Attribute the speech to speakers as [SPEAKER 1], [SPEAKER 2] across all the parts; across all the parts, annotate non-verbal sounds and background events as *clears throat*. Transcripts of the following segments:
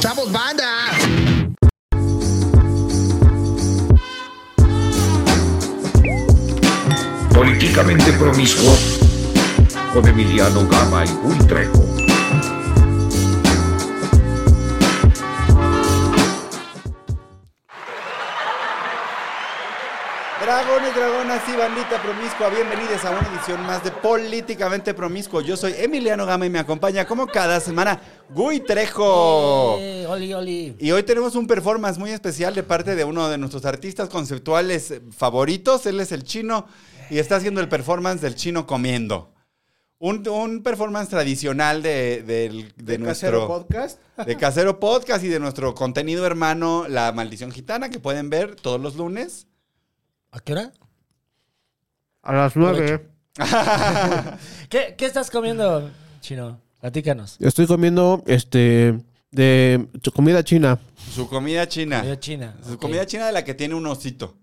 [SPEAKER 1] ¡Chavos, banda!
[SPEAKER 2] Políticamente promiscuo con Emiliano Gama y Ultrejo.
[SPEAKER 3] Dragones, dragonas y bandita promiscua, bienvenidos a una edición más de Políticamente Promiscuo. Yo soy Emiliano Gama y me acompaña como cada semana Gui Trejo.
[SPEAKER 4] Eh, oli, oli.
[SPEAKER 3] Y hoy tenemos un performance muy especial de parte de uno de nuestros artistas conceptuales favoritos. Él es el chino y está haciendo el performance del chino comiendo. Un, un performance tradicional de, del- de nuestro...
[SPEAKER 5] podcast.
[SPEAKER 3] de Casero Podcast y de nuestro contenido hermano La Maldición Gitana, que pueden ver todos los lunes.
[SPEAKER 4] ¿A qué hora?
[SPEAKER 5] A las nueve.
[SPEAKER 4] ¿Qué, qué estás comiendo, Chino? Platícanos.
[SPEAKER 5] Estoy comiendo este de ch- comida china.
[SPEAKER 3] Su comida china.
[SPEAKER 4] Comida china.
[SPEAKER 3] Su
[SPEAKER 4] ok.
[SPEAKER 3] Ah, comida china de la que tiene un osito.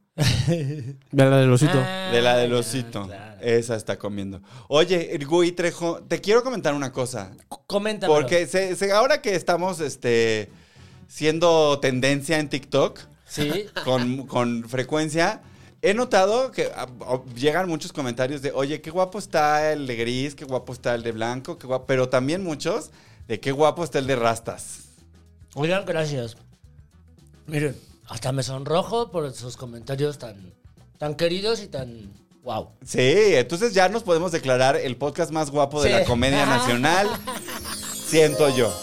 [SPEAKER 5] De la del osito.
[SPEAKER 4] Ah,
[SPEAKER 3] De la del
[SPEAKER 4] ya,
[SPEAKER 3] osito.
[SPEAKER 4] claro.
[SPEAKER 3] Esa está comiendo. Oye, Gui Trejo, te quiero comentar una cosa.
[SPEAKER 4] Coméntamelo.
[SPEAKER 3] Porque se- se- ahora que estamos este, siendo tendencia en TikTok
[SPEAKER 4] Sí. *laughs*
[SPEAKER 3] con, con frecuencia, he notado que ah, oh, llegan muchos comentarios de, oye, qué guapo está el de gris, qué guapo está el de blanco, qué guapo, pero también muchos de qué guapo está el de rastas.
[SPEAKER 4] Oigan, gracias. Miren, hasta me sonrojo por sus comentarios tan, tan queridos y tan. ¡Wow!
[SPEAKER 3] Sí, entonces ya nos podemos declarar el podcast más guapo de
[SPEAKER 4] Sí.
[SPEAKER 3] la comedia nacional. Siento yo.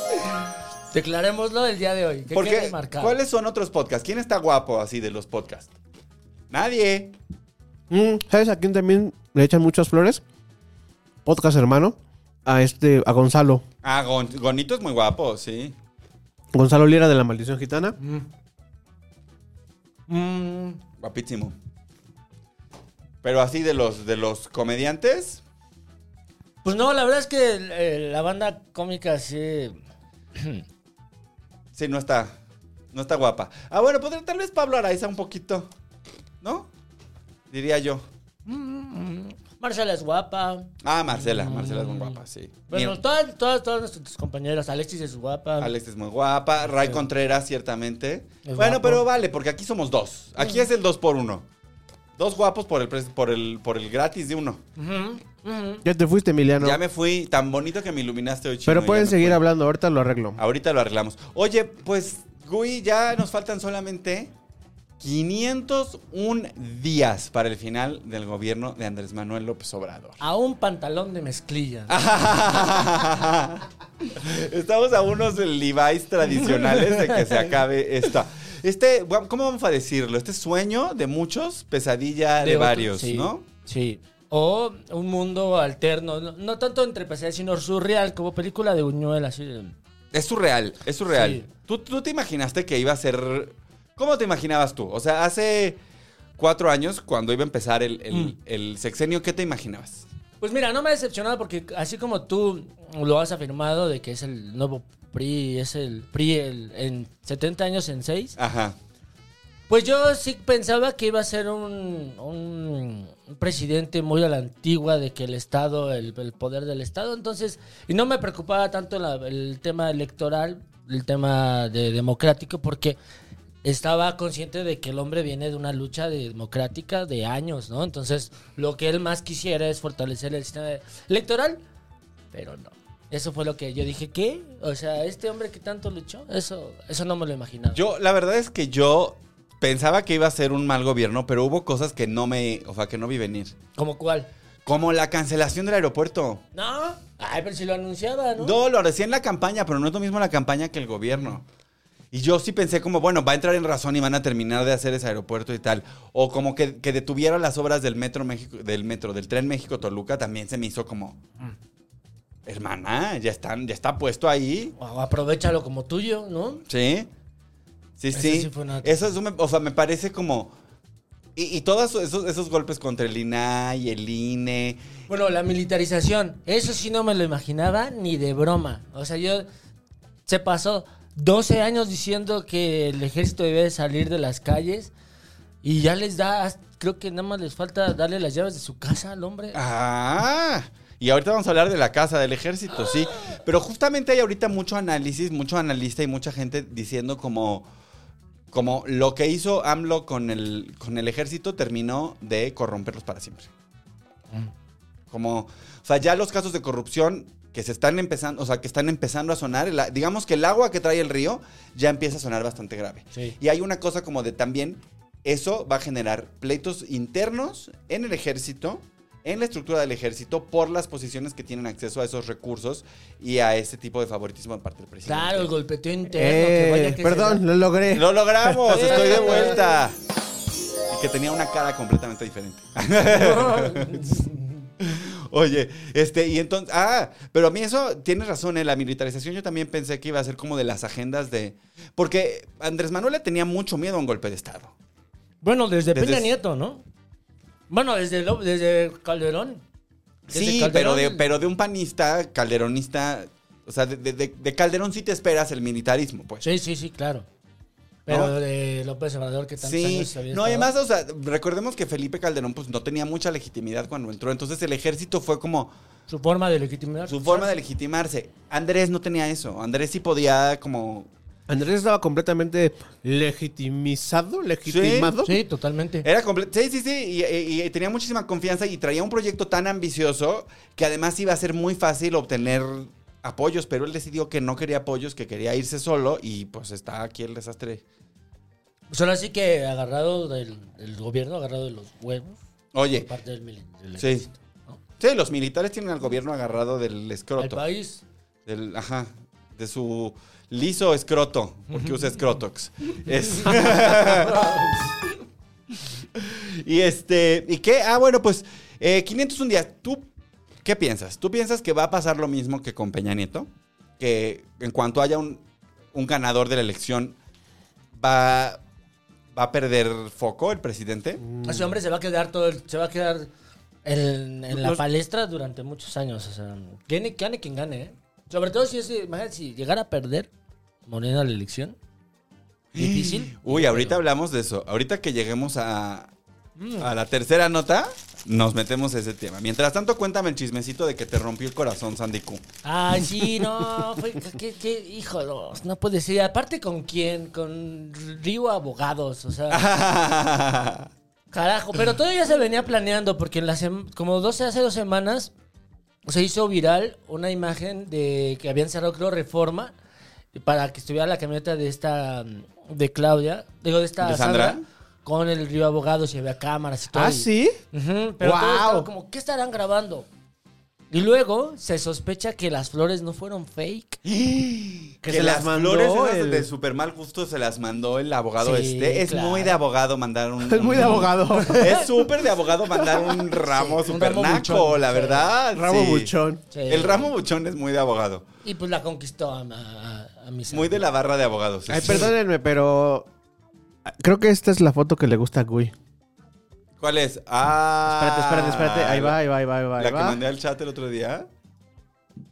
[SPEAKER 4] Declarémoslo el día de hoy. ¿Qué
[SPEAKER 3] Porque,
[SPEAKER 4] quieres marcar?
[SPEAKER 3] ¿cuáles son otros podcasts? ¿Quién está guapo así de los podcasts? Nadie.
[SPEAKER 5] Mm, ¿Sabes a quién también le echan muchas flores? Podcast hermano. A este, a Gonzalo.
[SPEAKER 3] Ah, Gon- Gonito es muy guapo, sí.
[SPEAKER 5] Gonzalo Liera de la Maldición Gitana.
[SPEAKER 4] Mm.
[SPEAKER 3] Guapísimo. Pero así de los de los comediantes.
[SPEAKER 4] Pues no, la verdad es que eh, la banda cómica sí.
[SPEAKER 3] Sí, no está. No está guapa. Ah, bueno, podría tal vez Pablo Araiza un poquito. ¿No? Diría yo.
[SPEAKER 4] Marcela es guapa.
[SPEAKER 3] Ah, Marcela. Marcela es muy guapa, sí.
[SPEAKER 4] Bueno,
[SPEAKER 3] Ni-
[SPEAKER 4] todas, todas, todas tus compañeras. Alexis es guapa.
[SPEAKER 3] Alex es muy guapa. Ray Contreras, ciertamente. bueno,
[SPEAKER 4] Es guapo. Mm.
[SPEAKER 3] pero vale, porque aquí somos dos. Aquí es el dos por uno. Dos guapos por el, pres- por el, por el gratis de uno.
[SPEAKER 4] Ujú, ujú.
[SPEAKER 5] Ya te fuiste, Emiliano.
[SPEAKER 3] Ya me fui tan bonito que me iluminaste hoy, chino,
[SPEAKER 5] Pero
[SPEAKER 3] ya
[SPEAKER 5] pueden
[SPEAKER 3] me
[SPEAKER 5] seguir
[SPEAKER 3] fui.
[SPEAKER 5] hablando, ahorita lo arreglo.
[SPEAKER 3] Ahorita lo arreglamos. Oye, pues, Gui, ya nos faltan solamente 501 días para el final del gobierno de Andrés Manuel López Obrador.
[SPEAKER 4] A un pantalón de mezclilla.
[SPEAKER 3] Ah, *laughs* Estamos a unos Levi's tradicionales de que se acabe esta. Este, bueno, ¿cómo vamos a decirlo? Este sueño de muchos, pesadilla de,
[SPEAKER 4] Ah, otro-
[SPEAKER 3] varios,
[SPEAKER 4] sí,
[SPEAKER 3] ¿no?
[SPEAKER 4] Sí. O un mundo alterno. No, no tanto entre PC, sino surreal, como película de Buñuel, así. de-
[SPEAKER 3] Es surreal, es surreal.
[SPEAKER 4] Sí.
[SPEAKER 3] ¿Tú, tú te imaginaste que iba a ser... ¿Cómo te imaginabas tú? O sea, hace cuatro años, cuando iba a empezar el, el-
[SPEAKER 4] Mm.
[SPEAKER 3] el sexenio, ¿qué te imaginabas?
[SPEAKER 4] Pues mira, no me ha decepcionado porque así como tú lo has afirmado de que es el nuevo PRI, es el PRI el- en 70 años en 6,
[SPEAKER 3] Ajá.
[SPEAKER 4] pues yo sí pensaba que iba a ser un, un- un presidente muy a la antigua de que el Estado, el, el poder del Estado, entonces, y no me preocupaba tanto la- el tema electoral, el tema de democrático, porque estaba consciente de que el hombre viene de una lucha de- democrática de años, ¿no? Entonces, lo que él más quisiera es fortalecer el sistema electoral, pero no. Eso fue lo que yo dije, ¿qué? O sea, este hombre que tanto luchó, eso, eso no me lo imaginaba.
[SPEAKER 3] Yo, la verdad es que yo pensaba que iba a ser un mal gobierno, pero hubo cosas que no me... O sea, que no vi venir.
[SPEAKER 4] ¿Como cuál?
[SPEAKER 3] Como la cancelación del aeropuerto.
[SPEAKER 4] No. Ay, pero si lo anunciaba, ¿no?
[SPEAKER 3] No, lo decía en la campaña, pero no es lo mismo la campaña que el gobierno. Y yo sí pensé como, bueno, va a entrar en razón y van a terminar de hacer ese aeropuerto y tal. O como que, que detuvieron las obras del metro México, del metro, del tren México Toluca, también se me hizo como.
[SPEAKER 4] Mm.
[SPEAKER 3] Hermana, ya están, ya está puesto ahí.
[SPEAKER 4] O aprovechalo como tuyo, ¿no?
[SPEAKER 3] ¿Sí? Sí,
[SPEAKER 4] Ese
[SPEAKER 3] sí.
[SPEAKER 4] sí fue una-
[SPEAKER 3] Eso es un- o sea, me parece como... Y, y todos esos, esos golpes contra el INAI, el E, INE.
[SPEAKER 4] Bueno, la militarización, eso sí no me lo imaginaba ni de broma. O sea, yo se pasó 12 años diciendo que el ejército debe salir de las calles y ya les da, hasta- creo que nada más les falta darle las llaves de su casa al hombre.
[SPEAKER 3] Ah, y ahorita vamos a hablar de la casa del ejército, sí. Pero justamente hay ahorita mucho análisis, mucho analista y mucha gente diciendo como, como lo que hizo AMLO con el, con el ejército terminó de corromperlos para siempre. Como, o sea, ya los casos de corrupción que se están empezando, o sea, que están empezando a sonar, la- digamos que el agua que trae el río ya empieza a sonar bastante grave.
[SPEAKER 4] Sí.
[SPEAKER 3] Y hay una cosa como de también, eso va a generar pleitos internos en el ejército, en la estructura del ejército, por las posiciones que tienen acceso a esos recursos y a ese tipo de favoritismo de parte del presidente.
[SPEAKER 4] Claro, el golpeteo interno. que vaya
[SPEAKER 5] Eh,
[SPEAKER 4] que se
[SPEAKER 5] perdón,
[SPEAKER 4] da.
[SPEAKER 5] lo
[SPEAKER 3] *laughs*
[SPEAKER 5] logré.
[SPEAKER 3] Lo logramos, estoy de
[SPEAKER 4] ¡Eh!
[SPEAKER 3] vuelta. Y que tenía una cara completamente diferente. *laughs* Oye, este, y entonces, ah, pero a mí eso, tienes razón, ¿eh? la militarización yo también pensé que iba a ser como de las agendas de... Porque Andrés Manuel le tenía mucho miedo a un golpe de Estado.
[SPEAKER 4] *laughs* Bueno, desde,
[SPEAKER 3] Desde-
[SPEAKER 4] Peña Nieto, ¿no? Bueno, desde, Lo- desde Calderón. Desde
[SPEAKER 3] Sí, pero,
[SPEAKER 4] Calderón.
[SPEAKER 3] de, pero de un panista, calderonista, o sea, de, de- de- de Calderón sí te esperas el militarismo, pues.
[SPEAKER 4] Sí, sí, sí, claro. Pero
[SPEAKER 3] ¿No?
[SPEAKER 4] de López Obrador, que tantos
[SPEAKER 3] Sí,
[SPEAKER 4] años había
[SPEAKER 3] no,
[SPEAKER 4] estado.
[SPEAKER 3] además, o sea, recordemos que Felipe Calderón pues no tenía mucha legitimidad cuando entró, entonces el ejército fue como
[SPEAKER 4] Su forma de legitimar.
[SPEAKER 3] su forma de legitimarse. Andrés no tenía eso, Andrés sí podía como...
[SPEAKER 5] Andrés estaba completamente legitimizado, legitimado.
[SPEAKER 4] Sí, totalmente.
[SPEAKER 3] Era comple- Sí, sí, sí, y, y- y tenía muchísima confianza y traía un proyecto tan ambicioso que además iba a ser muy fácil obtener apoyos, pero él decidió que no quería apoyos, que quería irse solo y pues está aquí el desastre.
[SPEAKER 4] Pues ahora sí que agarrado del, del gobierno, agarrado de los huevos,
[SPEAKER 3] Oye,
[SPEAKER 4] por parte del, mili- del
[SPEAKER 3] Sí.
[SPEAKER 4] ejército.
[SPEAKER 3] Sí, los militares tienen al gobierno agarrado del
[SPEAKER 4] Al
[SPEAKER 3] escroto.
[SPEAKER 4] país.
[SPEAKER 3] Del, ajá, de su liso escroto, porque usa
[SPEAKER 4] *laughs*
[SPEAKER 3] escrotox. Es- *laughs* y este, ¿y qué? Ah, bueno, pues eh, 501 días. ¿Tú qué piensas? ¿Tú piensas que va a pasar lo mismo que con Peña Nieto? Que en cuanto haya un, un ganador de la elección, va, va a perder foco el presidente.
[SPEAKER 4] Ese hombre se va a quedar todo, el- se va a quedar en, en la palestra durante muchos años. O sea, gane, gane quien gane, ¿eh? Sobre todo si, es, imagínate, si llegara a perder Morena
[SPEAKER 3] *gasps*
[SPEAKER 4] la elección. Difícil.
[SPEAKER 3] Uy, ahorita hablamos de eso. Ahorita que lleguemos a,
[SPEAKER 5] Mm.
[SPEAKER 3] a la tercera nota, nos metemos a ese tema. Mientras tanto, cuéntame el chismecito de que te rompió el corazón, Sandy
[SPEAKER 5] *laughs*
[SPEAKER 3] Q.
[SPEAKER 4] Ay, sí, no, fue, qué, qué- hijo, no, no puede ser. Aparte, ¿con quién? Con Río Abogados, o sea... Carajo, pero todo ya se venía planeando porque en la sem- como 12 hace dos semanas se hizo viral una imagen de que habían cerrado creo Reforma para que estuviera la camioneta de esta mm, de Claudia, digo de esta
[SPEAKER 3] ¿De Sandra?
[SPEAKER 4] con el río abogados y había cámaras y todo.
[SPEAKER 5] Ah,
[SPEAKER 4] y-
[SPEAKER 5] sí.
[SPEAKER 4] Ujú, pero todo
[SPEAKER 5] Guau.
[SPEAKER 4] estaba como ¿qué estarán grabando? Y luego se sospecha que las flores no fueron fake. *gasps*
[SPEAKER 3] Que,
[SPEAKER 5] se
[SPEAKER 3] las
[SPEAKER 5] las mandó
[SPEAKER 3] flores esas
[SPEAKER 5] el-
[SPEAKER 3] de super mal gusto se las mandó el abogado
[SPEAKER 4] Sí,
[SPEAKER 3] este. Es
[SPEAKER 4] claro.
[SPEAKER 3] muy de abogado mandar un.
[SPEAKER 5] *laughs* Es muy
[SPEAKER 4] *laughs*
[SPEAKER 5] de abogado.
[SPEAKER 3] Es súper de abogado mandar un ramo
[SPEAKER 4] Sí, un
[SPEAKER 3] super
[SPEAKER 4] ramo
[SPEAKER 3] naco,
[SPEAKER 4] buchón.
[SPEAKER 3] la
[SPEAKER 4] Sí.
[SPEAKER 3] verdad.
[SPEAKER 5] Rabo
[SPEAKER 3] sí.
[SPEAKER 5] buchón.
[SPEAKER 4] Sí.
[SPEAKER 3] El ramo buchón es muy de abogado.
[SPEAKER 4] Y pues la conquistó a, a, a mi
[SPEAKER 3] Muy de la barra de abogados.
[SPEAKER 5] Ay, perdónenme, pero creo que esta es la foto que le gusta a Gui.
[SPEAKER 3] ¿Cuál es? Ah.
[SPEAKER 5] Espérate, espérate, espérate. Ahí va, ahí va, ahí va, ahí va. ahí
[SPEAKER 3] La que
[SPEAKER 5] va.
[SPEAKER 3] mandé al chat el otro día.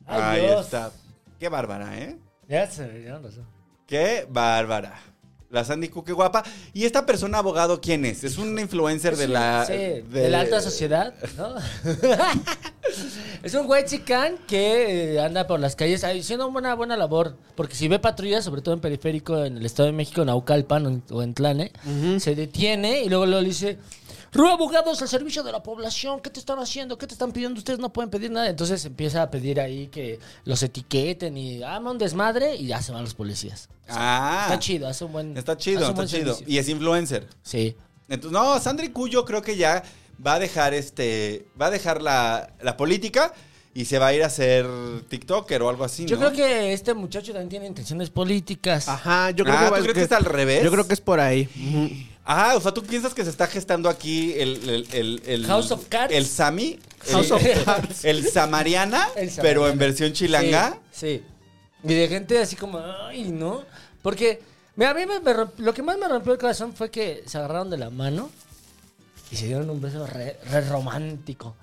[SPEAKER 4] Ay,
[SPEAKER 3] Ahí
[SPEAKER 4] Dios.
[SPEAKER 3] está. Qué bárbara, ¿eh?
[SPEAKER 4] Ya se ya no sé.
[SPEAKER 3] Qué bárbara. La Sandy Cook, qué guapa. ¿Y esta persona abogado quién es? Es un influencer
[SPEAKER 4] Es
[SPEAKER 3] Ah, de
[SPEAKER 4] un-
[SPEAKER 3] la...
[SPEAKER 4] sí, de... la alta sociedad,
[SPEAKER 3] *laughs*
[SPEAKER 4] ¿no? es un güey chicán que eh, anda por las calles haciendo una buena labor. Porque si ve patrullas, sobre todo en periférico, en el Estado de México, en Aucalpan o en, o en Tlane, se detiene y luego, luego le dice: Rúa abogados al servicio de la población, ¿qué te están haciendo? ¿Qué te están pidiendo? Ustedes no pueden pedir nada. Entonces empieza a pedir ahí que los etiqueten y ama un desmadre y ya se van los policías.
[SPEAKER 3] Ah.
[SPEAKER 4] Está chido, hace un buen.
[SPEAKER 3] Está chido,
[SPEAKER 4] hace un
[SPEAKER 3] está
[SPEAKER 4] buen
[SPEAKER 3] chido.
[SPEAKER 4] servicio.
[SPEAKER 3] Y es influencer.
[SPEAKER 4] Sí.
[SPEAKER 3] Entonces, no, Sandy Cook yo creo que ya va a dejar este... Va a dejar la, la política y se va a ir a ser TikToker o algo así,
[SPEAKER 4] Yo
[SPEAKER 3] ¿no?
[SPEAKER 4] creo que este muchacho también tiene intenciones políticas.
[SPEAKER 5] Ajá, yo creo
[SPEAKER 3] Ah,
[SPEAKER 5] que, va-
[SPEAKER 3] ¿tú crees que está al revés?
[SPEAKER 5] Yo creo que es por ahí. Ujú.
[SPEAKER 3] Ah, o sea, ¿tú piensas que se está gestando aquí el... el, el, el-
[SPEAKER 4] House of Cards.
[SPEAKER 3] El Sami.
[SPEAKER 4] House
[SPEAKER 3] el,
[SPEAKER 4] of Cards.
[SPEAKER 3] El Samariana,
[SPEAKER 4] El Samariana.
[SPEAKER 3] pero en versión chilanga.
[SPEAKER 4] Sí, sí. Y de gente así como, ay, ¿no? Porque Mira, a mí me- me romp- lo que más me rompió el corazón fue que se agarraron de la mano y se dieron un beso re, re romántico.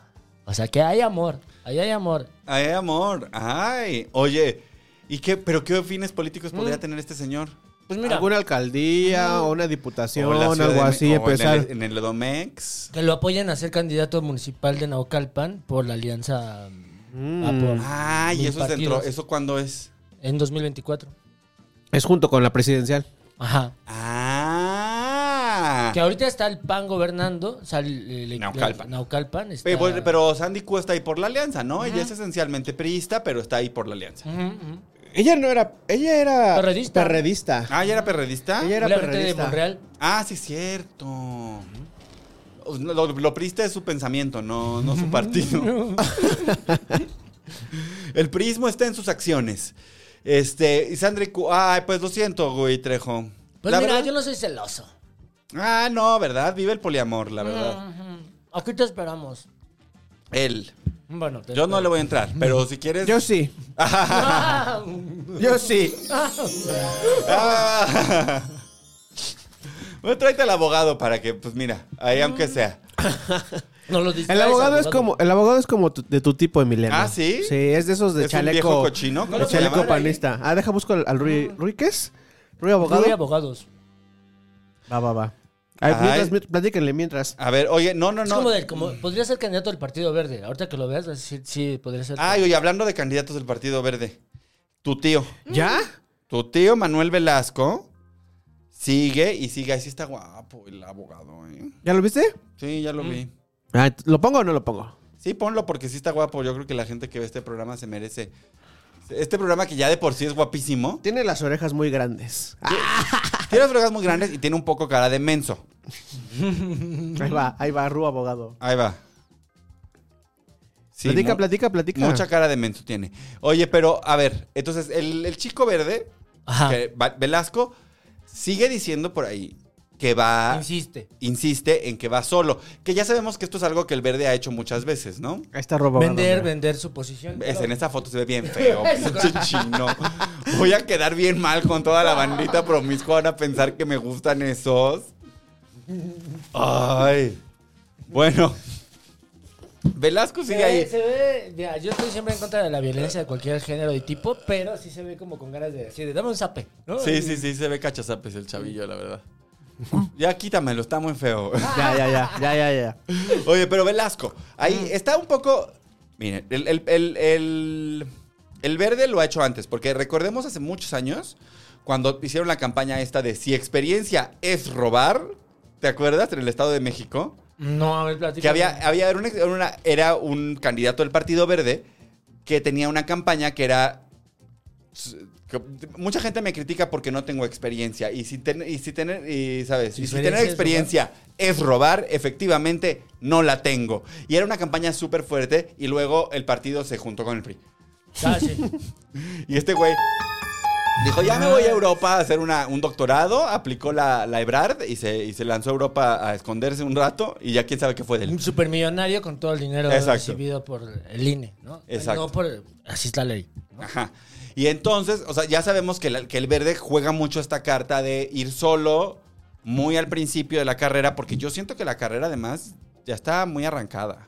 [SPEAKER 4] O sea, que hay amor, ahí hay amor.
[SPEAKER 3] Ay, amor. Ay. Oye, ¿y qué, pero qué fines
[SPEAKER 4] Mm.
[SPEAKER 3] políticos podría tener este señor?
[SPEAKER 4] Pues mira,
[SPEAKER 5] Alguna alcaldía o una diputación,
[SPEAKER 3] O la Ciudad de
[SPEAKER 5] algo así,
[SPEAKER 3] Me- o
[SPEAKER 5] empezar.
[SPEAKER 3] En el, en el Edomex.
[SPEAKER 4] que lo apoyen a ser candidato municipal de Naucalpan por la alianza...
[SPEAKER 5] Mm.
[SPEAKER 4] ah, por
[SPEAKER 3] Ay,
[SPEAKER 4] mil
[SPEAKER 3] eso es dentro.
[SPEAKER 4] partidos.
[SPEAKER 3] ¿Eso cuándo es?
[SPEAKER 4] En 2024.
[SPEAKER 5] Es junto con la presidencial.
[SPEAKER 4] Ajá.
[SPEAKER 3] Ah.
[SPEAKER 4] Que ahorita está el PAN gobernando, o sea, el- el- el-
[SPEAKER 3] Naucalpan.
[SPEAKER 4] Naucalpan está-
[SPEAKER 3] Oye, bueno, Pero Sandy Q está ahí por la alianza, ¿no? Ella es esencialmente priista, pero está ahí por la alianza.
[SPEAKER 4] Ujú, ujú.
[SPEAKER 5] Ella no era. Ella era.
[SPEAKER 4] Perredista.
[SPEAKER 5] perredista.
[SPEAKER 3] Ah, ¿ya era perredista?
[SPEAKER 5] Ella era
[SPEAKER 4] La gente de
[SPEAKER 5] perredista.
[SPEAKER 4] Monreal.
[SPEAKER 3] Ah, sí, cierto. Ujú. Lo, lo priista es su pensamiento, no, no su partido. *laughs* El prismo está en sus acciones. Este, y Sandra Cu- Ay, pues lo siento, güey, Trejo.
[SPEAKER 4] Pues
[SPEAKER 3] La
[SPEAKER 4] mira,
[SPEAKER 3] verdad-
[SPEAKER 4] yo no soy celoso.
[SPEAKER 3] Ah, no, ¿verdad? Vive el poliamor, la
[SPEAKER 4] Mm.
[SPEAKER 3] verdad.
[SPEAKER 4] Ujú. Aquí te esperamos.
[SPEAKER 3] Él.
[SPEAKER 4] Bueno, te
[SPEAKER 3] Yo no le voy a entrar, pero si quieres.
[SPEAKER 5] Yo sí. Yo sí.
[SPEAKER 3] Ah. *laughs* Bueno, tráete al abogado para que, pues mira, ahí aunque sea.
[SPEAKER 4] No lo
[SPEAKER 5] El
[SPEAKER 4] distraes,
[SPEAKER 5] abogado es como, el abogado es como tu- de tu tipo, Emiliano.
[SPEAKER 3] Ah, ¿sí?
[SPEAKER 5] Sí, es de esos de
[SPEAKER 3] ¿Es un
[SPEAKER 5] chaleco.
[SPEAKER 3] viejo cochino? ¿Cómo
[SPEAKER 5] de
[SPEAKER 3] se
[SPEAKER 5] chaleco
[SPEAKER 3] llama?
[SPEAKER 5] panista. Ah, deja busco al, al Rui. ¿Rui qué es? ¿Rui abogado?
[SPEAKER 4] Abogado. abogados.
[SPEAKER 5] Va, va, va. Ay,
[SPEAKER 3] Ay.
[SPEAKER 5] mientras, mientras- platíquenle mientras.
[SPEAKER 3] A ver, oye, no, no,
[SPEAKER 4] Es
[SPEAKER 3] no.
[SPEAKER 4] como del, como, podría ser candidato del Partido Verde. Ahorita que lo veas, vas a decir, sí, podría ser.
[SPEAKER 3] Ay, oye, hablando de candidatos del Partido Verde, tu tío,
[SPEAKER 5] ¿Ya?
[SPEAKER 3] tu tío Manuel Velasco sigue y sigue. Ahí sí está guapo el abogado, ¿eh?
[SPEAKER 5] ¿Ya lo viste?
[SPEAKER 3] Sí, ya lo vi.
[SPEAKER 5] Ah, ¿Lo pongo o no lo pongo?
[SPEAKER 3] Sí, ponlo porque sí está guapo. Yo creo que la gente que ve este programa se merece. Este programa que ya de por sí es guapísimo.
[SPEAKER 5] Tiene las orejas muy grandes. Ah,
[SPEAKER 3] Tiene las drogas muy grandes y tiene un poco cara de menso.
[SPEAKER 5] Ahí va, ahí va, Rui abogado.
[SPEAKER 3] Ahí va. Sí,
[SPEAKER 5] platica,
[SPEAKER 3] mu-
[SPEAKER 5] platica, platica.
[SPEAKER 3] Mucha cara de menso tiene. Oye, pero a ver, entonces el, el chico verde,
[SPEAKER 4] Ajá.
[SPEAKER 3] que Va- Velasco, sigue diciendo por ahí que va,
[SPEAKER 4] Insiste.
[SPEAKER 3] insiste en que va solo. Que ya sabemos que esto es algo que el verde ha hecho muchas veces, ¿no?
[SPEAKER 5] Ahí está Rui abogado.
[SPEAKER 4] Vender,
[SPEAKER 5] mira.
[SPEAKER 4] vender su posición.
[SPEAKER 3] Es- en este- esta foto se ve bien feo, pinche *laughs* chino. Voy a quedar bien mal con toda la bandita promiscua. Van a pensar que me gustan esos. Ay. Bueno. Velasco
[SPEAKER 4] Se
[SPEAKER 3] sigue
[SPEAKER 4] ve,
[SPEAKER 3] ahí.
[SPEAKER 4] se ve- mira, yo estoy siempre en contra de la violencia de cualquier género y tipo, pero sí se ve como con ganas de decir, dame un zape. ¿no?
[SPEAKER 3] Sí, sí, sí, se ve cachazapes el chavillo, la verdad. Ya quítamelo, está muy feo.
[SPEAKER 5] Ya, ya, ya, ya, ya, ya.
[SPEAKER 3] Oye, pero Velasco, ahí está un poco. Miren, el, el- el- el- el verde lo ha hecho antes, porque recordemos hace muchos años, cuando hicieron la campaña esta de si experiencia es robar, ¿te acuerdas? En el Estado de México.
[SPEAKER 4] No, a ver, platícame.
[SPEAKER 3] Que había, había era, un, ex- era una- era un candidato del Partido Verde que tenía una campaña que era... que- mucha gente me critica porque no tengo experiencia. Y si, ten- y si tener, y, ¿sabes?
[SPEAKER 4] Si
[SPEAKER 3] Y si
[SPEAKER 4] experiencia
[SPEAKER 3] tener
[SPEAKER 4] es
[SPEAKER 3] experiencia es robar, efectivamente no la tengo. Y era una campaña súper fuerte y luego el partido se juntó con el PRI.
[SPEAKER 4] Ah, sí.
[SPEAKER 3] Y este güey dijo, ya me voy a Europa a hacer una- un doctorado, aplicó la, la Ebrard y se, y se lanzó a Europa a esconderse un rato y ya quién sabe qué fue del
[SPEAKER 4] Un supermillonario con todo el dinero
[SPEAKER 3] Exacto.
[SPEAKER 4] recibido por el INE, ¿no?
[SPEAKER 3] Exacto.
[SPEAKER 4] No por... Así está la ley.
[SPEAKER 3] Ajá. Y entonces, o sea, ya sabemos que, la- que el verde juega mucho esta carta de ir solo muy al principio de la carrera, porque yo siento que la carrera además ya está muy arrancada.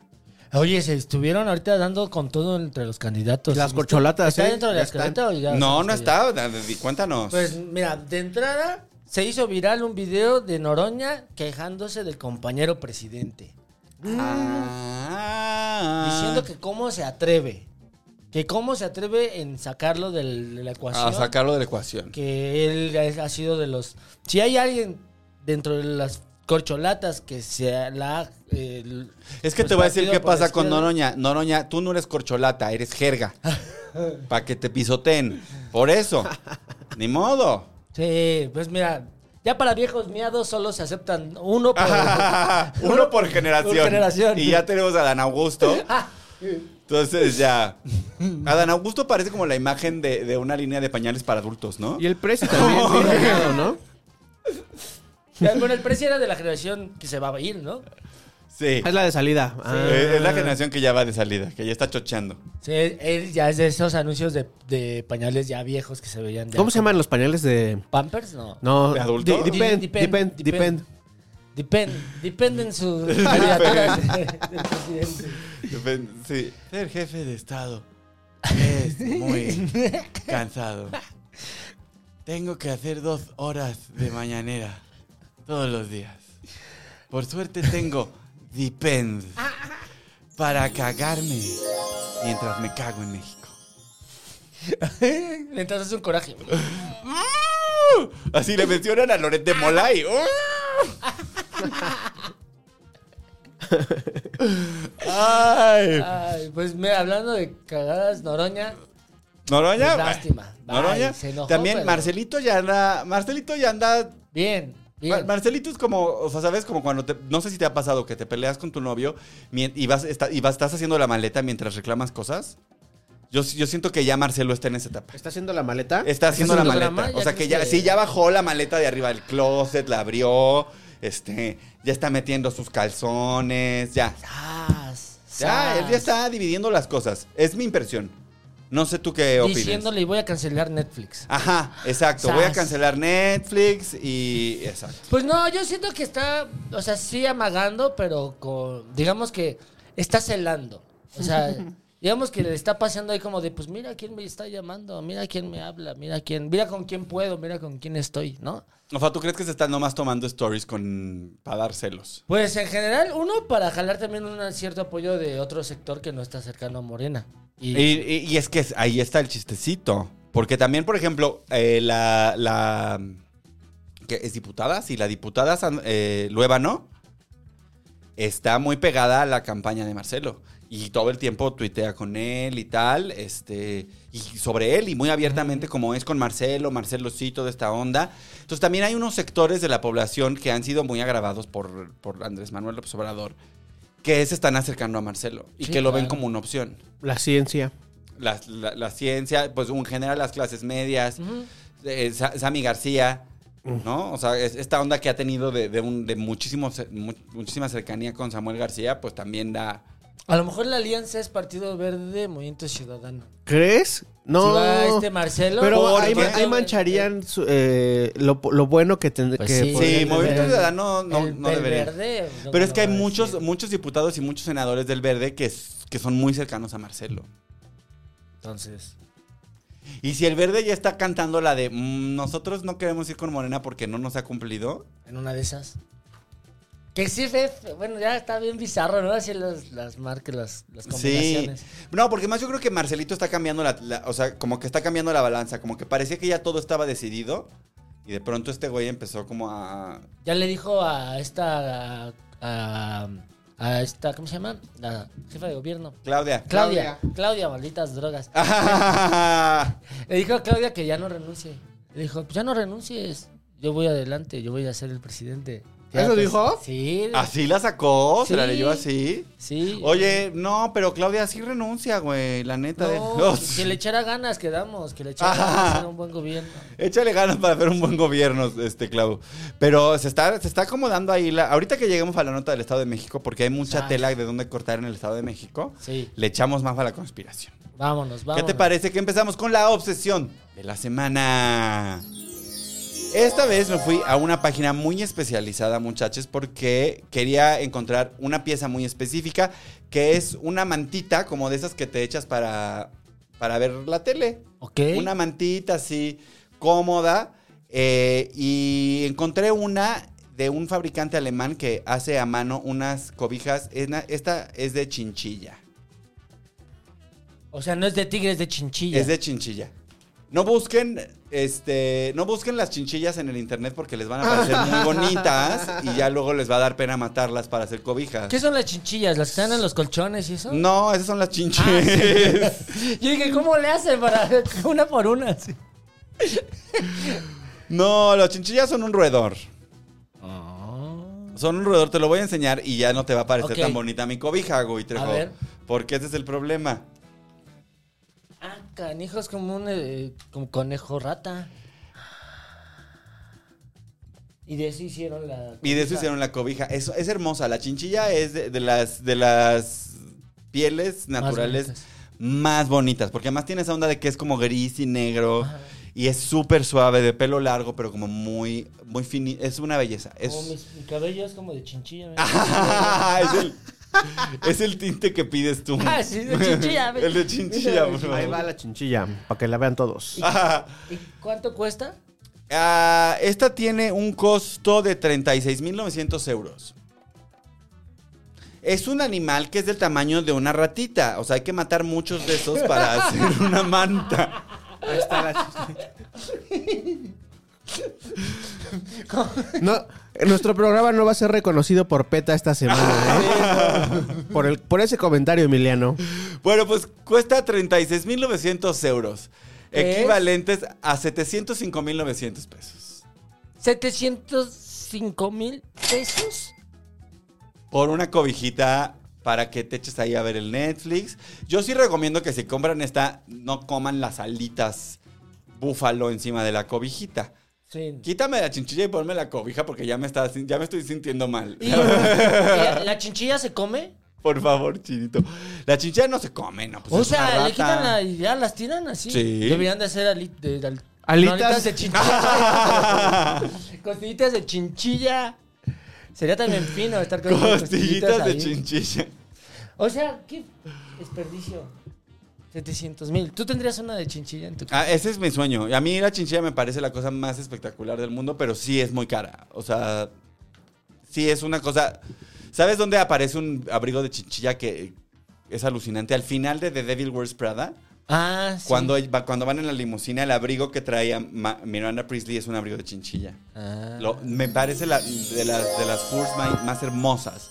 [SPEAKER 4] Oye, se estuvieron ahorita dando con todo entre los candidatos. ¿Sí
[SPEAKER 5] Las
[SPEAKER 4] viste?
[SPEAKER 5] corcholatas,
[SPEAKER 4] ¿Está
[SPEAKER 5] ¿eh?
[SPEAKER 4] dentro de
[SPEAKER 5] Ya
[SPEAKER 4] las
[SPEAKER 5] están.
[SPEAKER 4] corcholatas o ya?
[SPEAKER 3] no,
[SPEAKER 4] sabes
[SPEAKER 3] no
[SPEAKER 4] que ya?
[SPEAKER 3] está, David, cuéntanos.
[SPEAKER 4] Pues mira, de entrada se hizo viral un video de Noroña quejándose del compañero presidente.
[SPEAKER 3] Ah.
[SPEAKER 4] Diciendo que cómo se atreve. Que cómo se atreve en sacarlo del- de la ecuación.
[SPEAKER 3] A sacarlo de la ecuación.
[SPEAKER 4] Que él es- ha sido de los... Si hay alguien dentro de las corcholatas que se la... eh,
[SPEAKER 3] Es que
[SPEAKER 4] pues,
[SPEAKER 3] te voy a decir
[SPEAKER 4] partido
[SPEAKER 3] qué
[SPEAKER 4] por
[SPEAKER 3] pasa con
[SPEAKER 4] izquierda.
[SPEAKER 3] Noroña. Noroña, tú no eres corcholata, eres
[SPEAKER 4] *laughs*
[SPEAKER 3] jerga. Para que te pisoteen. Por eso. Ni modo.
[SPEAKER 4] Sí, pues mira, ya para viejos miados solo se aceptan uno por...
[SPEAKER 3] *laughs* Uno por generación.
[SPEAKER 4] *laughs* Por generación.
[SPEAKER 3] Y ya tenemos a Dan Augusto.
[SPEAKER 4] Ah,
[SPEAKER 3] Entonces
[SPEAKER 5] *laughs*
[SPEAKER 3] ya. Adán Augusto parece como la imagen de, de una línea de pañales para adultos, ¿no?
[SPEAKER 5] Y el precio
[SPEAKER 4] *laughs*
[SPEAKER 5] también, sí, enojado, ¿no?
[SPEAKER 4] Ya, Bueno, el precio era de la generación que se va a ir, ¿no?
[SPEAKER 3] Sí.
[SPEAKER 5] Es la de salida. Ah.
[SPEAKER 3] Eh, Es la generación que ya va de salida, que ya está chocheando.
[SPEAKER 4] Sí, él ya es de esos anuncios de, de pañales ya viejos que se veían. ya
[SPEAKER 5] ¿Cómo se
[SPEAKER 4] como-
[SPEAKER 5] llaman los pañales de...?
[SPEAKER 4] ¿Pampers? No.
[SPEAKER 5] No,
[SPEAKER 3] ¿De adulto?
[SPEAKER 5] di- depend,
[SPEAKER 4] Di-
[SPEAKER 5] depend, depend,
[SPEAKER 4] depend. Depend, depende
[SPEAKER 3] *laughs*
[SPEAKER 4] en su candidatura de- del presidente.
[SPEAKER 3] Sí. Ser jefe de Estado
[SPEAKER 5] *laughs*
[SPEAKER 3] es muy cansado. Tengo que hacer dos horas de mañanera todos los días. Por suerte tengo
[SPEAKER 5] *laughs*
[SPEAKER 3] Depend para cagarme mientras me cago en México.
[SPEAKER 4] Mientras hace un coraje.
[SPEAKER 3] ¡Ah! Así le mencionan a Loret de Mola y... ¡Ah! ¡Ay!
[SPEAKER 4] Ay, pues mira, hablando de cagadas, Noroña.
[SPEAKER 3] Noroña.
[SPEAKER 4] Pues lástima. Bye,
[SPEAKER 3] Noroña.
[SPEAKER 4] se enojó,
[SPEAKER 3] También
[SPEAKER 4] pero-
[SPEAKER 3] Marcelito ya anda. Marcelito ya anda.
[SPEAKER 4] Bien,
[SPEAKER 3] Mar-
[SPEAKER 4] bien.
[SPEAKER 3] Marcelito es como, o sea, sabes, como cuando te, no sé si te ha pasado que te peleas con tu novio mien- y vas, está- y vas, estás haciendo la maleta mientras reclamas cosas. Yo, si- yo siento que ya Marcelo está en esa etapa.
[SPEAKER 5] ¿Está haciendo la maleta?
[SPEAKER 3] Está haciendo la
[SPEAKER 4] haciendo
[SPEAKER 3] maleta.
[SPEAKER 4] drama,
[SPEAKER 3] o
[SPEAKER 4] ya
[SPEAKER 3] sea que
[SPEAKER 4] crees
[SPEAKER 3] ya,
[SPEAKER 4] que-
[SPEAKER 3] sí, ya bajó la maleta de arriba del closet, la abrió, este, ya está metiendo sus calzones, ya.
[SPEAKER 4] Sas,
[SPEAKER 3] Ya, él
[SPEAKER 4] sas.
[SPEAKER 3] ya está dividiendo las cosas. Es mi impresión. No sé tú qué opinas.
[SPEAKER 4] Diciéndole, voy a cancelar Netflix.
[SPEAKER 3] Ajá, exacto. Voy a
[SPEAKER 4] Sas.
[SPEAKER 3] cancelar Netflix y. Exacto.
[SPEAKER 4] Pues no, yo siento que está, o sea, sí amagando, pero con, digamos que está celando.
[SPEAKER 3] *laughs*
[SPEAKER 4] O sea, digamos que le está pasando ahí como de, pues mira quién me está llamando, mira quién me habla, mira quién, mira con quién puedo, mira con quién estoy, ¿no?
[SPEAKER 3] O sea, ¿tú crees que se están nomás tomando stories con para dar celos?
[SPEAKER 4] Pues en general, uno para jalar también un cierto apoyo de otro sector que no está cercano a Morena.
[SPEAKER 3] Y,
[SPEAKER 4] Y,
[SPEAKER 3] y- y es que es- ahí está el chistecito. Porque también, por ejemplo, eh, la. la que ¿Es diputada? Sí, la diputada San- eh, Luébano está muy pegada a la campaña de Marcelo. Y todo el tiempo tuitea con él y tal, este, y sobre él, y muy abiertamente como es con Marcelo, Marcelo sí, toda esta onda. Entonces también hay unos sectores de la población que han sido muy agravados por, por Andrés Manuel López Obrador, que se están acercando a Marcelo y
[SPEAKER 4] Sí,
[SPEAKER 3] que lo ven
[SPEAKER 4] claro.
[SPEAKER 3] como una opción.
[SPEAKER 5] La ciencia.
[SPEAKER 3] La, la- la ciencia, pues en general las clases medias, eh, Sa- Sammy García, ¿no? O sea, es- esta onda que ha tenido de, de, un, de muchísimo, ce- mu- muchísima cercanía con Samuel García, pues también da...
[SPEAKER 4] a lo mejor la alianza es Partido Verde, Movimiento Ciudadano.
[SPEAKER 5] ¿Crees?
[SPEAKER 4] Si
[SPEAKER 5] No.
[SPEAKER 4] va este Marcelo,
[SPEAKER 5] Pero
[SPEAKER 4] porque-
[SPEAKER 5] ahí, ma- ahí mancharían su- eh, lo, lo bueno que tendría
[SPEAKER 4] Pues
[SPEAKER 5] que
[SPEAKER 4] sí.
[SPEAKER 5] podrían
[SPEAKER 3] Sí,
[SPEAKER 5] tener.
[SPEAKER 3] Movimiento
[SPEAKER 4] el-
[SPEAKER 3] Ciudadano no,
[SPEAKER 4] El-
[SPEAKER 3] no
[SPEAKER 4] el
[SPEAKER 3] debería.
[SPEAKER 4] verde, no
[SPEAKER 3] Pero es
[SPEAKER 4] lo
[SPEAKER 3] que hay
[SPEAKER 4] va a
[SPEAKER 3] muchos,
[SPEAKER 4] decir.
[SPEAKER 3] muchos diputados y muchos senadores del Verde que, s- que son muy cercanos a Marcelo.
[SPEAKER 4] Entonces.
[SPEAKER 3] Y si el Verde ya está cantando la de "Mm, nosotros no queremos ir con Morena porque no nos ha cumplido,
[SPEAKER 4] En una de esas. Que sí, Fef, bueno, ya está bien bizarro, ¿no? Así las, las marcas, las, las
[SPEAKER 3] Sí.
[SPEAKER 4] combinaciones.
[SPEAKER 3] No, porque más yo creo que Marcelito está cambiando la, la- O sea, como que está cambiando la balanza. Como que parecía que ya todo estaba decidido. Y de pronto este güey empezó como a.
[SPEAKER 4] Ya le dijo a esta. A, a- a esta, ¿cómo se llama? La jefa de gobierno.
[SPEAKER 3] Claudia.
[SPEAKER 4] Claudia, Claudia, malditas drogas. Le dijo a Claudia que ya no renuncie. Le dijo, "Pues ya no renuncies. Yo voy adelante, yo voy a ser el presidente. Ya,
[SPEAKER 5] ¿Eso
[SPEAKER 4] pues,
[SPEAKER 5] dijo?
[SPEAKER 4] Sí.
[SPEAKER 3] *laughs* así la sacó, se la
[SPEAKER 4] Sí.
[SPEAKER 3] leyó así.
[SPEAKER 4] Sí.
[SPEAKER 3] Ah, Oye, no, pero Claudia sí renuncia, güey. La neta. de- *laughs*
[SPEAKER 4] No,
[SPEAKER 3] Oh,
[SPEAKER 4] que le echara ganas, quedamos, que le echara ganas a hacer un buen gobierno.
[SPEAKER 3] Échale ganas para hacer un buen gobierno, este Clau. Pero se está, se está acomodando ahí. La, ahorita que lleguemos a la nota del Estado de México, porque hay mucha
[SPEAKER 4] Ay.
[SPEAKER 3] tela de dónde cortar en el Estado de México,
[SPEAKER 4] Sí.
[SPEAKER 3] le echamos más a la conspiración.
[SPEAKER 4] Vámonos,
[SPEAKER 3] ¿Qué
[SPEAKER 4] vámonos.
[SPEAKER 3] te parece que empezamos con la obsesión de la semana? Esta vez me fui a una página muy especializada, muchachos, porque quería encontrar una pieza muy específica que es una mantita como de esas que te echas para, para ver la tele.
[SPEAKER 4] Ok.
[SPEAKER 3] Una mantita así cómoda. eh, y encontré una de un fabricante alemán que hace a mano unas cobijas. Ena- Esta es de chinchilla.
[SPEAKER 4] O sea, no es de tigres, de chinchilla.
[SPEAKER 3] Es de chinchilla. No busquen, este, no busquen las chinchillas en el internet porque les van a parecer muy
[SPEAKER 4] *laughs*
[SPEAKER 3] bonitas y ya luego les va a dar pena matarlas para hacer cobijas.
[SPEAKER 4] ¿Qué son las chinchillas? ¿Las que están en los colchones y eso?
[SPEAKER 3] *laughs*
[SPEAKER 4] *laughs* Ah,
[SPEAKER 3] No, esas son las chinchillas.
[SPEAKER 4] Yo dije, ¿cómo le hacen para *laughs* una por una? Sí.
[SPEAKER 3] *laughs* No, las chinchillas son un roedor. Son un roedor, te lo voy a enseñar y ya no te va a parecer
[SPEAKER 4] Ah. Ok.
[SPEAKER 3] tan bonita mi cobija, güey, Trejo.
[SPEAKER 4] A ver.
[SPEAKER 3] Porque ese es el problema.
[SPEAKER 4] Ah, canijo, es como un eh, como conejo rata. Y de eso hicieron la.
[SPEAKER 3] Y de eso hicieron la cobija. Es, es hermosa. La chinchilla es de, de las, de las pieles naturales más
[SPEAKER 4] bonitas.
[SPEAKER 3] bonitas. Porque además tiene esa onda de que es como gris y negro. Y es súper suave, de pelo largo, pero como muy, muy fini. Es una belleza. Es, *laughs*
[SPEAKER 4] Como mis- Oh, mi cabello es como de chinchilla. ¿no?
[SPEAKER 3] es, el, es el tinte que pides tú.
[SPEAKER 4] Ah, sí, de chinchilla,
[SPEAKER 3] *laughs*
[SPEAKER 4] ve.
[SPEAKER 3] el de chinchilla, por favor.
[SPEAKER 5] Ahí va la chinchilla, para que la vean todos.
[SPEAKER 3] Ah.
[SPEAKER 4] ¿Y cuánto cuesta?
[SPEAKER 3] Ah, esta tiene un costo de 36.900 euros. Es un animal que es del tamaño de una ratita. O sea, hay que matar muchos de esos para
[SPEAKER 4] *laughs*
[SPEAKER 3] hacer una manta.
[SPEAKER 5] Ahí está la chinchilla. No, nuestro programa no va a ser reconocido por PETA esta semana, ¿eh? Por, el, por ese comentario, Emiliano.
[SPEAKER 3] Bueno, pues cuesta 36.900 euros.
[SPEAKER 4] ¿Qué es?
[SPEAKER 3] Equivalentes a 705.900 pesos.
[SPEAKER 4] 705 mil pesos.
[SPEAKER 3] Por una cobijita para que te eches ahí a ver el Netflix. Yo sí recomiendo que si compran esta, no coman las alitas búfalo encima de la cobijita.
[SPEAKER 4] Sí.
[SPEAKER 3] Quítame la chinchilla y ponme la cobija porque ya me, está, ya me estoy sintiendo mal.
[SPEAKER 4] ¿Y, y la, la chinchilla se come?
[SPEAKER 3] *laughs* Por favor, chinito. La chinchilla no se come, ¿no? Pues
[SPEAKER 4] o
[SPEAKER 3] es una
[SPEAKER 4] sea,
[SPEAKER 3] rata.
[SPEAKER 4] le quitan la, y ya las tiran así.
[SPEAKER 3] Sí.
[SPEAKER 4] Deberían de hacer ali- de- de- no,
[SPEAKER 5] Alitas.
[SPEAKER 4] alitas
[SPEAKER 3] *laughs*
[SPEAKER 4] de chinchilla. *laughs* Costillitas de chinchilla. Sería también fino estar con
[SPEAKER 3] Costillitas de
[SPEAKER 4] ahí.
[SPEAKER 3] chinchilla.
[SPEAKER 4] O sea, qué desperdicio. 700 mil. ¿Tú tendrías una de chinchilla en tu casa?
[SPEAKER 3] Ah, ese es mi sueño. Y A mí la chinchilla me parece la cosa más espectacular del mundo, pero sí es muy cara. O sea, sí es una cosa... ¿Sabes dónde aparece un abrigo de chinchilla que es alucinante? Al final de The Devil Wears Prada,
[SPEAKER 4] Ah, sí.
[SPEAKER 3] cuando, va- cuando van en la limusina, el abrigo que traía Ma- Miranda Priestley es un abrigo de chinchilla.
[SPEAKER 4] Ah.
[SPEAKER 3] Lo- me parece la- de, las- de las furs ma- más hermosas.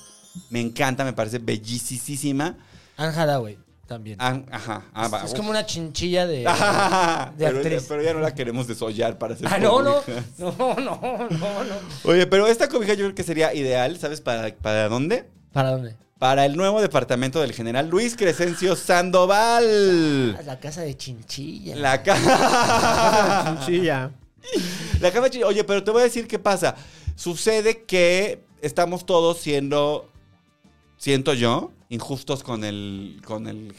[SPEAKER 3] Me encanta, me parece bellísima.
[SPEAKER 4] Anne Hathaway también.
[SPEAKER 3] ajá. ah, va,
[SPEAKER 4] es
[SPEAKER 3] uf.
[SPEAKER 4] como una chinchilla de...
[SPEAKER 3] *laughs* Ah,
[SPEAKER 4] Eh, de
[SPEAKER 3] pero,
[SPEAKER 4] actriz.
[SPEAKER 3] pero ya no la queremos desollar para hacer
[SPEAKER 4] Ah, no, no,
[SPEAKER 3] cobijas.
[SPEAKER 4] no, no, no, no.
[SPEAKER 3] Oye, pero esta cobija yo creo que sería ideal, ¿sabes para, para dónde?
[SPEAKER 4] ¿Para dónde?
[SPEAKER 3] Para el nuevo departamento del general Luis Crescencio Sandoval.
[SPEAKER 4] A la casa de chinchilla.
[SPEAKER 3] La caja.
[SPEAKER 5] Chinchilla.
[SPEAKER 3] *laughs* La cama chi- Oye, pero te voy a decir qué pasa. Sucede que estamos todos siendo, siento yo, injustos con el, con el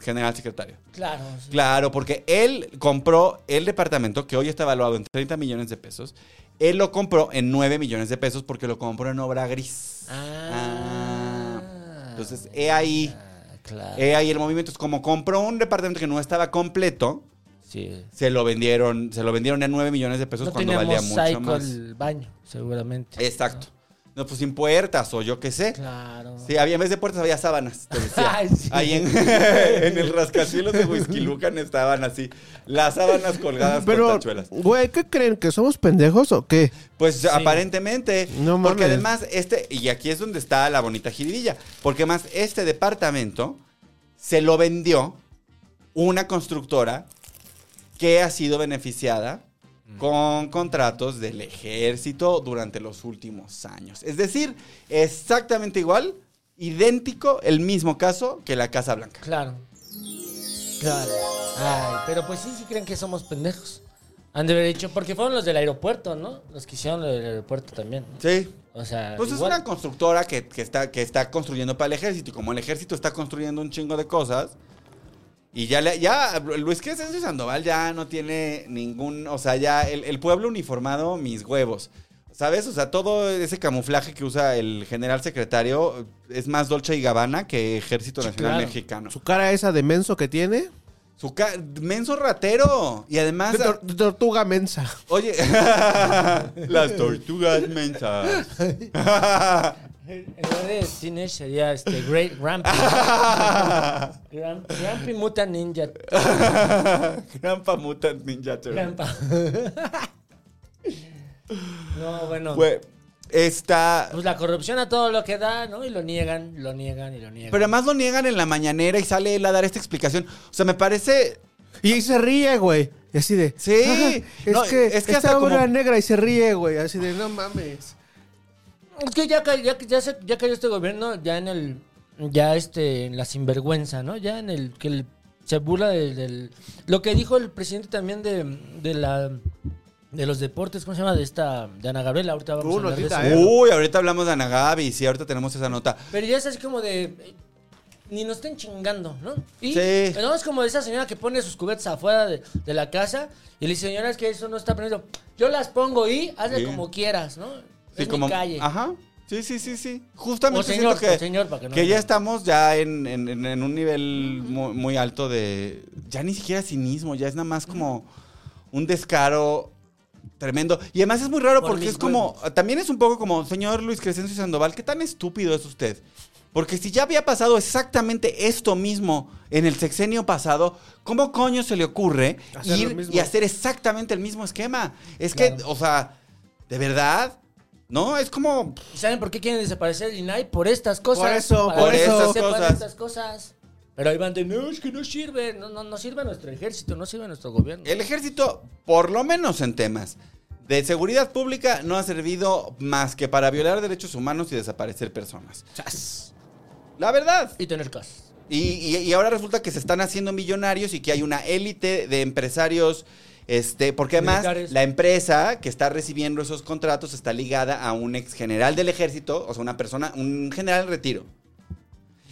[SPEAKER 3] general secretario.
[SPEAKER 4] Claro. sí.
[SPEAKER 3] Claro, porque él compró el departamento que hoy está evaluado en 30 millones de pesos. Él lo compró en 9 millones de pesos porque lo compró en obra gris.
[SPEAKER 4] Ah.
[SPEAKER 3] Ah. Entonces, he ahí.
[SPEAKER 4] Ah, Claro.
[SPEAKER 3] Eh, ahí el movimiento es como compró un departamento que no estaba completo,
[SPEAKER 4] sí.
[SPEAKER 3] se lo vendieron, se lo vendieron en 9 millones de pesos
[SPEAKER 4] No
[SPEAKER 3] cuando
[SPEAKER 4] tenía
[SPEAKER 3] valía mucho
[SPEAKER 4] mosaico
[SPEAKER 3] más.
[SPEAKER 4] el baño, seguramente.
[SPEAKER 3] Exacto. No, pues sin puertas o yo qué sé.
[SPEAKER 4] Claro.
[SPEAKER 3] Sí, había, en vez de puertas había sábanas, te decía.
[SPEAKER 4] *laughs* Ay, sí.
[SPEAKER 3] Ahí en, *laughs* en el rascacielos de Whisky Lucan estaban así, las sábanas colgadas con
[SPEAKER 5] Pero,
[SPEAKER 3] tachuelas.
[SPEAKER 5] güey, ¿qué creen? ¿Que somos pendejos o qué?
[SPEAKER 3] Pues aparentemente,
[SPEAKER 5] No
[SPEAKER 3] porque
[SPEAKER 5] mames.
[SPEAKER 3] además este, y aquí es donde está la bonita jiribilla, porque más este departamento se lo vendió una constructora que ha sido beneficiada con contratos del ejército durante los últimos años. Es decir, exactamente igual, idéntico, el mismo caso que la Casa Blanca.
[SPEAKER 4] Claro. Claro. Ay, pero pues sí, sí creen que somos pendejos. Han de haber dicho, porque fueron los del aeropuerto, ¿no? Los que hicieron lo del aeropuerto también. ¿no?
[SPEAKER 3] Sí.
[SPEAKER 4] O sea,
[SPEAKER 3] Pues
[SPEAKER 4] igual.
[SPEAKER 3] es una constructora que, que está, que está construyendo para el ejército. Y como el ejército está construyendo un chingo de cosas. Y ya, le- ya Luis Crescencio Sandoval ya no tiene ningún. O sea, ya el, el pueblo uniformado, mis huevos. ¿Sabes? O sea, todo ese camuflaje que usa el general secretario es más Dolce y Gabbana que Ejército
[SPEAKER 4] Sí,
[SPEAKER 3] Nacional
[SPEAKER 4] claro.
[SPEAKER 3] Mexicano. Su,
[SPEAKER 5] Su cara esa de menso que tiene.
[SPEAKER 3] ca- menso ratero. Y además.
[SPEAKER 5] De, tor- de tortuga mensa.
[SPEAKER 3] Oye. *laughs* Las tortugas mensas. *laughs*
[SPEAKER 4] En lugar de teenage sería este Great Grumpy.
[SPEAKER 3] *laughs*
[SPEAKER 4] Gran- Grumpy Mutant Ninja.
[SPEAKER 3] *laughs* Grandpa Mutant Ninja Turtle.
[SPEAKER 4] Grandpa. *laughs* No, bueno.
[SPEAKER 3] Fue- Está.
[SPEAKER 4] Pues la corrupción a todo lo que da, ¿no? Y lo niegan, lo niegan y lo niegan.
[SPEAKER 3] Pero además lo niegan en la mañanera y sale él a dar esta explicación. O sea, me parece.
[SPEAKER 5] Y ahí se ríe, güey. Y así de.
[SPEAKER 3] Sí.
[SPEAKER 5] es,
[SPEAKER 3] No,
[SPEAKER 5] que,
[SPEAKER 3] es que
[SPEAKER 5] está
[SPEAKER 3] hasta como-
[SPEAKER 5] obra negra y se ríe, güey. Así de, no mames.
[SPEAKER 4] Es que ya, ca- ya, ya, se- ya cayó este gobierno ya en el. Ya este. En la sinvergüenza, ¿no? Ya en el. Que el- se burla del, del- Lo que dijo el presidente también de, de la. de los deportes, ¿cómo se llama? De esta, de Ana Gabriela, ahorita vamos
[SPEAKER 5] Tú,
[SPEAKER 4] a hablar de
[SPEAKER 5] notita,
[SPEAKER 4] eso.
[SPEAKER 5] ¿eh?
[SPEAKER 3] Uy, ahorita hablamos de Anagabi, sí, ahorita tenemos esa nota.
[SPEAKER 4] Pero ya es así como de. eh, Ni nos estén chingando, ¿no? Y
[SPEAKER 3] Sí.
[SPEAKER 4] no es como esa señora que pone sus cubetas afuera de, de la casa y le dice, señora, es que eso no está permitido. Yo las pongo y hazle
[SPEAKER 3] Sí.
[SPEAKER 4] como quieras, ¿no?
[SPEAKER 3] Sí,
[SPEAKER 4] es mi calle.
[SPEAKER 3] Ajá. Sí, sí, sí, sí. Justamente
[SPEAKER 4] O señor,
[SPEAKER 3] siento que,
[SPEAKER 4] o señor, para que no-
[SPEAKER 3] ya estamos ya en, en- en- en un nivel muy, muy alto de... Ya ni siquiera cinismo, ya es nada más como un descaro tremendo. Y además es muy raro
[SPEAKER 4] Por
[SPEAKER 3] porque
[SPEAKER 4] mis
[SPEAKER 3] es como... También es un poco como, señor Luis Crescencio Sandoval, ¿qué tan estúpido es usted? Porque si ya había pasado exactamente esto mismo en el sexenio pasado, ¿cómo coño se le ocurre
[SPEAKER 5] Hacer lo
[SPEAKER 3] ir
[SPEAKER 5] mismo.
[SPEAKER 3] y hacer exactamente el mismo esquema? Es que,
[SPEAKER 4] Claro.
[SPEAKER 3] o sea, ¿de verdad? No, es como...
[SPEAKER 4] ¿Y ¿Saben por qué quieren desaparecer el INAI? Por estas cosas.
[SPEAKER 5] Por eso,
[SPEAKER 4] Para
[SPEAKER 3] por
[SPEAKER 4] que
[SPEAKER 3] esas
[SPEAKER 4] no sepan
[SPEAKER 3] cosas.
[SPEAKER 4] estas cosas. Pero ahí van de, no, es que no sirve. No, no, no sirve nuestro ejército, no sirve nuestro gobierno.
[SPEAKER 3] El ejército, por lo menos en temas de seguridad pública, no ha servido más que para violar derechos humanos y desaparecer personas.
[SPEAKER 4] Chas.
[SPEAKER 3] La verdad.
[SPEAKER 4] Y tener casas.
[SPEAKER 3] Y, y- y ahora resulta que se están haciendo millonarios y que hay una élite de empresarios. Este, porque además
[SPEAKER 4] Militares.
[SPEAKER 3] la empresa que está recibiendo esos contratos está ligada a un ex general del ejército, o sea, una persona, un general en retiro.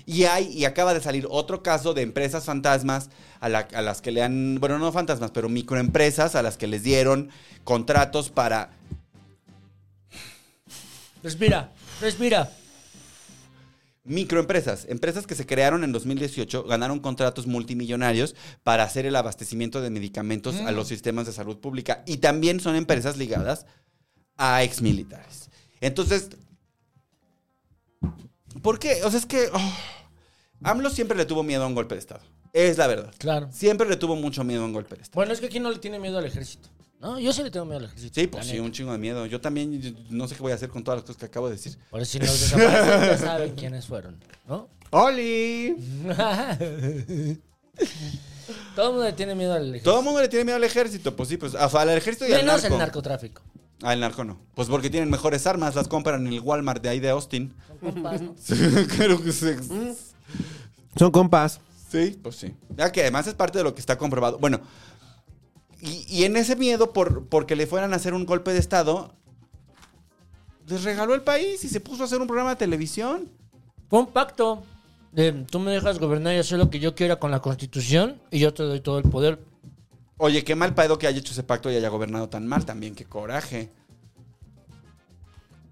[SPEAKER 3] Y hay, y acaba de salir otro caso de empresas fantasmas a, la- a las que le han, bueno, no fantasmas, pero microempresas a las que les dieron contratos para.
[SPEAKER 4] Respira, respira.
[SPEAKER 3] Microempresas, empresas que se crearon en 2018, ganaron contratos multimillonarios para hacer el abastecimiento de medicamentos a
[SPEAKER 4] Mm.
[SPEAKER 3] los sistemas de salud pública y también son empresas ligadas a exmilitares. Entonces, ¿por qué? O sea, es que oh, AMLO siempre le tuvo miedo a un golpe de Estado. Es la verdad.
[SPEAKER 4] Claro.
[SPEAKER 3] Siempre le tuvo mucho miedo a un golpe de Estado.
[SPEAKER 4] Bueno, es que aquí no le tiene miedo al ejército. No, yo sí le tengo miedo al ejército.
[SPEAKER 3] Sí, pues
[SPEAKER 4] la
[SPEAKER 3] sí,
[SPEAKER 4] neta.
[SPEAKER 3] un chingo de miedo. Yo también yo no sé qué voy a hacer con todas las cosas que acabo de decir.
[SPEAKER 4] Por eso si nos desaparecen, ya saben quiénes fueron,
[SPEAKER 3] *laughs*
[SPEAKER 4] ¿no?
[SPEAKER 5] ¡Oli!
[SPEAKER 4] Todo el mundo le tiene miedo al ejército.
[SPEAKER 3] Todo el mundo le tiene miedo al ejército, pues sí, pues a- al ejército y al
[SPEAKER 4] Menos
[SPEAKER 3] narco.
[SPEAKER 4] el narcotráfico.
[SPEAKER 3] Al narco no. Pues porque tienen mejores armas, las compran en el Walmart de ahí de Austin.
[SPEAKER 4] Son compas, ¿no?
[SPEAKER 3] *laughs* Creo que sí.
[SPEAKER 5] Son compas.
[SPEAKER 3] Sí, pues sí. Ya que además es parte de lo que está comprobado. Bueno, y, y en ese miedo por porque le fueran a hacer un golpe de estado, les regaló el país y se puso a hacer un programa de televisión.
[SPEAKER 4] Fue un pacto. de, tú me dejas gobernar y hacer lo que yo quiera con la constitución y yo te doy todo el poder.
[SPEAKER 3] Oye, qué mal pedo que haya hecho ese pacto y haya gobernado tan mal también, qué coraje.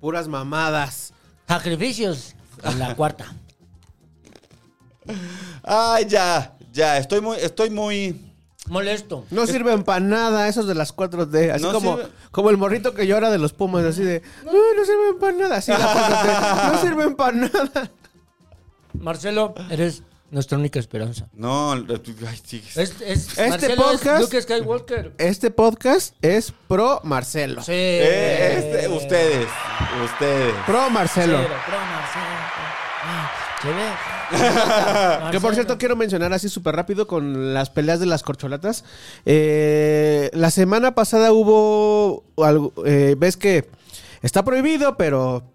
[SPEAKER 5] Puras mamadas.
[SPEAKER 4] Sacrificios. En la cuarta.
[SPEAKER 3] Ay, ya, ya, estoy muy, estoy muy.
[SPEAKER 4] Molesto.
[SPEAKER 5] No sirven para nada esos de las 4D. Así
[SPEAKER 3] No
[SPEAKER 5] como,
[SPEAKER 3] sirve-
[SPEAKER 5] como el morrito que llora de los pumas, así de. No, no sirven para nada. Así la 4T, No sirven
[SPEAKER 3] *laughs*
[SPEAKER 5] para nada.
[SPEAKER 4] Marcelo, eres nuestra única esperanza.
[SPEAKER 3] No, ay, sí.
[SPEAKER 4] Es, es-
[SPEAKER 5] Este
[SPEAKER 4] Marcelo es
[SPEAKER 5] podcast-
[SPEAKER 4] Luke Skywalker.
[SPEAKER 5] Este podcast es pro Marcelo.
[SPEAKER 4] Sí.
[SPEAKER 3] Eh, este, ustedes, ustedes.
[SPEAKER 5] Pro Marcelo.
[SPEAKER 4] Chévere, pero Marcelo. Ah, chévere.
[SPEAKER 5] Que por
[SPEAKER 4] Marcelo.
[SPEAKER 5] cierto, quiero mencionar así súper rápido con las peleas de las corcholatas. Eh, la semana pasada hubo. Algo, eh, ves que está prohibido, pero.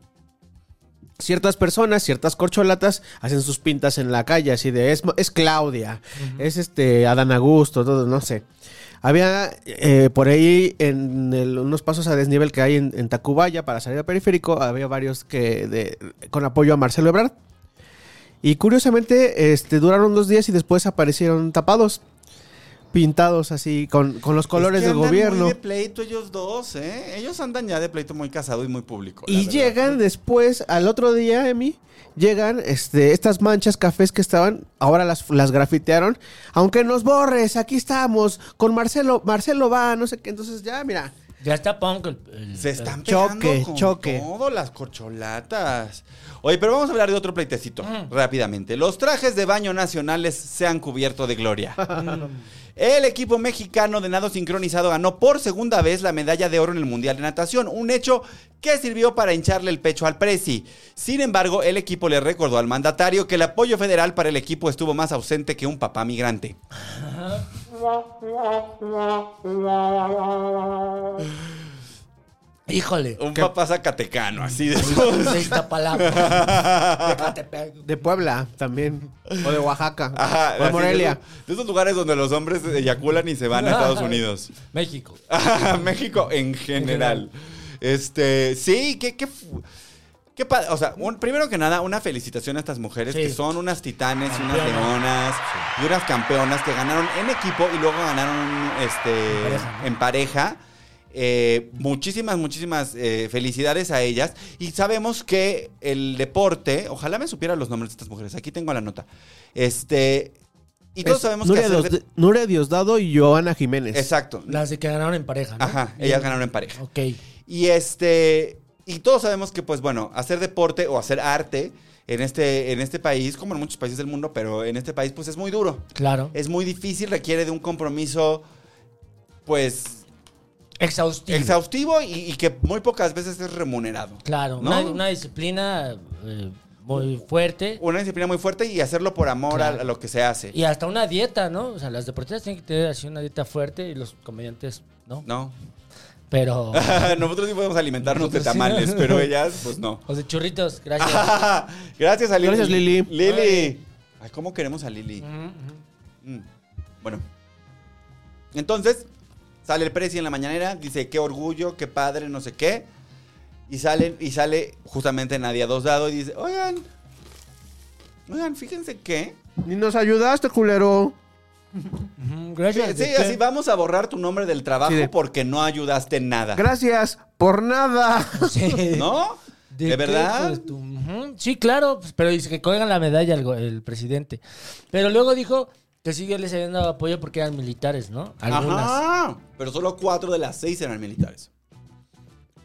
[SPEAKER 5] Ciertas personas, ciertas corcholatas, hacen sus pintas en la calle, así de es, es Claudia, es este Adán Augusto, todo, no sé. Había eh, por ahí en el- unos pasos a desnivel que hay en, en Tacubaya para salir al periférico, había varios que de- con apoyo a Marcelo Ebrard. Y curiosamente, este, duraron dos días y después aparecieron tapados, pintados así, con, con los colores
[SPEAKER 3] Es que
[SPEAKER 5] del
[SPEAKER 3] andan
[SPEAKER 5] gobierno.
[SPEAKER 3] Muy de pleito ellos dos, ¿eh? Ellos andan ya de pleito muy casado y muy público. la
[SPEAKER 5] Y
[SPEAKER 3] verdad.
[SPEAKER 5] llegan después, al otro día, Emi, llegan este, estas manchas cafés que estaban, ahora las, las grafitearon. Aunque nos borres, aquí estamos, con Marcelo, Marcelo va, no sé qué. Entonces ya, mira,
[SPEAKER 4] Ya está punk el- el-
[SPEAKER 3] Se están
[SPEAKER 5] Choque,
[SPEAKER 3] pegando con
[SPEAKER 5] choque.
[SPEAKER 3] todo las corcholatas. Oye, pero vamos a hablar de otro pleitecito rápidamente. Los trajes de baño nacionales se han cubierto de
[SPEAKER 5] *laughs*
[SPEAKER 3] gloria.
[SPEAKER 5] Mm.
[SPEAKER 3] El equipo mexicano de nado sincronizado ganó por segunda vez la medalla de oro en el Mundial de Natación, un hecho que sirvió para hincharle el pecho al Prezi. Sin embargo, el equipo le recordó al mandatario que el apoyo federal para el equipo estuvo más ausente que un papá migrante.
[SPEAKER 4] Híjole.
[SPEAKER 3] Un
[SPEAKER 5] ¿Qué?
[SPEAKER 3] papá zacatecano, así de
[SPEAKER 4] De Iztapalapa. De Catepec.
[SPEAKER 5] De Puebla también. O de Oaxaca.
[SPEAKER 3] *laughs* Ajá,
[SPEAKER 5] o de
[SPEAKER 3] así
[SPEAKER 5] Morelia. Ah.
[SPEAKER 3] De, esos- de esos lugares donde los hombres eyaculan y se van a Estados Unidos.
[SPEAKER 4] México.
[SPEAKER 3] Ajá, *laughs* México en general. Este, sí, qué, qué, fu- qué pa- O sea, un- primero que nada, una felicitación a estas mujeres
[SPEAKER 4] Sí.
[SPEAKER 3] que son unas titanes, y unas
[SPEAKER 4] Campeonas.
[SPEAKER 3] leonas y unas campeonas que ganaron en equipo y luego ganaron este, en
[SPEAKER 4] pareja,
[SPEAKER 3] pareja. Eh, muchísimas, muchísimas eh, felicidades a ellas. Y sabemos que el deporte, ojalá me supiera los nombres de estas mujeres. Aquí tengo la nota. Este, y todos
[SPEAKER 5] Es
[SPEAKER 3] sabemos que
[SPEAKER 5] Nuria,
[SPEAKER 3] hacer de-
[SPEAKER 5] Dios- Nuria Diosdado y Joana Jiménez.
[SPEAKER 3] Exacto.
[SPEAKER 4] Las de que ganaron en pareja, ¿no?
[SPEAKER 3] Ajá, ellas ganaron en pareja.
[SPEAKER 4] Ok.
[SPEAKER 3] Y este. Y todos sabemos que, pues bueno, hacer deporte o hacer arte en este, en este país, como en muchos países del mundo, pero en este país, pues es muy duro.
[SPEAKER 4] Claro.
[SPEAKER 3] Es muy difícil, requiere de un compromiso, pues,
[SPEAKER 4] Exhaustivo.
[SPEAKER 3] exhaustivo y, y que muy pocas veces es remunerado.
[SPEAKER 4] Claro.
[SPEAKER 3] ¿No?
[SPEAKER 4] Una, una disciplina eh, muy fuerte.
[SPEAKER 3] Una disciplina muy fuerte y hacerlo por amor a-
[SPEAKER 4] Claro.
[SPEAKER 3] a, lo que se hace.
[SPEAKER 4] Y hasta una dieta, ¿no? O sea, las deportistas tienen que tener así una dieta fuerte y los comediantes, ¿no?
[SPEAKER 3] No. *laughs*
[SPEAKER 4] Pero.
[SPEAKER 3] Nosotros sí podemos alimentarnos de
[SPEAKER 4] Nosotros sí.
[SPEAKER 3] tamales,
[SPEAKER 4] *laughs*
[SPEAKER 3] pero ellas, pues no. *laughs*
[SPEAKER 4] Los de churritos, gracias.
[SPEAKER 3] Ah, Gracias a Lili.
[SPEAKER 5] Gracias, Lili.
[SPEAKER 3] Lili. Ay, ¿cómo queremos a Lili? Mm. Bueno. Entonces, sale el precio en la mañanera, dice, qué orgullo, qué padre, no sé qué. Y sale, y sale justamente Nadia Dosdado y dice, oigan, oigan, fíjense que...
[SPEAKER 5] Ni nos ayudaste, culero.
[SPEAKER 4] Ujú,
[SPEAKER 3] Sí,
[SPEAKER 4] mm. gracias.
[SPEAKER 3] sí, así vamos a borrar tu nombre del trabajo
[SPEAKER 5] Sí, de-
[SPEAKER 3] porque no ayudaste en nada.
[SPEAKER 5] Gracias por nada.
[SPEAKER 4] Sí.
[SPEAKER 3] *laughs* ¿No? ¿De,
[SPEAKER 4] qué, hijo
[SPEAKER 3] verdad?
[SPEAKER 4] de tu- Ujú, Sí, claro, pues, pero dice que colgan la medalla el, go- el presidente. Pero luego dijo que sí les habían dado apoyo porque eran militares, ¿no? Algunas.
[SPEAKER 3] Ajá. Pero solo cuatro de las seis eran militares.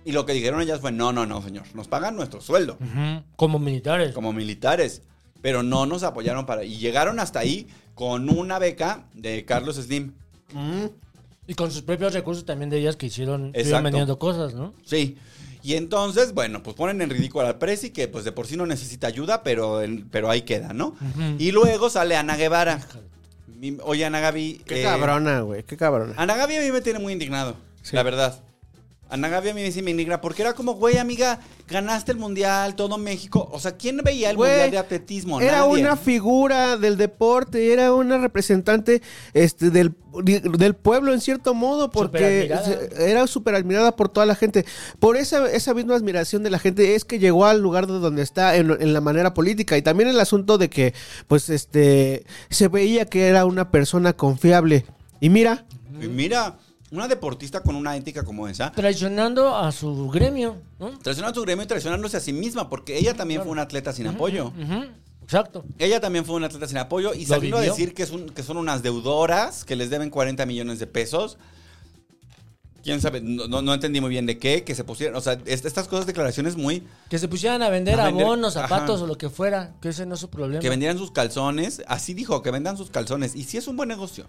[SPEAKER 3] Y lo que dijeron ellas fue, no, no, no, señor. Nos pagan nuestro sueldo
[SPEAKER 4] Ujú, Como militares.
[SPEAKER 3] como militares. Pero no nos apoyaron para... Y llegaron hasta ahí con una beca de Carlos Slim. Mm,
[SPEAKER 4] Y con sus propios recursos también de ellas que hicieron, estuvieron
[SPEAKER 3] Exacto.
[SPEAKER 4] vendiendo cosas, ¿no?
[SPEAKER 3] Sí. Y entonces, bueno, pues ponen en ridículo al Prezi, que pues de por sí no necesita ayuda, pero, en- pero ahí queda, ¿no? Y luego sale Ana Guevara. Mi- Oye, Ana Gaby...
[SPEAKER 5] Qué
[SPEAKER 3] eh,
[SPEAKER 5] cabrona, güey. Qué cabrona.
[SPEAKER 3] Ana Gaby a mí me tiene muy indignado,
[SPEAKER 5] Sí.
[SPEAKER 3] la verdad. Ana Gaby a mí sí me indigna porque era como, güey, amiga, ganaste el mundial, todo México. O sea, ¿quién veía el
[SPEAKER 5] Güey,
[SPEAKER 3] mundial de atletismo?
[SPEAKER 5] Era
[SPEAKER 3] Nadie.
[SPEAKER 5] una figura del deporte, era una representante este, del, di- del pueblo en cierto modo, porque
[SPEAKER 4] Superadmirada.
[SPEAKER 5] se- era súper admirada por toda la gente. Por esa, esa misma admiración de la gente es que llegó al lugar de donde está en, en la manera política y también el asunto de que pues este se veía que era una persona confiable. Y mira,
[SPEAKER 3] Y mira, una deportista con una ética como esa,
[SPEAKER 4] Traicionando a su gremio, ¿no?
[SPEAKER 3] traicionando a su gremio y traicionándose a sí misma porque ella también fue una atleta sin apoyo.
[SPEAKER 4] Ujú, Exacto.
[SPEAKER 3] Ella también fue una atleta sin apoyo y
[SPEAKER 4] Lo
[SPEAKER 3] salió a
[SPEAKER 4] vivió.
[SPEAKER 3] decir que, es un- que son unas deudoras, que les deben 40 millones de pesos. Quién sabe, no, no- no entendí muy bien de qué, que se pusieran, o sea, est- estas cosas, declaraciones muy...
[SPEAKER 4] Que se pusieran a vender
[SPEAKER 3] A vender-
[SPEAKER 4] abonos, zapatos
[SPEAKER 3] ajá.
[SPEAKER 4] o lo que fuera, que ese no es su problema.
[SPEAKER 3] Que vendieran sus calzones. Así dijo, que vendan sus calzones. Y sí es un buen negocio.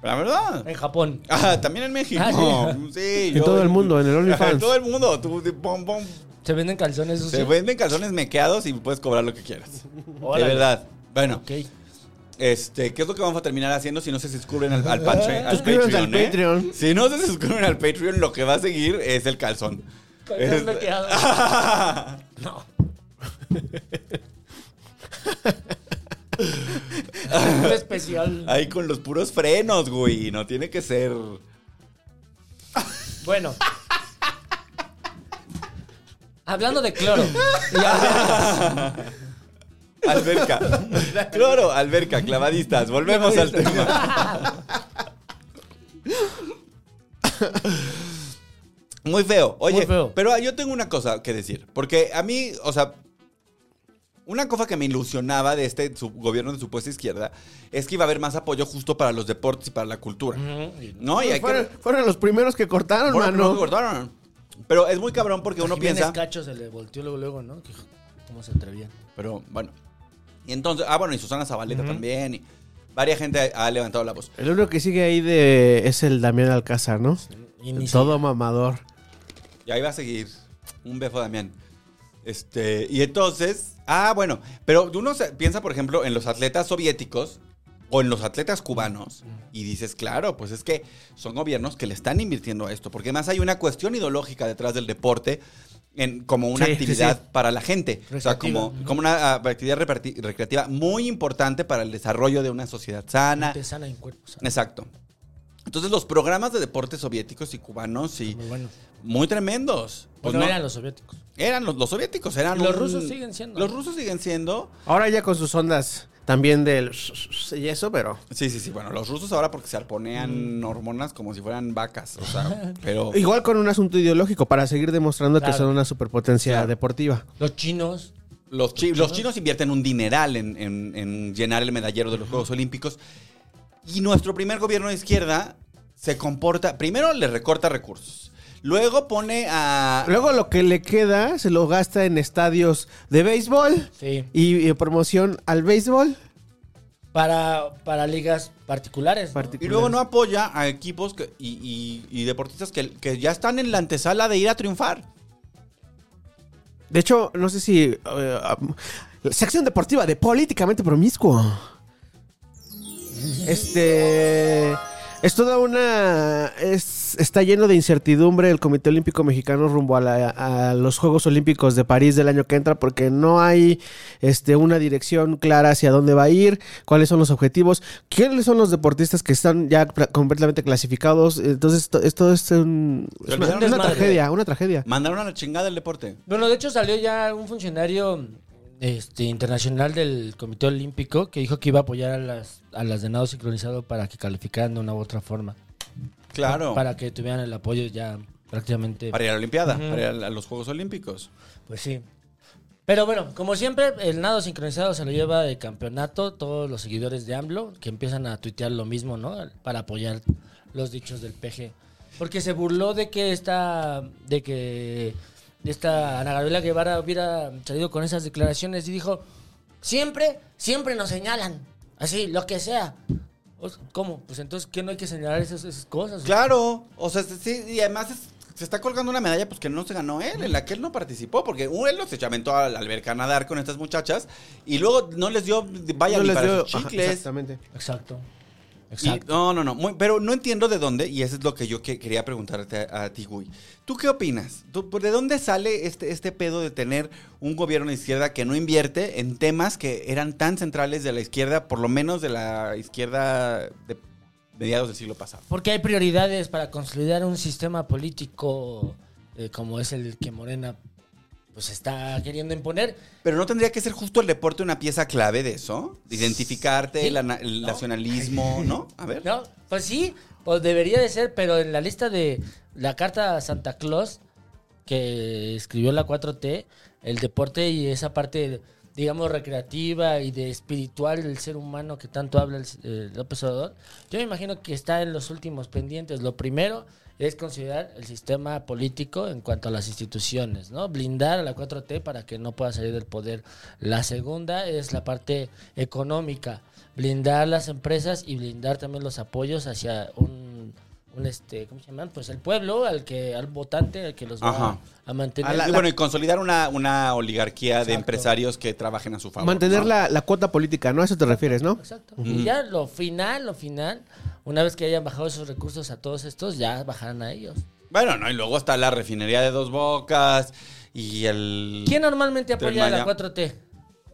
[SPEAKER 3] La verdad.
[SPEAKER 4] En Japón.
[SPEAKER 3] Ah, también en México.
[SPEAKER 4] Ah,
[SPEAKER 3] sí.
[SPEAKER 5] En todo el
[SPEAKER 3] *laughs*
[SPEAKER 5] mundo, en el OnlyFans.
[SPEAKER 3] En todo el mundo. Tú, de- pom, pom.
[SPEAKER 4] Se venden calzones
[SPEAKER 3] Se
[SPEAKER 4] sucios.
[SPEAKER 3] venden calzones mequeados y puedes cobrar lo que quieras.
[SPEAKER 4] Órale.
[SPEAKER 3] De verdad. Bueno,
[SPEAKER 4] Ok.
[SPEAKER 3] este, ¿qué es lo que vamos a terminar haciendo si no se suscriben al, al Patre- al
[SPEAKER 5] Suscríbanse
[SPEAKER 3] Patreon?
[SPEAKER 5] al
[SPEAKER 3] eh?
[SPEAKER 5] Patreon.
[SPEAKER 3] Si no se suscriben al Patreon, lo que va a seguir es el calzón. *laughs*
[SPEAKER 4] Calzón
[SPEAKER 3] *laughs* Es-
[SPEAKER 4] mequeado.
[SPEAKER 3] *laughs*
[SPEAKER 4] No. Un especial.
[SPEAKER 3] Ahí con los puros frenos, güey. No tiene que ser.
[SPEAKER 4] Bueno. Hablando
[SPEAKER 3] *laughs*
[SPEAKER 4] de cloro. y albercas,
[SPEAKER 3] Alberca.
[SPEAKER 4] *laughs*
[SPEAKER 3] Cloro, alberca, clavadistas. Volvemos al tema. Muy feo. Oye,
[SPEAKER 4] Muy feo.
[SPEAKER 3] pero ah, yo tengo una cosa que decir. Porque a mí, o sea, una cosa que me ilusionaba de este sub- gobierno de supuesta izquierda es que iba a haber más apoyo justo para los deportes y para la cultura. ¿No?
[SPEAKER 4] Pues
[SPEAKER 3] Y hay
[SPEAKER 5] fueron,
[SPEAKER 3] que.
[SPEAKER 5] fueron los primeros que cortaron,
[SPEAKER 3] Bueno,
[SPEAKER 5] mano.
[SPEAKER 3] no cortaron. Pero es muy cabrón porque uno
[SPEAKER 4] Jiménez
[SPEAKER 3] piensa.
[SPEAKER 4] Cacho se le volteó luego, luego, ¿no? Que- ¿Cómo se atrevían?
[SPEAKER 3] Pero bueno. Y entonces, ah, bueno, y Susana Zabaleta también. Y varia gente ha ha levantado la voz.
[SPEAKER 5] El único que sigue ahí de es el Damián Alcázar, ¿no?
[SPEAKER 4] Y ni
[SPEAKER 5] Todo mamador.
[SPEAKER 3] Y ahí va a seguir. Un befo, Damián. Este, y entonces, ah, bueno, pero uno se- piensa, por ejemplo, en los atletas soviéticos o en los atletas cubanos y dices, claro, pues es que son gobiernos que le están invirtiendo a esto, porque además hay una cuestión ideológica detrás del deporte en, como una
[SPEAKER 5] Sí, sí,
[SPEAKER 3] actividad
[SPEAKER 5] sí.
[SPEAKER 3] para la gente, o sea,
[SPEAKER 4] Recreativa.
[SPEAKER 3] como, como una ah, actividad reparti- recreativa muy importante para el desarrollo de una sociedad sana.
[SPEAKER 4] Te sana en cuerpo. sano.
[SPEAKER 3] Exacto. Entonces los programas de deportes soviéticos y cubanos y
[SPEAKER 4] Muy bueno.
[SPEAKER 3] muy tremendos. Pues
[SPEAKER 4] Bueno,
[SPEAKER 3] no-
[SPEAKER 4] eran los soviéticos.
[SPEAKER 3] eran los, los soviéticos, eran
[SPEAKER 4] Los rusos siguen siendo.
[SPEAKER 3] Los rusos siguen siendo.
[SPEAKER 5] Ahora ya con sus ondas también del y eso, pero.
[SPEAKER 3] Sí, sí, sí. Bueno, los rusos ahora porque se arponean
[SPEAKER 4] Mm.
[SPEAKER 3] hormonas como si fueran vacas. O
[SPEAKER 4] *laughs*
[SPEAKER 3] sea, pero.
[SPEAKER 5] Igual con un asunto ideológico para seguir demostrando
[SPEAKER 4] Claro.
[SPEAKER 5] que son una superpotencia
[SPEAKER 3] Claro.
[SPEAKER 5] deportiva.
[SPEAKER 4] Los chinos.
[SPEAKER 3] Los, chi- los chinos invierten un dineral en, en- en llenar el medallero de los Juegos Olímpicos. Y nuestro primer gobierno de izquierda se comporta. Primero le recorta recursos. Luego pone a.
[SPEAKER 5] Luego lo que le queda se lo gasta en estadios de béisbol
[SPEAKER 4] Sí.
[SPEAKER 5] y, y promoción al béisbol.
[SPEAKER 4] Para, para ligas particulares. ¿no?
[SPEAKER 5] Particu-
[SPEAKER 3] Y luego no apoya a equipos que- y, y- y deportistas que, que ya están en la antesala de ir a triunfar.
[SPEAKER 5] De hecho, no sé si. eh, um, la sección deportiva de políticamente promiscuo. Este. Es toda una. Es, está lleno de incertidumbre el Comité Olímpico Mexicano rumbo a, la- a los Juegos Olímpicos de París del año que entra porque no hay este, una dirección clara hacia dónde va a ir, cuáles son los objetivos, quiénes son los deportistas que están ya pra- completamente clasificados. Entonces, to- esto es, un- es una-
[SPEAKER 3] Un
[SPEAKER 5] una
[SPEAKER 4] desmadre.
[SPEAKER 5] tragedia, una tragedia.
[SPEAKER 3] Mandaron a la chingada el deporte.
[SPEAKER 4] Bueno, de hecho salió ya un funcionario este, internacional del Comité Olímpico que dijo que iba a apoyar a las, a las de nado sincronizado para que calificaran de una u otra forma.
[SPEAKER 3] Claro. Para,
[SPEAKER 4] Para que tuvieran el apoyo ya prácticamente.
[SPEAKER 3] ir a la Olimpiada, para ir a los Juegos Olímpicos.
[SPEAKER 4] Pues sí. Pero bueno, como siempre, el nado sincronizado se lo lleva de campeonato todos los seguidores de AMLO que empiezan a tuitear lo mismo, ¿no? Para apoyar los dichos del PG. Porque se burló de que esta, de que esta Ana Gabriela Guevara hubiera salido con esas declaraciones y dijo, siempre, siempre nos señalan, así, lo que sea. O- ¿Cómo? Pues entonces, ¿qué no hay que señalar esas, esas cosas?
[SPEAKER 3] Claro. O sea, sí, y además es- se está colgando una medalla pues que no se ganó él, en la que él no participó, porque uh, él los se aventó a la alberca a nadar con estas muchachas y luego no les dio vaya
[SPEAKER 5] No
[SPEAKER 3] ni
[SPEAKER 5] les
[SPEAKER 3] para
[SPEAKER 5] dio-
[SPEAKER 3] sus
[SPEAKER 5] ajá,
[SPEAKER 3] chicles.
[SPEAKER 5] exactamente.
[SPEAKER 4] Exacto.
[SPEAKER 3] Y-
[SPEAKER 4] Exacto.
[SPEAKER 3] no, no, no. muy- pero no entiendo de dónde, y eso es lo que yo que- quería preguntarte a, a ti, Gui. ¿Tú qué opinas? ¿Tú- ¿De dónde sale este, este pedo de tener un gobierno de izquierda que no invierte en temas que eran tan centrales de la izquierda, por lo menos de la izquierda de mediados del siglo pasado?
[SPEAKER 4] Porque hay prioridades para consolidar un sistema político eh, como es el que Morena pues está queriendo imponer.
[SPEAKER 3] Pero no tendría que ser justo el deporte una pieza clave de eso, de identificarte,
[SPEAKER 4] Sí.
[SPEAKER 3] el, ana- el nacionalismo, ¿no? A ver.
[SPEAKER 4] ¿No? Pues sí, pues debería de ser, pero en la lista de la carta a Santa Claus que escribió la 4T, el deporte y esa parte, digamos, recreativa y de espiritual del ser humano que tanto habla el, eh, López Obrador, yo me imagino que está en los últimos pendientes. Lo primero es considerar el sistema político en cuanto a las instituciones, ¿no? Blindar a la 4T para que no pueda salir del poder. La segunda es la parte económica, blindar las empresas y blindar también los apoyos hacia un un este, ¿cómo se llaman? Pues el pueblo, al que, al votante, al que los va
[SPEAKER 3] Ajá.
[SPEAKER 4] a mantener.
[SPEAKER 3] y bueno, y consolidar una, una oligarquía de empresarios que trabajen a su favor.
[SPEAKER 5] Mantener
[SPEAKER 3] ¿no?
[SPEAKER 5] la, la cuota política, ¿no? A eso te refieres, ¿no?
[SPEAKER 4] Exacto. Y ya lo final, lo final, una vez que hayan bajado esos recursos a todos estos, ya bajarán a ellos.
[SPEAKER 3] Bueno, no, y luego está la refinería de dos bocas y el.
[SPEAKER 4] ¿Quién normalmente
[SPEAKER 3] Tren
[SPEAKER 4] apoya a la
[SPEAKER 3] Maya.
[SPEAKER 4] 4T?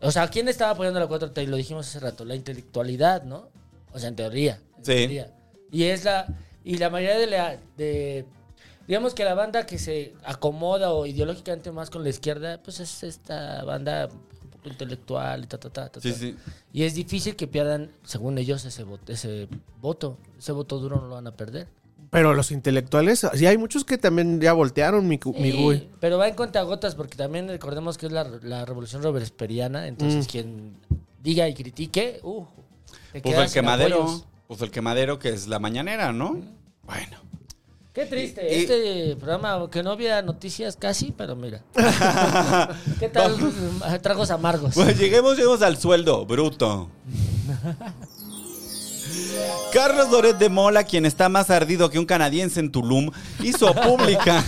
[SPEAKER 4] O sea, ¿quién estaba apoyando a la 4T? Y lo dijimos hace rato, la intelectualidad, ¿no? O sea, en teoría. en
[SPEAKER 3] Sí.
[SPEAKER 4] teoría. Y es la. Y la mayoría de la. de- digamos que la banda que se acomoda o ideológicamente más con la izquierda, pues es esta banda un poco intelectual y ta, ta, ta, ta,
[SPEAKER 3] Sí,
[SPEAKER 4] ta.
[SPEAKER 3] sí.
[SPEAKER 4] Y es difícil que pierdan, según ellos, ese voto, ese voto. Ese voto duro no lo van a perder.
[SPEAKER 5] Pero los intelectuales, sí hay muchos que también ya voltearon mi, cu- mi
[SPEAKER 4] Sí,
[SPEAKER 5] güey.
[SPEAKER 4] Pero va en cuentagotas porque también recordemos que es la, la revolución robesperiana.
[SPEAKER 3] Mm.
[SPEAKER 4] Entonces, quien diga y critique, uh, te
[SPEAKER 3] Pues
[SPEAKER 4] quedas
[SPEAKER 3] el
[SPEAKER 4] sin
[SPEAKER 3] quemadero.
[SPEAKER 4] apoyos.
[SPEAKER 3] Pues el quemadero que es la mañanera, ¿no? Bueno.
[SPEAKER 4] Qué triste.
[SPEAKER 3] Y- y-
[SPEAKER 4] este programa que no había noticias casi,
[SPEAKER 3] *laughs*
[SPEAKER 4] pero mira. ¿Qué tal eh, tragos amargos?
[SPEAKER 3] Pues lleguemos, lleguemos al sueldo, bruto. Carlos Loret de Mola, quien está más ardido que un canadiense en Tulum, hizo pública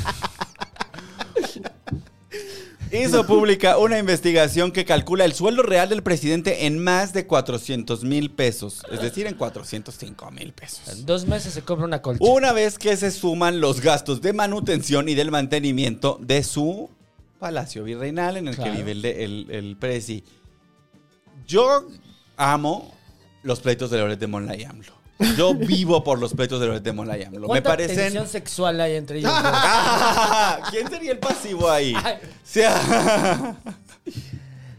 [SPEAKER 3] hizo pública una investigación que calcula el sueldo real del presidente en más de 400 mil pesos, es decir, en 405 mil pesos.
[SPEAKER 4] En dos meses se compra una colcha.
[SPEAKER 3] Una vez que se suman los gastos de manutención y del mantenimiento de su palacio virreinal en el
[SPEAKER 4] Claro.
[SPEAKER 3] que vive el, de- el, el presi. Yo amo los pleitos de Loret de Mola y AMLO.
[SPEAKER 4] *laughs*
[SPEAKER 3] Yo vivo por los pleitos de Loret de Mola y AMLO. Me
[SPEAKER 4] ¿Cuánta
[SPEAKER 3] parecen... *laughs*
[SPEAKER 4] tensión sexual hay entre ellos? dos?
[SPEAKER 3] Ah, ¿Quién sería el pasivo ahí?
[SPEAKER 4] Ay.
[SPEAKER 3] Sí, ah.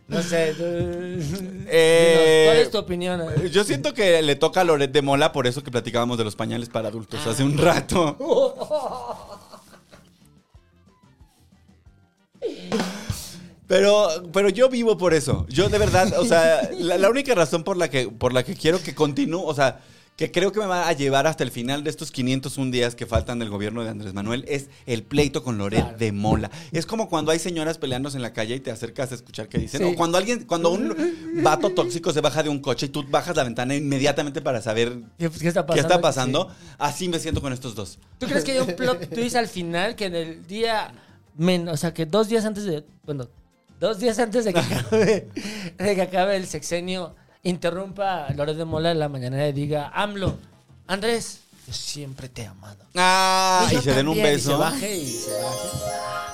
[SPEAKER 4] No sé. tú- Dinos,
[SPEAKER 3] Eh,
[SPEAKER 4] ¿Cuál es
[SPEAKER 3] *laughs*
[SPEAKER 4] tu opinión?
[SPEAKER 3] Yo siento que le toca a Loret de Mola por eso que platicábamos de los pañales para adultos hace un rato. Pero, pero yo vivo por eso. Yo de verdad, o sea, la, la única razón por la que, por la que quiero que continúe, o sea, que creo que me va a llevar hasta el final de estos 501 días que faltan del gobierno de Andrés Manuel es el pleito con Loret de Mola. Es como cuando hay señoras peleándose en la calle y te acercas a escuchar qué dicen. O cuando alguien, cuando un vato tóxico se baja de un coche y tú bajas la ventana inmediatamente para saber
[SPEAKER 4] ¿Qué, qué está pasando?
[SPEAKER 3] qué está pasando. Así me siento con estos dos.
[SPEAKER 4] ¿Tú crees que
[SPEAKER 3] *laughs*
[SPEAKER 4] hay un plot twist al final que en el día menos, o sea, que dos días antes de, bueno, dos días
[SPEAKER 3] *laughs*
[SPEAKER 4] antes de que acabe, de que acabe el sexenio, interrumpa a Loret de Mola en la mañana y diga, AMLO, Andrés, yo siempre te he amado.
[SPEAKER 3] Ah,
[SPEAKER 4] Pues yo
[SPEAKER 3] y se den un
[SPEAKER 4] también, y
[SPEAKER 3] beso.
[SPEAKER 4] se baje y se baje.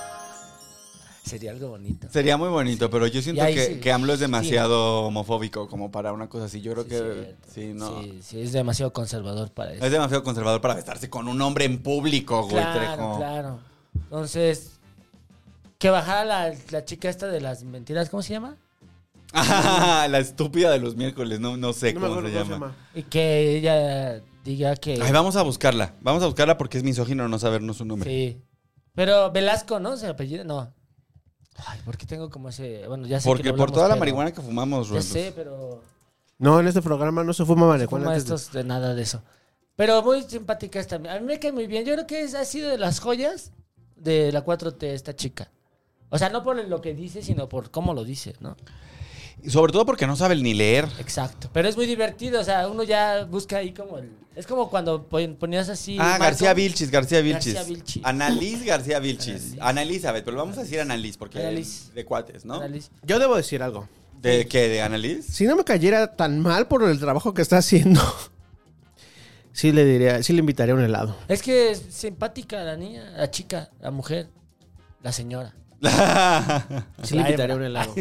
[SPEAKER 4] Sería algo bonito.
[SPEAKER 3] Sería muy bonito, pero yo siento
[SPEAKER 4] ahí
[SPEAKER 3] que,
[SPEAKER 4] sí.
[SPEAKER 3] que AMLO es
[SPEAKER 4] Sí.
[SPEAKER 3] demasiado homofóbico como para una cosa así. Yo creo que
[SPEAKER 4] cierto.
[SPEAKER 3] sí, no.
[SPEAKER 4] Sí, sí, es demasiado conservador para eso.
[SPEAKER 3] Es demasiado conservador para besarse con un hombre en público, güey.
[SPEAKER 4] Claro,
[SPEAKER 3] Trejo. *laughs*
[SPEAKER 4] claro. Entonces, que bajara la, la chica esta de las mentiras, ¿cómo se llama?
[SPEAKER 3] Ah, la estúpida de los miércoles, no, no sé
[SPEAKER 5] No me
[SPEAKER 3] cómo,
[SPEAKER 5] acuerdo
[SPEAKER 3] se, llama.
[SPEAKER 4] Y que ella diga que...
[SPEAKER 3] Ay, vamos a buscarla. Vamos a buscarla porque es misógino no sabernos su nombre.
[SPEAKER 4] Sí. Pero Velasco, ¿no? ¿Se apellida? No. Ay, ¿por qué tengo como ese...? Bueno, ya sé que
[SPEAKER 3] porque
[SPEAKER 4] lo
[SPEAKER 3] por
[SPEAKER 4] hablamos,
[SPEAKER 3] toda la
[SPEAKER 4] pero-
[SPEAKER 3] marihuana que fumamos,
[SPEAKER 4] Ya
[SPEAKER 3] Ruelos.
[SPEAKER 4] sé, pero...
[SPEAKER 5] No, en este programa no se fuma marihuana.
[SPEAKER 4] Como
[SPEAKER 5] antes de-
[SPEAKER 4] estos de nada de eso. Pero muy simpática esta. A mí me cae muy bien. Yo creo que es, ha sido de las joyas de la 4T esta chica. O sea, no por lo que dice, sino por cómo lo dice, ¿no?
[SPEAKER 3] Y Sobre todo porque no sabe ni leer.
[SPEAKER 4] Exacto. Pero es muy divertido, o sea, uno ya busca ahí como el... Es como cuando pon- ponías así...
[SPEAKER 3] ah,
[SPEAKER 4] Marco.
[SPEAKER 3] García Vilchis, García Vilchis.
[SPEAKER 4] García Vilchis.
[SPEAKER 3] Annalise García Vilchis. Ana Elizabeth, pero vamos a decir Annalise porque
[SPEAKER 4] Annalise.
[SPEAKER 3] es de cuates, ¿no?
[SPEAKER 4] Annalise.
[SPEAKER 5] Yo debo decir algo.
[SPEAKER 3] ¿De qué? ¿De *laughs* Annalise?
[SPEAKER 5] Si no me cayera tan mal por el trabajo que está haciendo, *laughs* sí le diría, sí le invitaría a un helado.
[SPEAKER 4] Es que es simpática la niña, la chica, la mujer, la señora.
[SPEAKER 5] Sí le
[SPEAKER 4] La
[SPEAKER 5] invitaría a un
[SPEAKER 4] hembra.
[SPEAKER 5] helado.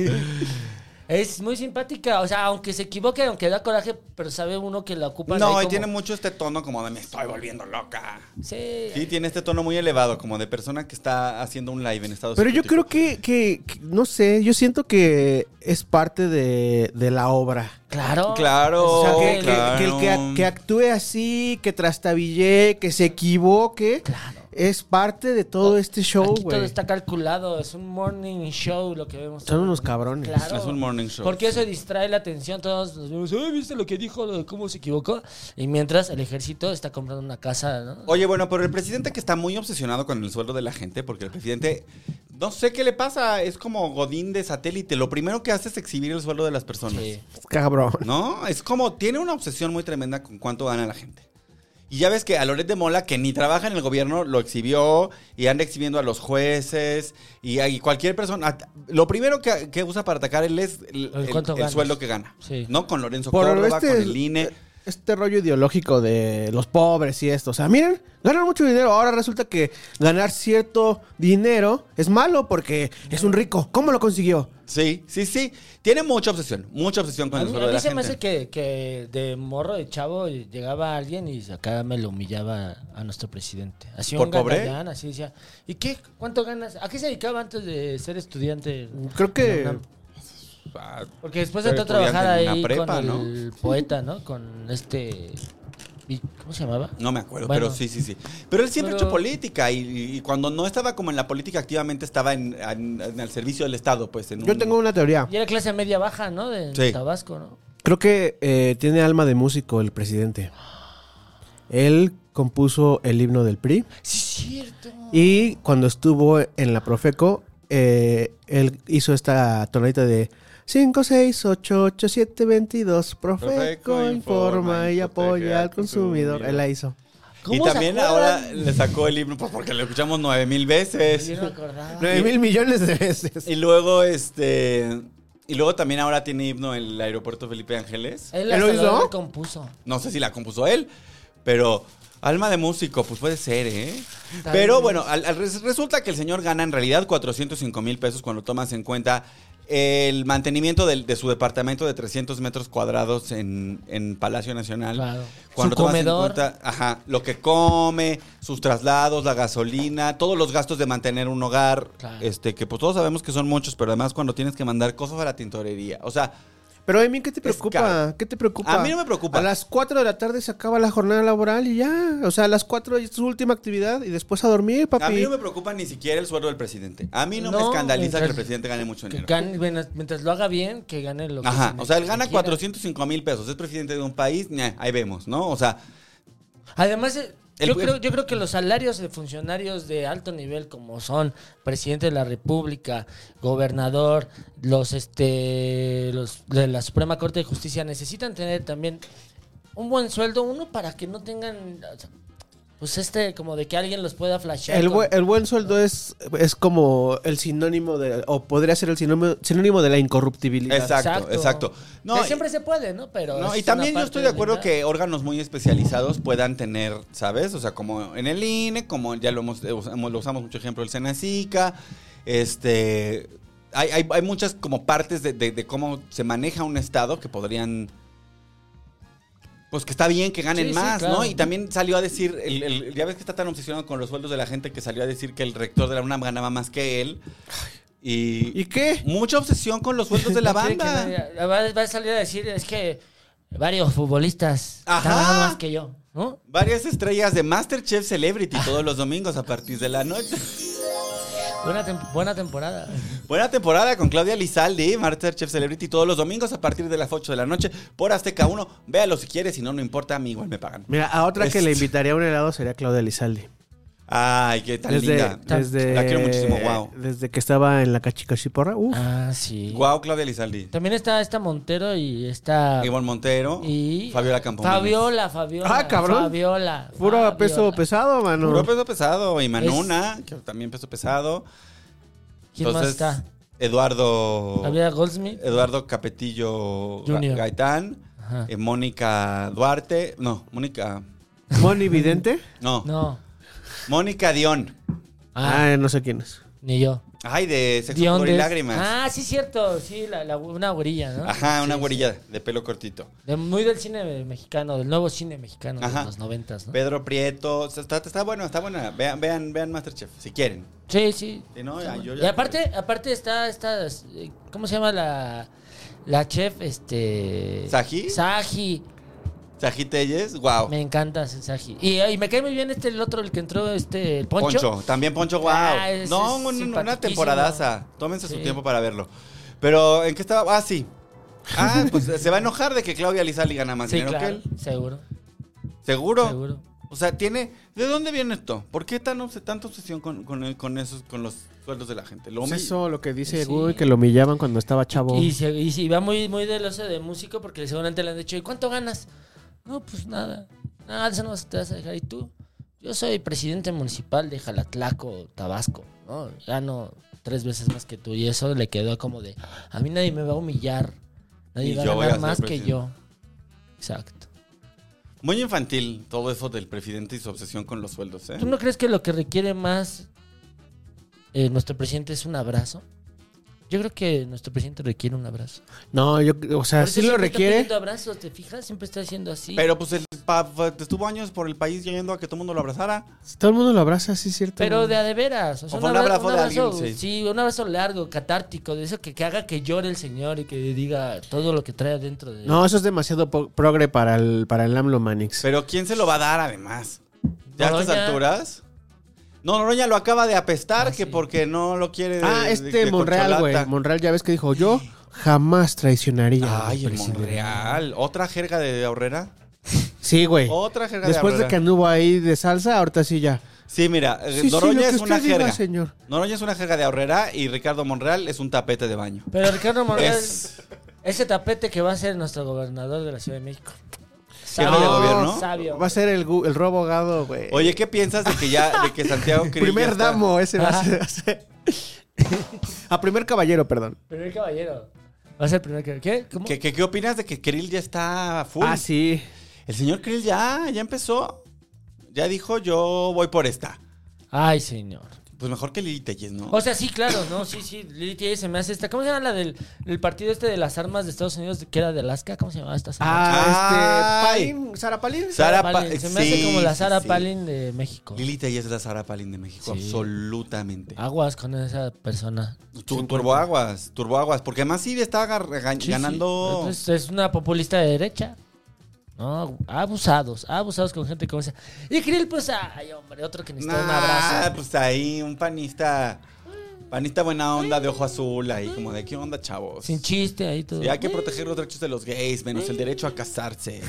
[SPEAKER 4] Es muy simpática, o sea, aunque se equivoque, aunque da coraje, pero sabe uno que la ocupa.
[SPEAKER 3] No, y tiene mucho este tono como de me estoy volviendo loca.
[SPEAKER 4] Sí.
[SPEAKER 3] Sí, tiene este tono muy elevado, como de persona que está haciendo un live en Estados
[SPEAKER 5] Pero yo
[SPEAKER 3] Unidos.
[SPEAKER 5] creo que, que- que- no sé, yo siento que es parte de, de la obra.
[SPEAKER 4] Claro.
[SPEAKER 3] Claro.
[SPEAKER 5] O sea, que, que-
[SPEAKER 3] claro.
[SPEAKER 5] que el que, ac- que actúe así, que trastabille, que se equivoque, es parte de todo este show,
[SPEAKER 4] Aquí todo
[SPEAKER 5] güey.
[SPEAKER 4] está calculado, es un morning show lo que vemos.
[SPEAKER 5] Son unos cabrones.
[SPEAKER 4] Claro.
[SPEAKER 3] Es un morning show.
[SPEAKER 4] Porque eso distrae la atención. Todos nos vemos, "Ay, ¿viste lo que dijo? lo de ¿Cómo se equivocó? Y mientras el ejército está comprando una casa, ¿no?
[SPEAKER 3] Oye, bueno, pero el presidente que está muy obsesionado con el sueldo de la gente, porque el presidente, no sé qué le pasa, es como Godín de satélite. Lo primero que hace es exhibir el sueldo de las personas.
[SPEAKER 4] Sí.
[SPEAKER 5] Cabrón.
[SPEAKER 3] ¿No? Es como, tiene una obsesión muy tremenda con cuánto gana la gente. Y ya ves que a Loret de Mola, que ni trabaja en el gobierno, lo exhibió y anda exhibiendo a los jueces y, a y cualquier persona. At- Lo primero que, que usa para atacar él es el,
[SPEAKER 4] El
[SPEAKER 3] el-
[SPEAKER 4] cuánto
[SPEAKER 3] el
[SPEAKER 4] ganas.
[SPEAKER 3] sueldo que gana.
[SPEAKER 4] Sí.
[SPEAKER 3] ¿No? Con Lorenzo
[SPEAKER 5] Por
[SPEAKER 3] Córdoba,
[SPEAKER 5] este-
[SPEAKER 3] con el INE.
[SPEAKER 5] Este rollo ideológico de los pobres y esto. O sea, miren, ganan mucho dinero. Ahora resulta que ganar cierto dinero es malo porque es un rico. ¿Cómo lo consiguió?
[SPEAKER 3] Sí, sí, sí. Tiene mucha obsesión, mucha obsesión con
[SPEAKER 4] A
[SPEAKER 3] el
[SPEAKER 4] mí,
[SPEAKER 3] sueldo
[SPEAKER 4] a
[SPEAKER 3] de
[SPEAKER 4] mí
[SPEAKER 3] la
[SPEAKER 4] se me
[SPEAKER 3] gente.
[SPEAKER 4] hace que, que de morro, de chavo, llegaba alguien y acá me lo humillaba a nuestro presidente. Así
[SPEAKER 3] ¿Por
[SPEAKER 4] un
[SPEAKER 3] pobre?
[SPEAKER 4] gandallán, así decía, ¿y qué? ¿Cuánto ganas? ¿A qué se dedicaba antes de ser estudiante?
[SPEAKER 5] Creo que-
[SPEAKER 4] En la UNAM?
[SPEAKER 3] Ah,
[SPEAKER 4] Porque después
[SPEAKER 3] Ser
[SPEAKER 4] entró a trabajar
[SPEAKER 3] estudiante en
[SPEAKER 4] ahí
[SPEAKER 3] una prepa,
[SPEAKER 4] con el poeta, ¿no? Con este... y- ¿Cómo se llamaba?
[SPEAKER 3] No me acuerdo,
[SPEAKER 4] Bueno.
[SPEAKER 3] pero sí, sí, sí. Pero él siempre ha hecho
[SPEAKER 4] Pero-
[SPEAKER 3] política y, y cuando no estaba como en la política activamente estaba en, en- en el servicio del Estado, pues. En
[SPEAKER 5] Yo
[SPEAKER 3] un-
[SPEAKER 5] tengo una teoría.
[SPEAKER 4] Y era clase media baja, ¿no? De
[SPEAKER 3] Sí.
[SPEAKER 4] Tabasco, ¿no?
[SPEAKER 5] Creo que eh, tiene alma de músico el presidente. Él compuso el himno del PRI
[SPEAKER 4] Sí, es cierto.
[SPEAKER 5] y cuando estuvo en la Profeco, eh, él hizo esta tonadita de 5, 6, 8, 8, 7, 22. Profeco,
[SPEAKER 3] Profeco informa
[SPEAKER 5] informa
[SPEAKER 3] y
[SPEAKER 5] y
[SPEAKER 3] protege
[SPEAKER 5] apoya
[SPEAKER 3] al
[SPEAKER 5] al consumidor.
[SPEAKER 3] consumidor.
[SPEAKER 5] Él la hizo.
[SPEAKER 3] Y
[SPEAKER 4] ¿Cómo se
[SPEAKER 3] también
[SPEAKER 4] acuerdan?
[SPEAKER 3] ahora le sacó el himno, pues porque lo escuchamos nueve mil veces.
[SPEAKER 4] Yo no me acordaba.
[SPEAKER 5] 9 mil millones de veces.
[SPEAKER 3] Y luego, este. Y luego también ahora tiene himno el aeropuerto Felipe Ángeles.
[SPEAKER 4] Él
[SPEAKER 5] ¿Él lo
[SPEAKER 4] hasta
[SPEAKER 5] hizo?
[SPEAKER 4] lo recompuso.
[SPEAKER 3] No sé si la compuso él, pero alma de músico, pues puede ser, ¿eh?
[SPEAKER 4] Está
[SPEAKER 3] Pero
[SPEAKER 4] bien.
[SPEAKER 3] bueno, al- al res- resulta que el señor gana en realidad 405 mil pesos cuando tomas en cuenta el mantenimiento del- de, su departamento de 300 metros cuadrados en, en Palacio Nacional.
[SPEAKER 4] Claro.
[SPEAKER 3] Cuando
[SPEAKER 4] Su
[SPEAKER 3] tomas
[SPEAKER 4] comedor.
[SPEAKER 3] en cuenta ajá, lo que come, sus traslados, la gasolina, todos los gastos de mantener un hogar,
[SPEAKER 4] Claro.
[SPEAKER 3] este que pues todos sabemos que son muchos, pero además cuando tienes que mandar cosas a la tintorería. O sea,
[SPEAKER 5] Pero, Amy, ¿qué te
[SPEAKER 3] caro.
[SPEAKER 5] preocupa? ¿Qué te preocupa?
[SPEAKER 3] A mí no me preocupa.
[SPEAKER 5] A las 4 de la tarde se acaba la jornada laboral y ya. O sea, a las 4 es su última actividad y después a dormir, papi.
[SPEAKER 3] A mí no me preocupa ni siquiera el sueldo del presidente. A mí no, me
[SPEAKER 4] No,
[SPEAKER 3] escandaliza que el
[SPEAKER 4] mientras-
[SPEAKER 3] presidente gane mucho
[SPEAKER 4] Que
[SPEAKER 3] dinero.
[SPEAKER 4] gane- bueno, mientras lo haga bien, que gane lo que
[SPEAKER 3] Ajá,
[SPEAKER 4] se-
[SPEAKER 3] o sea, él
[SPEAKER 4] que
[SPEAKER 3] gana
[SPEAKER 4] quiera.
[SPEAKER 3] 405 mil pesos. Es presidente de un país, ña, ahí vemos, ¿no? O sea,
[SPEAKER 4] Además, eh,
[SPEAKER 3] El-
[SPEAKER 4] yo, creo, yo creo que los salarios de funcionarios de alto nivel, como son presidente de la República, gobernador, los este los de la Suprema Corte de Justicia, necesitan tener también un buen sueldo, uno para que no tengan. o sea, Pues este, como de que alguien los pueda flashear.
[SPEAKER 5] El,
[SPEAKER 4] con-
[SPEAKER 5] bu- el buen sueldo es, es como el sinónimo de, o podría ser el sinónimo, sinónimo de la incorruptibilidad.
[SPEAKER 3] exacto, exacto. No,
[SPEAKER 4] Que
[SPEAKER 3] y-
[SPEAKER 4] siempre se puede, ¿no? Pero.
[SPEAKER 3] No,
[SPEAKER 4] es
[SPEAKER 3] y también
[SPEAKER 4] una
[SPEAKER 3] yo
[SPEAKER 4] parte
[SPEAKER 3] estoy de acuerdo
[SPEAKER 4] la-
[SPEAKER 3] que órganos muy especializados puedan tener, ¿sabes? O sea, como en el INE, como ya lo hemos, eh, usamos- lo usamos mucho ejemplo el Senacica, este... Hay, hay- hay muchas como partes de, de- de cómo se maneja un Estado que podrían... Pues que está bien que ganen
[SPEAKER 4] Sí, sí,
[SPEAKER 3] más, ¿no?
[SPEAKER 4] claro.
[SPEAKER 3] Y también salió a decir, el, el- ya ves que está tan obsesionado con los sueldos de la gente que salió a decir que el rector de la UNAM ganaba más que él. Y,
[SPEAKER 5] ¿Y qué?
[SPEAKER 3] mucha obsesión con los sueldos
[SPEAKER 4] *laughs*
[SPEAKER 3] de la
[SPEAKER 4] No quiere que
[SPEAKER 3] banda.
[SPEAKER 4] nadie- va, va a salir a decir, es que varios futbolistas
[SPEAKER 3] Ajá.
[SPEAKER 4] ganan más que yo, ¿no?
[SPEAKER 3] Varias estrellas de Masterchef Celebrity todos los domingos a partir de la noche.
[SPEAKER 4] Buena, tem- buena temporada.
[SPEAKER 3] Buena temporada con Claudia Lizaldi, Masterchef Celebrity todos los domingos a partir de las 8 de la noche por Azteca 1. Véalo si quieres, si no, no importa, a mí igual me pagan.
[SPEAKER 5] Mira, a otra que
[SPEAKER 3] Es-
[SPEAKER 5] le invitaría a un helado sería Claudia Lizaldi.
[SPEAKER 3] Ay, qué tan
[SPEAKER 5] Desde,
[SPEAKER 3] linda.
[SPEAKER 5] desde,
[SPEAKER 3] La quiero muchísimo,
[SPEAKER 6] eh,
[SPEAKER 3] wow.
[SPEAKER 5] Desde que estaba en la cachicachiporra. Uf.
[SPEAKER 4] Ah, sí.
[SPEAKER 3] Wow, Claudia Lizaldi.
[SPEAKER 4] También está esta Montero y está...
[SPEAKER 3] Ivonne Montero,
[SPEAKER 4] Y...
[SPEAKER 3] Fabiola Campo.
[SPEAKER 4] Fabiola, Fabiola.
[SPEAKER 5] Ah, cabrón.
[SPEAKER 4] Fabiola.
[SPEAKER 5] Puro
[SPEAKER 4] Fabiola.
[SPEAKER 5] peso pesado, mano.
[SPEAKER 3] Puro peso pesado. Y Manuna, que también peso pesado.
[SPEAKER 4] ¿Quién
[SPEAKER 3] Entonces, eh,
[SPEAKER 4] más está?
[SPEAKER 3] Eduardo.
[SPEAKER 4] Fabiola Goldsmith.
[SPEAKER 3] Eduardo Capetillo Ga-
[SPEAKER 4] Junior.
[SPEAKER 3] Gaitán,
[SPEAKER 4] Ajá.
[SPEAKER 3] eh, Mónica Duarte, no, Mónica,
[SPEAKER 5] Moni Vidente.
[SPEAKER 3] no,
[SPEAKER 4] No.
[SPEAKER 3] Mónica Dion.
[SPEAKER 4] Ah,
[SPEAKER 5] Ah, no sé quién es.
[SPEAKER 4] ni yo.
[SPEAKER 3] Ay, de Sexo,
[SPEAKER 4] Dion
[SPEAKER 3] Pudor y
[SPEAKER 4] Des-
[SPEAKER 3] Lágrimas.
[SPEAKER 4] Ah, sí, cierto. Sí, la, la- una gorilla, ¿no?
[SPEAKER 3] Ajá, una
[SPEAKER 4] Sí,
[SPEAKER 3] güerilla de pelo cortito.
[SPEAKER 4] sí. De- muy del cine mexicano, del nuevo cine mexicano
[SPEAKER 3] Ajá.
[SPEAKER 4] de los noventas, ¿no?
[SPEAKER 3] Pedro Prieto, o sea, está, está bueno, está buena. Vean, vean, vean Masterchef, si quieren.
[SPEAKER 4] Sí, sí.
[SPEAKER 3] Si Eh, no, ya, yo
[SPEAKER 4] y
[SPEAKER 3] ya-
[SPEAKER 4] aparte, aparte está esta, eh, ¿cómo se llama la, la chef? Este.
[SPEAKER 3] ¿Saji?
[SPEAKER 4] Saji.
[SPEAKER 3] Saji Telles, wow.
[SPEAKER 4] Me encanta ese Saji. Y, y me cae muy bien este el otro, el que entró, este, el Poncho.
[SPEAKER 3] Poncho. también Poncho, wow.
[SPEAKER 4] Ah, ese
[SPEAKER 3] no,
[SPEAKER 4] es
[SPEAKER 3] un- un- una
[SPEAKER 4] simpaticísimo.
[SPEAKER 3] temporadaza. Tómense su
[SPEAKER 4] Sí.
[SPEAKER 3] tiempo para verlo. Pero, ¿en qué estaba? Ah,
[SPEAKER 4] *laughs*
[SPEAKER 3] sí. Ah, pues se va a enojar de que Claudia Lizaldi gana más
[SPEAKER 4] Sí,
[SPEAKER 3] dinero
[SPEAKER 4] claro.
[SPEAKER 3] que él.
[SPEAKER 4] Seguro,
[SPEAKER 3] ¿Seguro?
[SPEAKER 4] seguro.
[SPEAKER 3] O sea, tiene. ¿De dónde viene esto? ¿Por qué tan obse- tanta obsesión con, con, el- con esos, con los sueldos de la gente? Lo
[SPEAKER 5] Es
[SPEAKER 3] mismo.
[SPEAKER 5] Pues eso lo que dice
[SPEAKER 4] Sí.
[SPEAKER 5] Gui, que lo humillaban cuando estaba chavo.
[SPEAKER 4] Y, se, y sí, va muy, muy del oso de músico porque seguramente le han dicho, ¿y cuánto ganas? No, pues nada. Nada, de eso no te vas a dejar. ¿Y tú? Yo soy presidente municipal de Jalatlaco, Tabasco, ¿no? Gano tres veces más que tú. Y eso le quedó como de, a mí nadie me va a humillar. Nadie
[SPEAKER 3] Y
[SPEAKER 4] va a
[SPEAKER 3] yo voy a
[SPEAKER 4] ganar
[SPEAKER 3] ser
[SPEAKER 4] más que
[SPEAKER 3] presidente".
[SPEAKER 4] yo. Exacto.
[SPEAKER 3] Muy infantil todo eso del presidente y su obsesión con los sueldos, ¿eh?
[SPEAKER 4] ¿Tú no crees que lo que requiere más eh, nuestro presidente es un abrazo? Yo creo que nuestro presidente requiere un abrazo.
[SPEAKER 5] No, yo, o sea,
[SPEAKER 4] Ahorita
[SPEAKER 5] sí lo
[SPEAKER 4] siempre está
[SPEAKER 5] requiere.
[SPEAKER 4] pidiendo abrazos, ¿te fijas? Siempre está haciendo así.
[SPEAKER 3] Pero pues él pa- fa- estuvo años por el país yendo a que todo el mundo lo abrazara.
[SPEAKER 5] Todo el mundo lo abraza, sí, es cierto.
[SPEAKER 4] Pero de a de veras. O sea,
[SPEAKER 3] O fue
[SPEAKER 4] un
[SPEAKER 3] un
[SPEAKER 4] abra-
[SPEAKER 3] abrazo
[SPEAKER 4] un
[SPEAKER 3] de
[SPEAKER 4] abrazo,
[SPEAKER 3] alguien, sí.
[SPEAKER 4] sí. un abrazo largo, catártico, de eso que, que haga que llore el señor y que diga todo lo que trae adentro de
[SPEAKER 5] No, eso es demasiado po- progre para el, para el AMLO Manix.
[SPEAKER 3] Pero ¿quién se lo va a dar además? ¿Ya a
[SPEAKER 4] Noroña.
[SPEAKER 3] estas alturas? No, Noroña lo acaba de apestar
[SPEAKER 4] Ah,
[SPEAKER 3] que
[SPEAKER 4] sí.
[SPEAKER 3] porque no lo quiere. de-
[SPEAKER 5] ah,
[SPEAKER 3] de-
[SPEAKER 5] este
[SPEAKER 3] de
[SPEAKER 5] Monreal, güey.
[SPEAKER 3] corcholata.
[SPEAKER 5] Monreal ya ves que dijo, yo jamás traicionaría. al
[SPEAKER 3] Ay, el
[SPEAKER 5] presidente".
[SPEAKER 3] Monreal. ¿Otra jerga de Aurrera?
[SPEAKER 5] Sí, güey.
[SPEAKER 3] Otra jerga
[SPEAKER 5] Después
[SPEAKER 3] Oh, de
[SPEAKER 5] de que
[SPEAKER 3] Aurrera.
[SPEAKER 5] anduvo ahí de salsa, ahorita sí ya.
[SPEAKER 3] Sí, mira, eh,
[SPEAKER 5] Sí, sí, lo
[SPEAKER 3] Noroña
[SPEAKER 5] que
[SPEAKER 3] es
[SPEAKER 5] usted
[SPEAKER 3] una
[SPEAKER 5] diga,
[SPEAKER 3] jerga.
[SPEAKER 5] señor.
[SPEAKER 3] Noroña es una jerga de Aurrera y Ricardo Monreal es un tapete de baño.
[SPEAKER 4] Pero Ricardo Monreal,
[SPEAKER 3] Es-
[SPEAKER 4] ese tapete que va a ser nuestro gobernador de la Ciudad de México.
[SPEAKER 3] izquierda y el gobierno.
[SPEAKER 4] Sabio.
[SPEAKER 5] Va a ser el, gu- el robo abogado, güey.
[SPEAKER 3] Oye, ¿qué piensas de que ya, de que
[SPEAKER 5] *laughs*
[SPEAKER 3] Santiago Krill ya
[SPEAKER 5] primer
[SPEAKER 3] está-
[SPEAKER 5] damo, ese va a ser. va a ser- *laughs* a primer caballero, perdón.
[SPEAKER 4] Primer caballero. Va a ser el primer caballero. ¿Qué? ¿Cómo?
[SPEAKER 3] ¿Qué, qué, qué opinas de que Krill ya está full?
[SPEAKER 5] Ah, sí.
[SPEAKER 3] El señor Krill ya, ya empezó. Ya dijo, yo voy por esta.
[SPEAKER 4] Ay, señor.
[SPEAKER 3] Pues mejor que Lili Telles, ¿no?
[SPEAKER 4] O sea, sí, claro, ¿no? Sí, sí, Lili Tellez se me hace esta. ¿Cómo se llama la del el partido este de las armas de Estados Unidos que era de Alaska? ¿Cómo se llamaba esta señora?
[SPEAKER 5] Ah,
[SPEAKER 3] Ay.
[SPEAKER 5] este. Palin, Sara Palin.
[SPEAKER 3] Sara
[SPEAKER 4] Palin.
[SPEAKER 3] Ah, Pa-
[SPEAKER 4] Se me hace
[SPEAKER 3] sí,
[SPEAKER 4] como la
[SPEAKER 3] sí,
[SPEAKER 4] Sara
[SPEAKER 3] sí.
[SPEAKER 4] Palin de México.
[SPEAKER 3] Lili Tellez es la Sara Palin de México,
[SPEAKER 4] Sí. Ah,
[SPEAKER 3] absolutamente.
[SPEAKER 4] Aguas con esa persona.
[SPEAKER 3] Tu- turboaguas, turboaguas, porque además sí está agar- gan-
[SPEAKER 4] Sí, sí.
[SPEAKER 3] ganando.
[SPEAKER 4] Entonces, es una populista de derecha. No, abusados, abusados con gente como esa. Y Krill, pues, ay, hombre, otro que necesita un
[SPEAKER 3] Nah,
[SPEAKER 4] abrazo.
[SPEAKER 3] pues ahí un panista, panista buena onda de ojo azul ahí, como de qué onda, chavos.
[SPEAKER 4] Sin chiste, ahí todo.
[SPEAKER 3] Y hay que proteger los derechos de los gays, menos el derecho a casarse.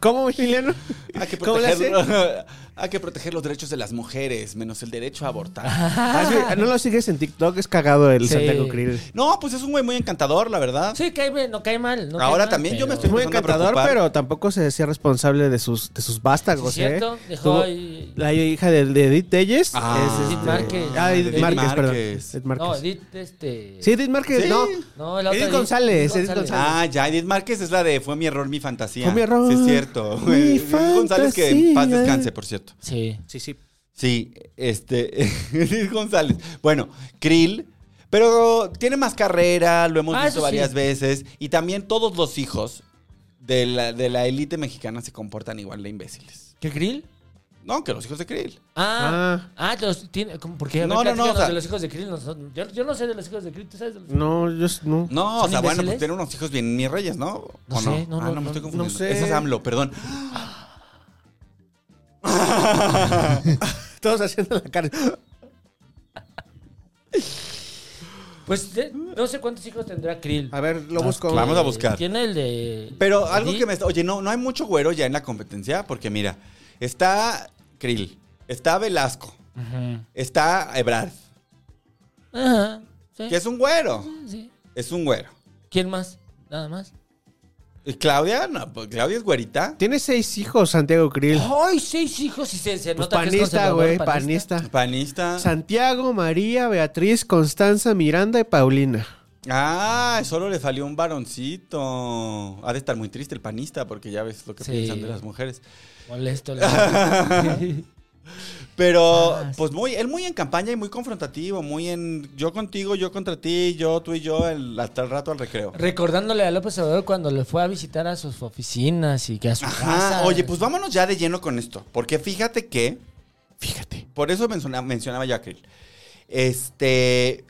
[SPEAKER 5] ¿Cómo, Emiliano?
[SPEAKER 3] Hay que
[SPEAKER 5] *laughs* ¿Cómo le hace?
[SPEAKER 3] proteger, *laughs* hay que proteger los derechos de las mujeres, menos el derecho a abortar.
[SPEAKER 5] Ah, es que ¿No lo sigues en TikTok? Es cagado el
[SPEAKER 4] Sí.
[SPEAKER 5] Santiago Krill.
[SPEAKER 3] No, pues es un güey muy encantador, la verdad.
[SPEAKER 4] Sí, cae, bien, no cae mal. no cae
[SPEAKER 3] Ahora
[SPEAKER 4] mal,
[SPEAKER 3] también yo me
[SPEAKER 4] pero-
[SPEAKER 5] Es muy
[SPEAKER 3] empezando a
[SPEAKER 5] encantador,
[SPEAKER 3] preocupar.
[SPEAKER 5] pero tampoco se decía responsable de sus, de sus vástagos,
[SPEAKER 4] Sí, cierto.
[SPEAKER 5] ¿eh?
[SPEAKER 4] Dejó
[SPEAKER 5] Tuvo-
[SPEAKER 4] ahí-
[SPEAKER 5] La hija de, de Edith Telles.
[SPEAKER 3] Ah,
[SPEAKER 5] es
[SPEAKER 3] Edith
[SPEAKER 5] este-
[SPEAKER 4] Márquez.
[SPEAKER 5] Ah, Edith,
[SPEAKER 3] Edith
[SPEAKER 5] Márquez,
[SPEAKER 3] Márquez.
[SPEAKER 5] perdón. Edith Márquez.
[SPEAKER 4] No, Edith, este.
[SPEAKER 5] Sí, Edith Márquez,
[SPEAKER 3] Sí.
[SPEAKER 5] no.
[SPEAKER 4] No, la otra
[SPEAKER 5] Edith
[SPEAKER 4] Edith-
[SPEAKER 5] González,
[SPEAKER 4] Edith
[SPEAKER 5] Edith González.
[SPEAKER 3] Ah, ya, Edith Márquez es la de Fue mi error, mi fantasía.
[SPEAKER 5] Fue mi error,
[SPEAKER 3] Sí, es cierto. *laughs*
[SPEAKER 5] mi
[SPEAKER 3] Edith González, que en paz
[SPEAKER 5] fantasía.
[SPEAKER 3] descanse, por cierto.
[SPEAKER 4] Sí.
[SPEAKER 5] Sí, sí.
[SPEAKER 3] Sí, este. *laughs* Edith González. Bueno, Krill. Pero tiene más carrera, lo hemos
[SPEAKER 4] Ah,
[SPEAKER 3] visto
[SPEAKER 4] eso sí.
[SPEAKER 3] varias veces. Y también todos los hijos de la de la élite mexicana se comportan igual de imbéciles.
[SPEAKER 4] ¿Qué Krill?
[SPEAKER 3] No, que los hijos de Krill.
[SPEAKER 4] Ah, ah, los tiene, ¿cómo? porque a ver,
[SPEAKER 3] No, no, no,
[SPEAKER 4] platícanos
[SPEAKER 3] o sea-
[SPEAKER 4] de los hijos de Krill, nosotros- yo, yo no sé de los hijos de Krill, ¿tú sabes de los
[SPEAKER 5] No, yo s- no.
[SPEAKER 3] No, o
[SPEAKER 4] ¿Son
[SPEAKER 3] sea, bueno, pues
[SPEAKER 4] imbéciles?
[SPEAKER 3] tienen unos hijos bien ni reyes, ¿no? ¿O
[SPEAKER 4] No sé, no,
[SPEAKER 3] ah,
[SPEAKER 4] no,
[SPEAKER 3] me
[SPEAKER 4] no,
[SPEAKER 3] estoy
[SPEAKER 4] no
[SPEAKER 3] confundiendo.
[SPEAKER 5] sé.
[SPEAKER 3] Eso es AMLO, perdón.
[SPEAKER 5] Todos haciendo la cara.
[SPEAKER 4] Pues de- no sé cuántos hijos tendrá Krill. Ah,
[SPEAKER 5] A ver, lo busco.
[SPEAKER 3] Vamos a buscar.
[SPEAKER 4] Tiene el de.
[SPEAKER 3] Pero algo
[SPEAKER 4] Sí.
[SPEAKER 3] que me está. Oye, no, no hay mucho güero ya en la competencia, porque mira, está Krill, está Velasco,
[SPEAKER 4] Ajá.
[SPEAKER 3] está Ebrard,
[SPEAKER 4] Ajá. Sí.
[SPEAKER 3] que es un güero.
[SPEAKER 4] sí.
[SPEAKER 3] Es un güero.
[SPEAKER 4] ¿Quién más? Nada más.
[SPEAKER 3] ¿Y Claudia? No, pues, Claudia es güerita.
[SPEAKER 5] Tiene seis hijos, Santiago Krill.
[SPEAKER 4] ¡Ay, seis hijos! Y se, se
[SPEAKER 5] Pues
[SPEAKER 4] nota que es
[SPEAKER 5] panista,
[SPEAKER 4] conservador,
[SPEAKER 5] güey, panista.
[SPEAKER 3] Panista.
[SPEAKER 5] Santiago, María, Beatriz, Constanza, Miranda y Paulina.
[SPEAKER 3] Ah, solo le salió un varoncito. Ha de estar muy triste el panista, porque ya ves lo que
[SPEAKER 4] Sí.
[SPEAKER 3] piensan de las mujeres.
[SPEAKER 4] Molesto. le-
[SPEAKER 3] Pero,
[SPEAKER 4] Ah, sí.
[SPEAKER 3] pues muy, él muy en campaña y muy confrontativo, muy en yo contigo, yo contra ti, yo, tú y yo, el- hasta el rato al recreo.
[SPEAKER 4] Recordándole a López Obrador cuando le fue a visitar a sus oficinas y que a su
[SPEAKER 3] Ajá,
[SPEAKER 4] casa.
[SPEAKER 3] oye, pues vámonos ya de lleno con esto. Porque fíjate que. Fíjate. Por eso menciona- mencionaba yo a Krill. Este.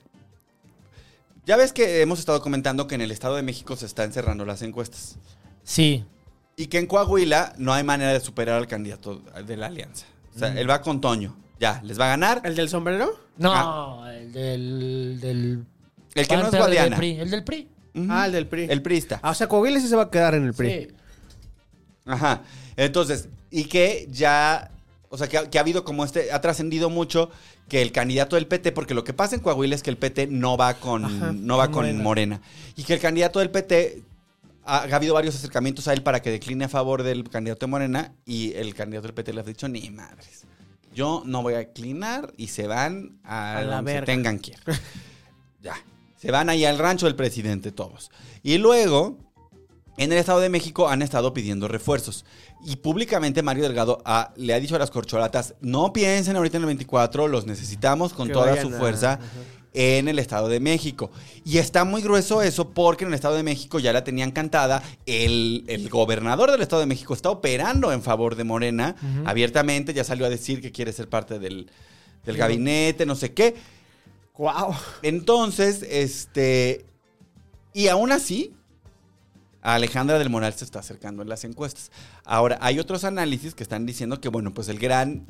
[SPEAKER 3] Ya ves que hemos estado comentando que en el Estado de México se están cerrando las encuestas.
[SPEAKER 4] Sí.
[SPEAKER 3] Y que en Coahuila no hay manera de superar al candidato de la alianza. O sea, él va con Toño. Ya, les va a ganar.
[SPEAKER 5] ¿El del sombrero?
[SPEAKER 4] No, el del. del
[SPEAKER 3] El que no es
[SPEAKER 4] PAN, PRD,
[SPEAKER 3] Guadiana.
[SPEAKER 4] PRI, El del PRI.
[SPEAKER 3] Ujú.
[SPEAKER 5] Ah, el del PRI.
[SPEAKER 3] El priista.
[SPEAKER 5] Ah, o sea, Coahuila sí se va a quedar en el PRI.
[SPEAKER 4] Sí.
[SPEAKER 3] Ajá. Entonces, y que ya, o sea, que ha, que ha habido como este, ha trascendido mucho que el candidato del PT, porque lo que pasa en Coahuila es que el PT no va con,
[SPEAKER 5] Ajá,
[SPEAKER 3] no va
[SPEAKER 5] con
[SPEAKER 3] con
[SPEAKER 5] Morena.
[SPEAKER 3] Morena. Y que el candidato del PT, ha, ha habido varios acercamientos a él para que decline a favor del candidato de Morena y el candidato del PT le ha dicho, ni madres. Yo no voy a declinar y se van a,
[SPEAKER 5] A la
[SPEAKER 3] donde se
[SPEAKER 5] verga.
[SPEAKER 3] tengan que ir. *laughs* ya. Se van ahí al rancho del presidente todos. Y luego, en el Estado de México han estado pidiendo refuerzos. Y públicamente Mario Delgado ha- le ha dicho a las corcholatas, no piensen ahorita en el 24, los necesitamos con
[SPEAKER 5] Que
[SPEAKER 3] toda
[SPEAKER 5] vayan
[SPEAKER 3] su
[SPEAKER 5] a-
[SPEAKER 3] fuerza
[SPEAKER 5] ajá.
[SPEAKER 3] en el Estado de México. Y está muy grueso eso porque en el Estado de México ya la tenían cantada. El, el gobernador del Estado de México está operando en favor de Morena abiertamente, ya salió a decir que quiere ser parte del, del gabinete, no sé qué.
[SPEAKER 5] Wow.
[SPEAKER 3] Entonces, este. Y aún así, a Alejandra del Moral se está acercando en las encuestas. Ahora, hay otros análisis que están diciendo que, bueno, pues el gran.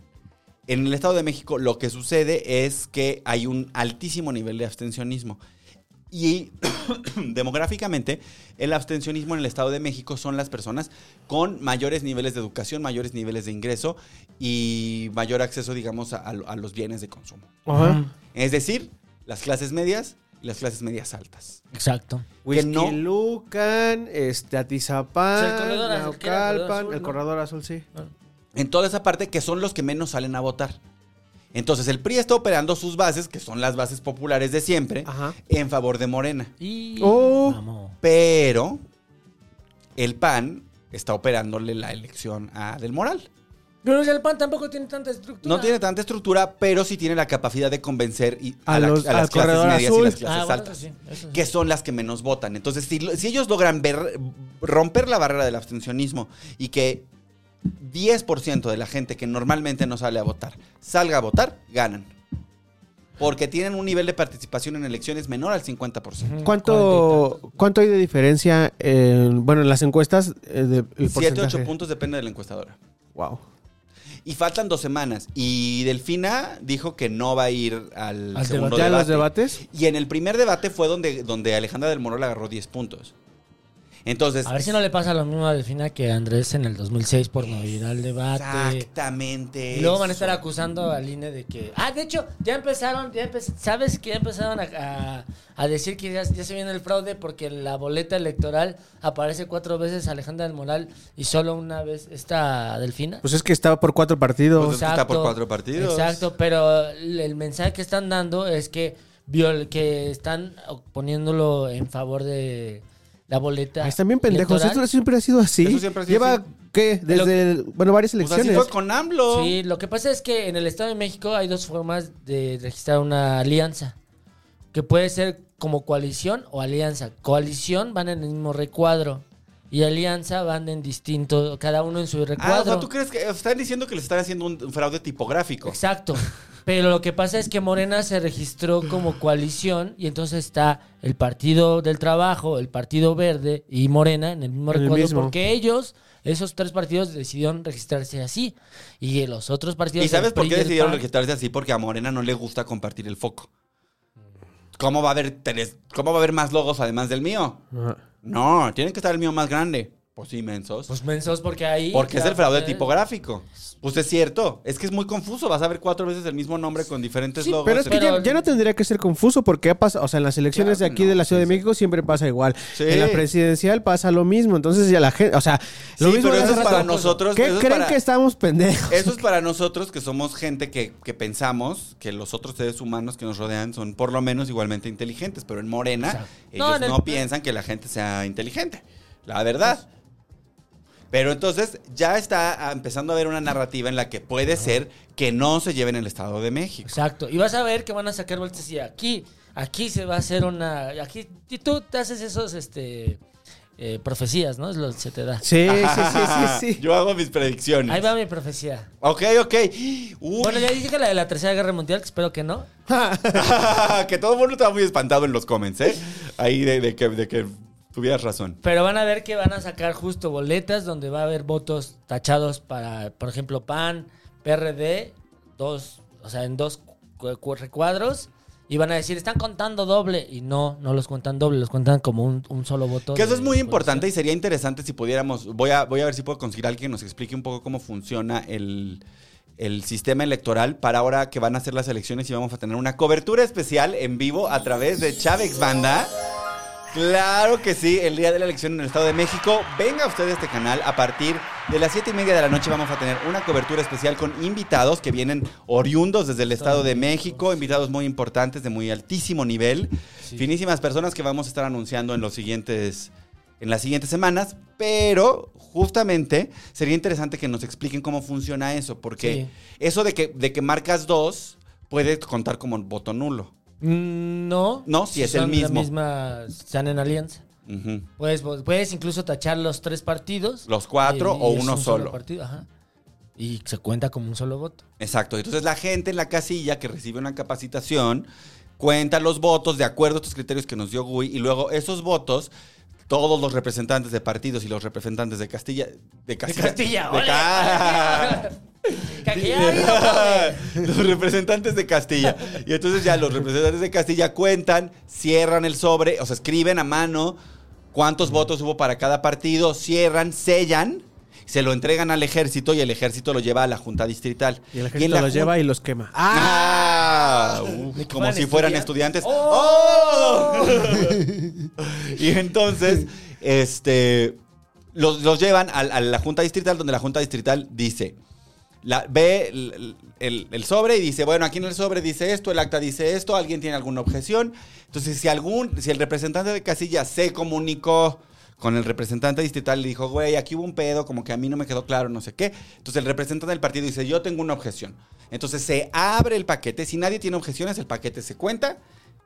[SPEAKER 3] En el Estado de México lo que sucede es que hay un altísimo nivel de abstencionismo. Y *coughs* demográficamente, el abstencionismo en el Estado de México son las personas con mayores niveles de educación, mayores niveles de ingreso y mayor acceso, digamos, a- a- a los bienes de consumo.
[SPEAKER 5] Ajá.
[SPEAKER 3] Es decir, las clases medias y las clases medias altas.
[SPEAKER 4] Exacto.
[SPEAKER 3] que no-
[SPEAKER 5] Huizquilucan, este,
[SPEAKER 4] O sea, el corredor
[SPEAKER 5] Atizapán,
[SPEAKER 4] azul, que era el corredor
[SPEAKER 5] Naucalpan,
[SPEAKER 4] azul,
[SPEAKER 5] el
[SPEAKER 4] ¿no?
[SPEAKER 5] corredor azul, sí.
[SPEAKER 3] en toda esa parte que son los que menos salen a votar. Entonces el PRI está operando sus bases, que son las bases populares de siempre,
[SPEAKER 5] Ajá.
[SPEAKER 3] en favor de Morena.
[SPEAKER 4] Y.
[SPEAKER 5] Oh.
[SPEAKER 4] Vamos.
[SPEAKER 3] Pero el PAN está operándole la elección a Del Moral.
[SPEAKER 4] Pero el PAN tampoco tiene tanta estructura.
[SPEAKER 5] Ah.
[SPEAKER 4] Ah,
[SPEAKER 3] No tiene tanta estructura, pero sí tiene la capacidad de convencer y- a,
[SPEAKER 5] A
[SPEAKER 3] la-
[SPEAKER 5] los-
[SPEAKER 3] a las
[SPEAKER 5] al
[SPEAKER 3] clases
[SPEAKER 5] corredor
[SPEAKER 3] medias
[SPEAKER 5] azul.
[SPEAKER 3] y las
[SPEAKER 4] Ah,
[SPEAKER 3] clases
[SPEAKER 4] bueno,
[SPEAKER 3] altas.
[SPEAKER 4] eso sí, eso sí.
[SPEAKER 3] que son las que menos votan. Entonces, si, lo- si ellos logran ver- romper la barrera del abstencionismo y que 10% de la gente que normalmente no sale a votar salga a votar, ganan. Porque tienen un nivel de participación en elecciones menor al 50%.
[SPEAKER 5] ¿Cuánto, ¿Cuánto hay de diferencia, en, bueno, en las encuestas? eh, de-
[SPEAKER 3] 7,
[SPEAKER 5] el porcentaje?
[SPEAKER 3] 8 puntos depende de la encuestadora.
[SPEAKER 5] Wow.
[SPEAKER 3] Y faltan dos semanas. Y Delfina dijo que no va a ir al,
[SPEAKER 4] Al
[SPEAKER 3] segundo
[SPEAKER 5] ¿Ya los
[SPEAKER 3] debate.
[SPEAKER 5] debates?
[SPEAKER 3] Y en el primer debate fue donde, donde Alejandra del Moral agarró 10 puntos. Entonces,
[SPEAKER 4] A ver si no le pasa lo mismo a Delfina que a Andrés en el 2006 por no ir al debate.
[SPEAKER 3] exactamente.
[SPEAKER 4] Y luego van a
[SPEAKER 3] eso.
[SPEAKER 4] estar acusando al INE de que. Ah, de hecho, ya empezaron, ya empe- ¿sabes que ya empezaron a, a- a decir que ya, ya se viene el fraude porque la boleta electoral aparece cuatro veces Alejandra del Moral y solo una vez esta Delfina?
[SPEAKER 5] Pues es que estaba por cuatro partidos.
[SPEAKER 3] Pues es que está por cuatro partidos.
[SPEAKER 4] Exacto, pero el el mensaje que están dando es que viol- que están poniéndolo en favor de la boleta.
[SPEAKER 5] Ay, están bien pendejos.
[SPEAKER 4] electoral.
[SPEAKER 5] Esto siempre ha sido así.
[SPEAKER 3] Eso siempre ha sido
[SPEAKER 5] Lleva,
[SPEAKER 3] así.
[SPEAKER 5] ¿qué? Desde, bueno, varias
[SPEAKER 3] Pues así
[SPEAKER 5] elecciones.
[SPEAKER 3] fue con AMLO.
[SPEAKER 4] Sí, lo que pasa es que en el Estado de México hay dos formas de registrar una alianza, que puede ser como coalición o alianza. Coalición van en el mismo recuadro y alianza van en distinto, cada uno en su recuadro.
[SPEAKER 3] Ah, o sea, ¿tú crees que están diciendo que le están haciendo un un fraude tipográfico?
[SPEAKER 4] Exacto. Pero lo que pasa es que Morena se registró como coalición y entonces está el Partido del Trabajo, el Partido Verde y Morena en el mismo
[SPEAKER 5] En el
[SPEAKER 4] recuerdo
[SPEAKER 5] mismo.
[SPEAKER 4] porque ellos, esos tres partidos, decidieron registrarse así. Y los otros partidos...
[SPEAKER 3] ¿Y sabes
[SPEAKER 4] el
[SPEAKER 3] por
[SPEAKER 4] PRI
[SPEAKER 3] qué
[SPEAKER 4] y el
[SPEAKER 3] decidieron
[SPEAKER 4] PAN,
[SPEAKER 3] registrarse así? Porque a Morena no le gusta compartir el foco. ¿Cómo va a haber tres- cómo va a haber más logos además del mío?
[SPEAKER 5] Ajá.
[SPEAKER 3] No, tiene que estar el mío más grande. Pues inmensos.
[SPEAKER 4] Pues mensos porque ahí...
[SPEAKER 3] porque es el fraude
[SPEAKER 4] eh,
[SPEAKER 3] tipográfico. Pues es cierto, es que es muy confuso. Vas a ver cuatro veces el mismo nombre con diferentes
[SPEAKER 4] Sí,
[SPEAKER 3] logos.
[SPEAKER 5] Pero es que
[SPEAKER 4] Pero-
[SPEAKER 5] ya, ya no tendría que ser confuso porque ha pasado, o sea, en las elecciones
[SPEAKER 3] Claro,
[SPEAKER 5] de aquí
[SPEAKER 3] no,
[SPEAKER 5] de la Ciudad
[SPEAKER 3] sí,
[SPEAKER 5] de México siempre pasa igual.
[SPEAKER 3] Sí.
[SPEAKER 5] En la presidencial pasa lo mismo, entonces ya la gente, o sea, lo
[SPEAKER 3] Sí,
[SPEAKER 5] mismo
[SPEAKER 3] pero
[SPEAKER 5] de
[SPEAKER 3] eso
[SPEAKER 5] hace
[SPEAKER 3] es para
[SPEAKER 5] rato.
[SPEAKER 3] nosotros,
[SPEAKER 5] ¿Qué
[SPEAKER 3] eso es
[SPEAKER 5] creen
[SPEAKER 3] para- Eh,
[SPEAKER 5] que estamos pendejos?
[SPEAKER 3] Eso es para nosotros que somos gente que, que pensamos que los otros seres humanos que nos rodean son por lo menos igualmente inteligentes, pero en Morena
[SPEAKER 4] Exacto.
[SPEAKER 3] ellos
[SPEAKER 4] No,
[SPEAKER 3] no,
[SPEAKER 4] en el-
[SPEAKER 3] piensan que la gente sea inteligente, la verdad. Pero entonces ya está ah, empezando a haber una narrativa en la que puede ser que no se lleven el Estado de México.
[SPEAKER 4] Exacto. Y vas a ver que van a sacar vueltas y aquí, aquí se va a hacer una... Aquí, y tú te haces esos, este... eh, profecías, ¿no? Es lo que se te da.
[SPEAKER 5] Sí, sí, sí, sí, sí.
[SPEAKER 3] *laughs* Yo hago mis predicciones.
[SPEAKER 4] Ahí va mi profecía.
[SPEAKER 3] Ok, ok. Uy,
[SPEAKER 4] Bueno, ya dije que la de la Tercera Guerra Mundial, que espero que no.
[SPEAKER 3] *laughs* que todo el mundo estaba muy espantado en los comments, ¿eh? Ahí de, de que, de que tuvieras razón.
[SPEAKER 4] Pero van a ver que van a sacar justo boletas donde va a haber votos tachados para, por ejemplo, PAN, PRD, dos, o sea, en dos cu- cu- recuadros. Y van a decir, están contando doble. Y no, no los cuentan doble, los cuentan como un, un solo voto.
[SPEAKER 3] Que eso
[SPEAKER 4] de-
[SPEAKER 3] es muy importante y sería interesante si pudiéramos. Voy a, voy a ver si puedo conseguir a alguien que nos explique un poco cómo funciona el, el sistema electoral para ahora que van a hacer las elecciones y vamos a tener una cobertura especial en vivo a través de Chávez Banda. Claro que sí, el día de la elección en el Estado de México. Venga usted a este canal a partir de las 7 y media de la noche. Vamos a tener una cobertura especial con invitados que vienen oriundos desde el Estado de México, invitados muy importantes de muy altísimo nivel, finísimas personas que vamos a estar anunciando en los siguientes en las siguientes semanas, pero justamente sería interesante que nos expliquen cómo funciona eso, porque eso de que, de que marcas dos puede contar como voto nulo.
[SPEAKER 4] Mm, No.
[SPEAKER 3] No, si es el
[SPEAKER 4] son la
[SPEAKER 3] mismo.
[SPEAKER 4] misma, están en alianza.
[SPEAKER 3] Ujú.
[SPEAKER 4] Puedes, puedes incluso tachar los tres partidos.
[SPEAKER 3] Los cuatro o
[SPEAKER 4] es
[SPEAKER 3] uno
[SPEAKER 4] un
[SPEAKER 3] solo.
[SPEAKER 4] partido, ajá. Y se cuenta como un solo voto.
[SPEAKER 3] Exacto. Entonces la gente en la casilla que recibe una capacitación cuenta los votos de acuerdo a estos criterios que nos dio GUI y luego esos votos, todos los representantes de partidos y los representantes de Castilla... De Castilla.
[SPEAKER 4] Castilla,
[SPEAKER 3] de
[SPEAKER 4] ole.
[SPEAKER 3] Ca-
[SPEAKER 4] Caqueado,
[SPEAKER 3] *laughs* los representantes de Castilla. Y entonces ya los representantes de Castilla cuentan, cierran el sobre, o sea, escriben a mano cuántos votos hubo para cada partido, cierran, sellan, se lo entregan al ejército y el ejército lo lleva a la junta distrital.
[SPEAKER 5] Y el
[SPEAKER 3] en la
[SPEAKER 5] ejército los
[SPEAKER 3] jun-
[SPEAKER 5] lleva y los quema.
[SPEAKER 3] ¡Ah! a, uf, como si fueran estudiantes. ¡Oh! *laughs* y entonces, este, los, los llevan a, a la junta distrital, donde la junta distrital dice, la- ve el, el- el sobre y dice, bueno, aquí en el sobre dice esto, el acta dice esto, alguien tiene alguna objeción. Entonces, si algún, si el representante de casilla se comunicó con el representante distrital y le dijo, güey, aquí hubo un pedo, como que a mí no me quedó claro, no sé qué. Entonces, el representante del partido dice, yo tengo una objeción. Entonces, se abre el paquete. Si nadie tiene objeciones, el paquete se cuenta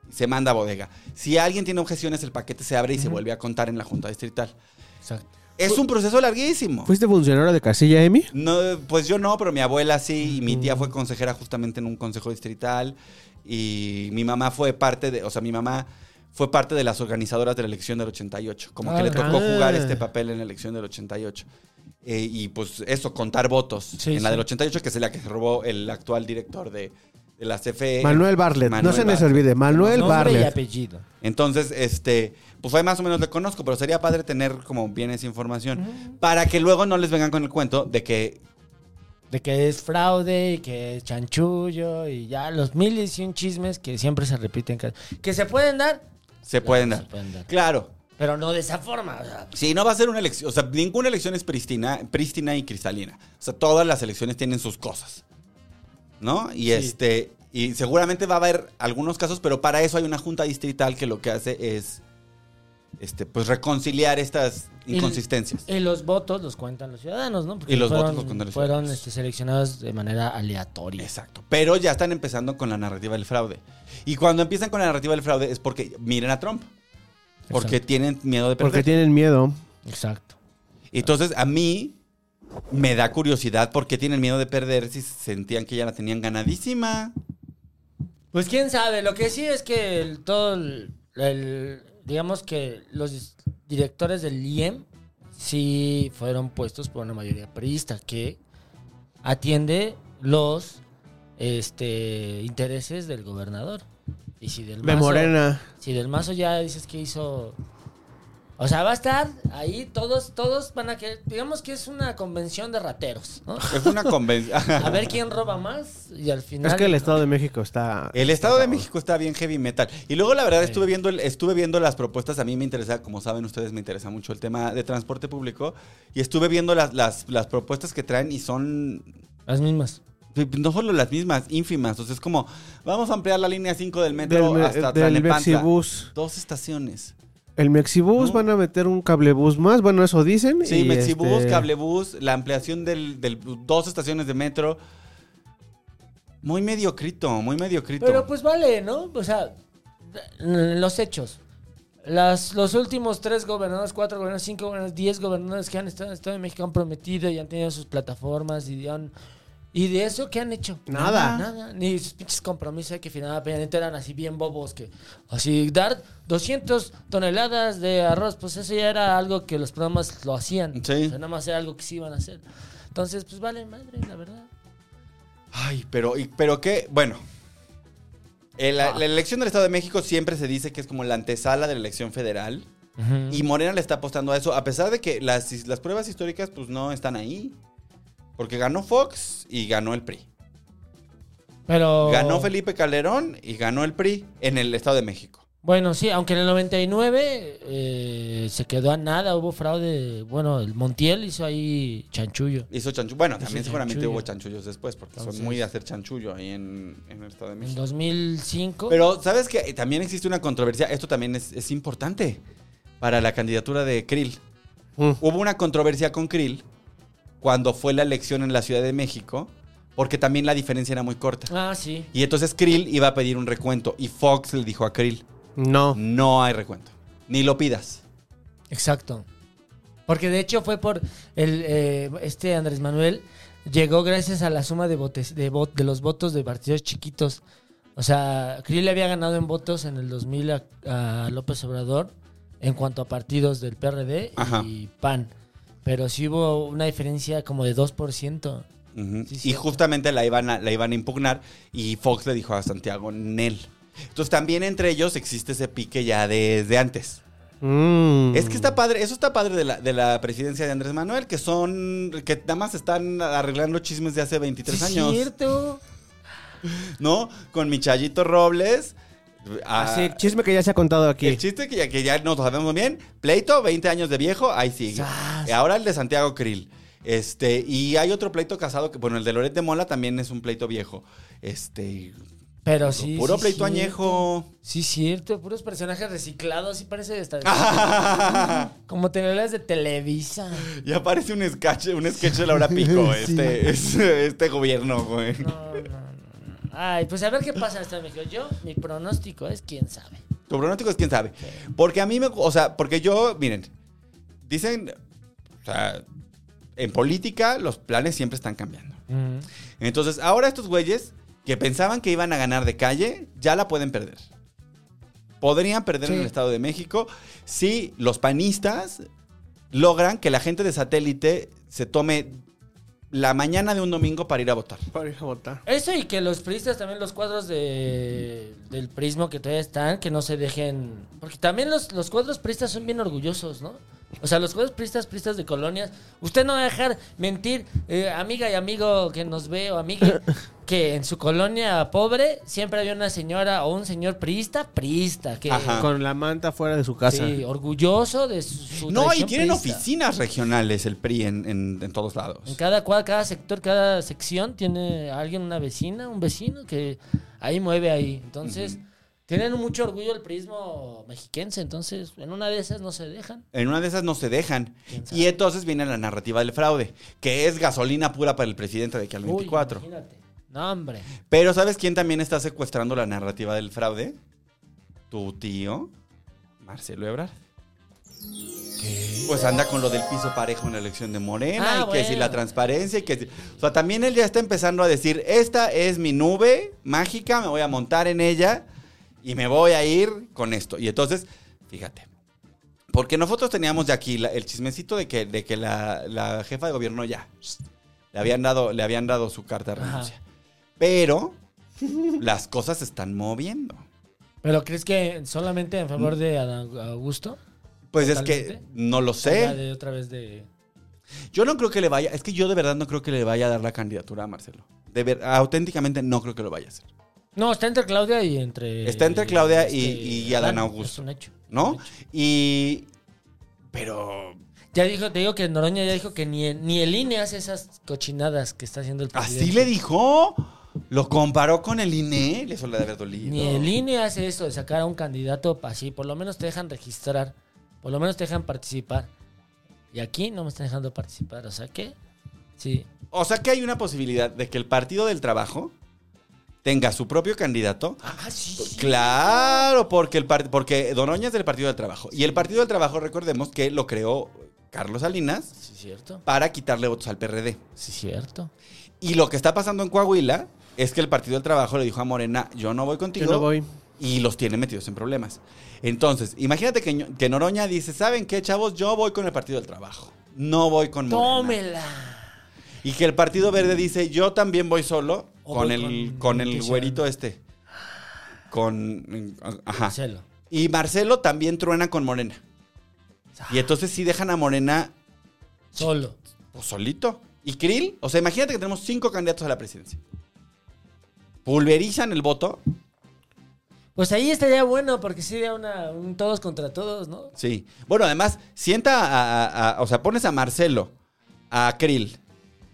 [SPEAKER 3] y se manda a bodega. Si alguien tiene objeciones, el paquete se abre y se vuelve a contar en la junta distrital.
[SPEAKER 4] Exacto.
[SPEAKER 5] Pues
[SPEAKER 3] Es un proceso larguísimo.
[SPEAKER 5] ¿Fuiste funcionario de casilla, Emi?
[SPEAKER 3] No, pues yo no, pero mi abuela sí, y mi tía fue consejera justamente en un consejo distrital, y mi mamá fue parte de, o sea, mi mamá fue parte de las organizadoras de la elección del 88, como que
[SPEAKER 4] Ah,
[SPEAKER 3] le tocó
[SPEAKER 5] ok.
[SPEAKER 3] jugar este papel en la elección del 88. Eh, y pues eso, contar votos
[SPEAKER 4] Sí,
[SPEAKER 3] en la
[SPEAKER 4] sí.
[SPEAKER 3] del 88, que es la que se robó el actual director de, de la CFE.
[SPEAKER 5] Manuel Barlet. no
[SPEAKER 3] Manuel
[SPEAKER 5] se les
[SPEAKER 3] Bartlett.
[SPEAKER 5] olvide. Manuel
[SPEAKER 4] Nombre y
[SPEAKER 5] Barlet.
[SPEAKER 4] apellido.
[SPEAKER 3] Entonces, este, pues ahí más o menos le conozco, pero sería padre tener como bien esa información, para que luego no les vengan con el cuento de que
[SPEAKER 4] De que es fraude y que es chanchullo y ya los miles y un chismes que siempre se repiten. ca- Que se pueden dar,
[SPEAKER 3] se pueden
[SPEAKER 4] se
[SPEAKER 3] dar.
[SPEAKER 4] pueden dar.
[SPEAKER 3] Claro.
[SPEAKER 4] pero no de esa forma. o sea,
[SPEAKER 3] Sí, no va a ser una elección, o sea, ninguna elección es pristina, prístina y cristalina. O sea, todas las elecciones tienen sus cosas. ¿No? Y este y seguramente va a haber algunos casos, pero para eso hay una junta distrital que lo que hace es este pues reconciliar estas
[SPEAKER 4] Y-
[SPEAKER 3] inconsistencias.
[SPEAKER 4] Y los votos los cuentan los ciudadanos, ¿no? Porque
[SPEAKER 3] Y los
[SPEAKER 4] fueron,
[SPEAKER 3] votos los cuentan los
[SPEAKER 4] Fueron
[SPEAKER 3] ciudadanos.
[SPEAKER 4] este, seleccionados de manera aleatoria.
[SPEAKER 3] Exacto. Pero ya están empezando con la narrativa del fraude. Y cuando empiezan con la narrativa del fraude es porque miren a Trump. Porque tienen miedo de perder.
[SPEAKER 5] Porque tienen miedo.
[SPEAKER 4] Exacto.
[SPEAKER 3] Entonces, a mí me da curiosidad por qué tienen miedo de perder si sentían que ya la tenían ganadísima.
[SPEAKER 4] Pues quién sabe, lo que sí es que el- todo el, el- digamos que los dis- directores del IEM sí fueron puestos por una mayoría priista que atiende los este intereses del gobernador. Y si del
[SPEAKER 5] De
[SPEAKER 4] Mazo-
[SPEAKER 5] Morena.
[SPEAKER 4] Si del mazo ya dices que hizo o sea, va a estar ahí todos todos van a que digamos que es una convención de rateros,
[SPEAKER 5] *laughs*
[SPEAKER 4] ¿no?
[SPEAKER 3] Es una convención.
[SPEAKER 4] A ver quién roba más y al final
[SPEAKER 5] Es que el Estado de México está.
[SPEAKER 3] *laughs* El Estado de México está bien heavy metal. Y luego, la verdad, estuve viendo, el- estuve viendo las propuestas. A mí me interesa, como saben ustedes, me interesa mucho el tema de transporte público. Y estuve viendo las, las, las propuestas que traen y son
[SPEAKER 4] las mismas.
[SPEAKER 3] pues, no solo las mismas, ínfimas. O sea, es como, vamos a ampliar la línea 5 del metro
[SPEAKER 5] Del, me-
[SPEAKER 3] hasta
[SPEAKER 5] del
[SPEAKER 3] Tlalnepantla.
[SPEAKER 5] Mexibus.
[SPEAKER 3] Dos estaciones.
[SPEAKER 5] El Mexibus
[SPEAKER 3] No.
[SPEAKER 5] van a meter un cablebus más. Bueno, eso dicen.
[SPEAKER 3] Sí,
[SPEAKER 5] y
[SPEAKER 3] Mexibus,
[SPEAKER 5] este-
[SPEAKER 3] cablebús, la ampliación del, del- dos estaciones de metro. Muy mediocrito, muy mediocrito.
[SPEAKER 4] Pero pues vale, ¿no? O sea, n- los hechos. Las, los últimos tres gobernadores, cuatro gobernadores, cinco gobernadores, diez gobernadores que han estado en el Estado de México han prometido y han tenido sus plataformas y han... ¿Y de eso qué han hecho?
[SPEAKER 5] Nada.
[SPEAKER 4] Nada. Ni sus pinches compromisos que finalmente eran así bien bobos que... Así, dar 200 toneladas de arroz, pues eso ya era algo que los programas lo hacían.
[SPEAKER 3] Sí.
[SPEAKER 4] O sea, nada más era algo que sí iban a hacer. Entonces, pues vale madre, la verdad.
[SPEAKER 3] Ay, pero, y- pero qué, bueno. Eh,
[SPEAKER 5] Ah.
[SPEAKER 3] la, la elección del Estado de México siempre se dice que es como la antesala de la elección federal. Y Morena le está apostando a eso, a pesar de que las, his- las pruebas históricas pues no están ahí. Porque ganó Fox y ganó el PRI.
[SPEAKER 4] Pero...
[SPEAKER 3] Ganó Felipe Calderón y ganó el PRI en el Estado de México.
[SPEAKER 4] Bueno, sí, aunque en el 99 eh, se quedó a nada, hubo fraude. Bueno, el Montiel hizo ahí chanchullo.
[SPEAKER 3] Hizo chanchullo. Bueno,
[SPEAKER 4] Hizo
[SPEAKER 3] también seguramente
[SPEAKER 4] chanchullo.
[SPEAKER 3] hubo chanchullos después, porque
[SPEAKER 4] Entonces-
[SPEAKER 3] son muy de hacer chanchullo ahí en, en el Estado de
[SPEAKER 4] En
[SPEAKER 3] México.
[SPEAKER 4] 2005.
[SPEAKER 3] Pero, ¿sabes que También existe una controversia. Esto también es, es importante para la candidatura de Krill.
[SPEAKER 5] Mm.
[SPEAKER 3] Hubo una controversia con Krill cuando fue la elección en la Ciudad de México, porque también la diferencia era muy corta.
[SPEAKER 4] Ah, sí.
[SPEAKER 3] Y entonces Krill iba a pedir un recuento y Fox le dijo a Krill,
[SPEAKER 5] No.
[SPEAKER 3] no hay recuento, ni lo pidas.
[SPEAKER 4] Exacto. Porque de hecho fue por el eh, este Andrés Manuel llegó gracias a la suma de votes de, vot- de los votos de partidos chiquitos. O sea, Krill le había ganado en votos en el 2000 a, a López Obrador en cuanto a partidos del PRD
[SPEAKER 3] Ajá.
[SPEAKER 4] y PAN. Pero sí hubo una diferencia como de 2%.
[SPEAKER 3] Ujú.
[SPEAKER 4] Sí,
[SPEAKER 3] y
[SPEAKER 4] cierto.
[SPEAKER 3] justamente la iban, a, la iban a impugnar y Fox le dijo a Santiago, Nel. Entonces también entre ellos existe ese pique ya desde antes.
[SPEAKER 5] Mm.
[SPEAKER 3] Es que está padre, eso está padre de la, de la presidencia de Andrés Manuel, que son, que nada más están arreglando chismes de hace 23
[SPEAKER 4] Sí,
[SPEAKER 3] años.
[SPEAKER 4] cierto.
[SPEAKER 3] ¿no? Con mi Chayito Robles. ah,
[SPEAKER 5] Así, chisme que ya se ha contado
[SPEAKER 3] el
[SPEAKER 5] aquí.
[SPEAKER 3] chiste que ya, que ya nos sabemos bien, pleito, 20 años de viejo, ahí sigue.
[SPEAKER 4] Sas.
[SPEAKER 3] Y ahora el de Santiago Krill. Este, y hay otro pleito casado que, bueno, el de Loret de Mola también es un pleito viejo. Este,
[SPEAKER 4] Pero sí.
[SPEAKER 3] puro
[SPEAKER 4] sí,
[SPEAKER 3] pleito
[SPEAKER 4] cierto. *laughs*
[SPEAKER 3] añejo.
[SPEAKER 4] Sí, cierto. Puros personajes reciclados. Sí, parece esta-
[SPEAKER 3] *laughs*
[SPEAKER 4] como telenovelas de Televisa.
[SPEAKER 3] ya parece un sketch, un sketch de Laura
[SPEAKER 4] *laughs*
[SPEAKER 3] Pico, este, este, este gobierno, güey.
[SPEAKER 4] No, no, no. Ay, pues a ver qué pasa en Estado de México. Yo, mi pronóstico es quién sabe.
[SPEAKER 3] Tu pronóstico es quién sabe. Porque a mí me. O sea, porque yo, miren, dicen. O sea, en política los planes siempre están cambiando.
[SPEAKER 4] Mm.
[SPEAKER 3] Entonces, ahora estos güeyes que pensaban que iban a ganar de calle, ya la pueden perder. Podrían perder en el Estado de México si los panistas logran que la gente de satélite se tome la mañana de un domingo para ir a votar.
[SPEAKER 5] Para ir a votar.
[SPEAKER 4] Eso y que los pristas también, los cuadros de, del prismo que todavía están, que no se dejen. Porque también los, los cuadros pristas son bien orgullosos, ¿no? O sea, los cuadros pristas, pristas de colonias. Usted no va a dejar mentir, eh, amiga y amigo que nos ve o
[SPEAKER 3] *laughs*
[SPEAKER 4] amiga, que en su colonia pobre siempre había una señora o un señor prista, prista, que.
[SPEAKER 3] Ajá.
[SPEAKER 5] Con la manta fuera de su casa.
[SPEAKER 4] Sí, orgulloso de su. su
[SPEAKER 3] No, y
[SPEAKER 4] tradición
[SPEAKER 3] tienen
[SPEAKER 4] priista.
[SPEAKER 3] oficinas regionales el PRI en, en- en todos lados.
[SPEAKER 4] En cada cuadra, cada sector, cada sección tiene alguien, una vecina, un vecino que ahí mueve ahí. Entonces, tienen mucho orgullo el prismo mexiquense. Entonces, en una de esas no se dejan.
[SPEAKER 3] En una de esas no se dejan.
[SPEAKER 4] ¿Quién sabe?
[SPEAKER 3] Y entonces viene la narrativa del fraude, que es gasolina pura para el presidente de aquí al
[SPEAKER 4] Uy,
[SPEAKER 3] 24.
[SPEAKER 4] imagínate. No, hombre.
[SPEAKER 3] Pero ¿sabes quién también está secuestrando la narrativa del fraude? Tu tío, Marcelo Ebrard. Pues anda con lo del piso parejo en la elección de Morena
[SPEAKER 4] Ah,
[SPEAKER 3] y que si
[SPEAKER 4] bueno.
[SPEAKER 3] la transparencia y que si- O sea, también él ya está empezando a decir, esta es mi nube mágica, me voy a montar en ella y me voy a ir con esto. Y entonces, fíjate, porque nosotros teníamos ya aquí la- el chismecito de que, de que la, la jefa de gobierno ya le habían dado, le habían dado su carta de
[SPEAKER 4] Ajá.
[SPEAKER 3] renuncia. Pero las cosas se están moviendo.
[SPEAKER 4] ¿Pero crees que solamente en favor de Adán Augusto?
[SPEAKER 3] Pues es que
[SPEAKER 4] Totalmente.
[SPEAKER 3] no lo
[SPEAKER 4] Habla
[SPEAKER 3] sé.
[SPEAKER 4] de otra vez de...
[SPEAKER 3] Yo no creo que le vaya, es que yo de verdad no creo que le vaya a dar la candidatura a Marcelo. De ver, auténticamente no creo que lo vaya a hacer.
[SPEAKER 4] No, está entre Claudia y entre... este,
[SPEAKER 3] Está entre Claudia y- y Adán
[SPEAKER 4] Es
[SPEAKER 3] Augusto,
[SPEAKER 4] un hecho.
[SPEAKER 3] ¿No? Y. Pero.
[SPEAKER 4] Ya dijo, te digo que Noroña ya dijo que ni, ni el INE hace esas cochinadas que está haciendo el presidente.
[SPEAKER 3] Así le dijo. Lo comparó con el INE. Le suele de haber dolido.
[SPEAKER 4] Ni el INE hace eso de sacar a un candidato pa- así. Por lo menos te dejan registrar. Por lo menos te dejan participar. Y aquí no me están dejando participar. O sea que. Sí.
[SPEAKER 3] O sea que hay una posibilidad de que el Partido del Trabajo tenga su propio candidato
[SPEAKER 4] Ah, sí.
[SPEAKER 3] Claro, porque, el par- porque Doroña es del Partido del Trabajo. Y el Partido del Trabajo, recordemos que lo creó Carlos Salinas
[SPEAKER 4] Sí, cierto.
[SPEAKER 3] para quitarle votos al PRD.
[SPEAKER 4] Sí, cierto.
[SPEAKER 3] Y lo que está pasando en Coahuila es que el Partido del Trabajo le dijo a Morena, yo no voy contigo.
[SPEAKER 5] Yo no voy.
[SPEAKER 3] Y los tiene metidos en problemas. Entonces, imagínate que, Ño- que Noroña dice, ¿saben qué, chavos? Yo voy con el Partido del Trabajo. No voy con Morena. Ah.
[SPEAKER 4] Tómela.
[SPEAKER 3] Y que el Partido Verde dice, yo también voy solo
[SPEAKER 4] O
[SPEAKER 3] con
[SPEAKER 4] voy
[SPEAKER 3] el,
[SPEAKER 4] con-
[SPEAKER 3] con el
[SPEAKER 4] que sea-
[SPEAKER 3] güerito este. Con... Ajá.
[SPEAKER 4] Marcelo.
[SPEAKER 3] Y Marcelo también truena con Morena.
[SPEAKER 4] Ah.
[SPEAKER 3] Y entonces sí dejan a Morena
[SPEAKER 4] Solo.
[SPEAKER 3] pues, solito. Y Krill, o sea, imagínate que tenemos cinco candidatos a la presidencia. Pulverizan el voto.
[SPEAKER 4] Pues ahí estaría bueno porque sería una, un todos contra todos, ¿no?
[SPEAKER 3] Sí. Bueno, además, sienta a, a- a- O sea, pones a Marcelo, a Krill,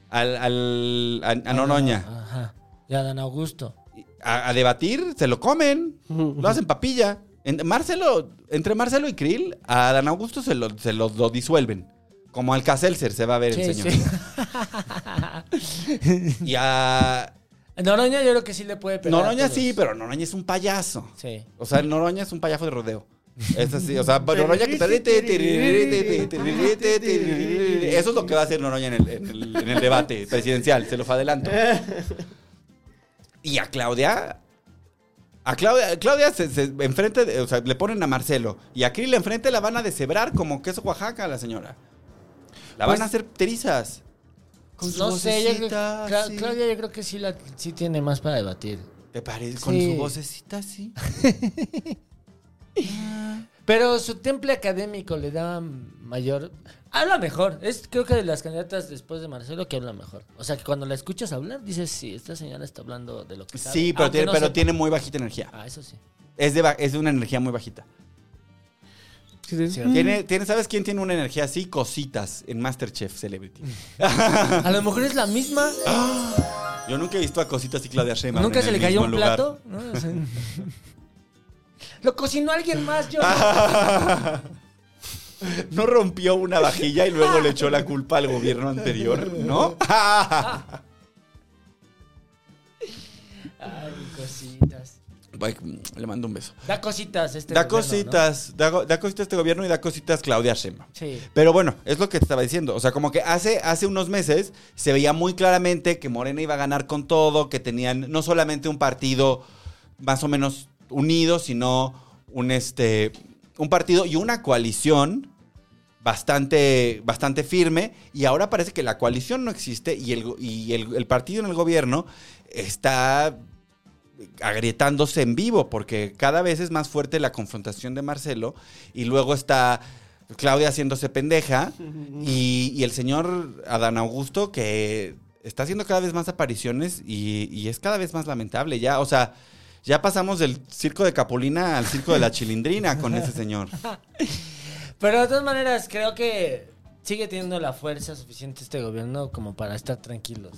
[SPEAKER 3] al, al- a, a Noroña,
[SPEAKER 4] Ajá. Y Adán Augusto.
[SPEAKER 3] a, a debatir, se lo comen. Lo hacen papilla. En- Marcelo, entre Marcelo y Krill, a Dan Augusto se lo, se los- lo disuelven. Como al Caselser se va a ver el señor. Y a
[SPEAKER 4] *laughs* Noroña yo creo que sí le puede pegar. a
[SPEAKER 3] Noroña
[SPEAKER 4] todos.
[SPEAKER 3] sí, pero Noroña es un payaso.
[SPEAKER 4] Sí.
[SPEAKER 3] O sea, Noroña es un payaso de rodeo. Es así, o *laughs* sea, Noroña que Eso es lo que va a hacer Noroña en el, en el- en el debate *laughs* presidencial, se los adelanto. Y a Claudia. A Claudia, a Claudia se, se enfrente, de- o sea, le ponen a Marcelo. Y a Krill enfrente la van a deshebrar como que es Oaxaca la señora. La van
[SPEAKER 5] Pues-
[SPEAKER 3] a hacer terizas. Con su
[SPEAKER 4] no sé, yo creo,
[SPEAKER 3] vocecita,
[SPEAKER 4] Cla-
[SPEAKER 3] sí.
[SPEAKER 4] Claudia yo creo que sí, la, sí tiene más para debatir.
[SPEAKER 3] ¿Te parece? Con
[SPEAKER 4] Sí.
[SPEAKER 3] su vocecita, sí.
[SPEAKER 4] Pero su temple académico le da mayor. Habla mejor. Es creo que de las candidatas después de Marcelo que habla mejor. O sea que cuando la escuchas hablar, dices, sí, esta señora está hablando de lo que sabe.
[SPEAKER 3] Sí, pero,
[SPEAKER 4] Aunque
[SPEAKER 3] tiene,
[SPEAKER 4] no
[SPEAKER 3] pero
[SPEAKER 4] sepa.
[SPEAKER 3] tiene muy bajita energía.
[SPEAKER 4] Ah, eso sí.
[SPEAKER 3] Es de, ba- es de una energía muy bajita.
[SPEAKER 5] Sí, sí.
[SPEAKER 3] Tiene,
[SPEAKER 4] Mm.
[SPEAKER 3] tiene, ¿Sabes quién tiene una energía así? Cositas en Masterchef Celebrity.
[SPEAKER 4] Mm. A lo mejor es la misma.
[SPEAKER 3] Yo nunca he visto a Cositas y Claudia Sheinbaum Ah,
[SPEAKER 4] Nunca
[SPEAKER 3] en
[SPEAKER 4] se
[SPEAKER 3] el
[SPEAKER 4] le cayó
[SPEAKER 3] mismo
[SPEAKER 4] un
[SPEAKER 3] lugar.
[SPEAKER 4] plato. ¿no? O sea, *laughs* lo cocinó alguien más,
[SPEAKER 3] *laughs*
[SPEAKER 4] yo.
[SPEAKER 3] No rompió una vajilla y luego le
[SPEAKER 4] *laughs*
[SPEAKER 3] echó la culpa al gobierno anterior, ¿no?
[SPEAKER 4] Ah. Ay, cositas.
[SPEAKER 3] Ay, Le mando un beso.
[SPEAKER 4] Da cositas este.
[SPEAKER 3] Da
[SPEAKER 4] gobierno, ¿no?
[SPEAKER 3] cositas, da, go- da cositas este gobierno y da cositas Claudia Sheinbaum.
[SPEAKER 4] Sí.
[SPEAKER 3] Pero bueno, es lo que te estaba diciendo. O sea, como que hace, hace unos meses se veía muy claramente que Morena iba a ganar con todo, que tenían no solamente un partido más o menos unido, sino un, este, un partido y una coalición bastante, bastante firme. Y ahora parece que la coalición no existe y el, go- y el- el partido en el gobierno está agrietándose en vivo, porque cada vez es más fuerte la confrontación de Marcelo y luego está Claudia haciéndose pendeja y, y el señor Adán Augusto que está haciendo cada vez más apariciones y, y es cada vez más lamentable ya, o sea, ya pasamos del circo de Capulina al circo *laughs* de la Chilindrina con ese señor.
[SPEAKER 4] Pero de todas maneras, creo que sigue teniendo la fuerza suficiente este gobierno como para estar tranquilos.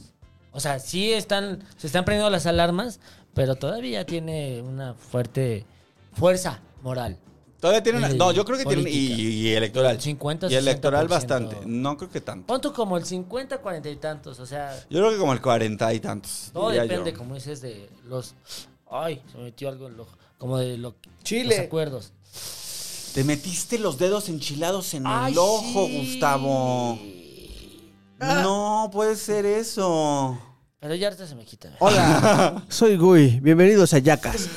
[SPEAKER 4] O sea, sí están, se están prendiendo las alarmas, pero todavía tiene una fuerte fuerza moral.
[SPEAKER 3] Todavía tienen,
[SPEAKER 4] Y
[SPEAKER 3] no, yo creo que tienen y,
[SPEAKER 4] política.
[SPEAKER 3] y electoral.
[SPEAKER 4] 50,
[SPEAKER 3] y electoral
[SPEAKER 4] 60%.
[SPEAKER 3] bastante, no creo que tanto.
[SPEAKER 4] Pon tú como el 50, 40 y tantos, o sea,
[SPEAKER 3] Yo creo que como el cuarenta y tantos.
[SPEAKER 4] todo
[SPEAKER 3] diría
[SPEAKER 4] depende,
[SPEAKER 3] yo.
[SPEAKER 4] como dices, de los... Ay, se me metió algo en el ojo. Como de lo,
[SPEAKER 5] Chile.
[SPEAKER 4] los acuerdos.
[SPEAKER 3] Te metiste los dedos enchilados en
[SPEAKER 4] Ay,
[SPEAKER 3] el ojo,
[SPEAKER 4] sí. Ah.
[SPEAKER 3] Gustavo. No puede ser eso.
[SPEAKER 4] Pero ya ahorita se me quita.
[SPEAKER 5] Hola, soy Gui. Bienvenidos a Yacas.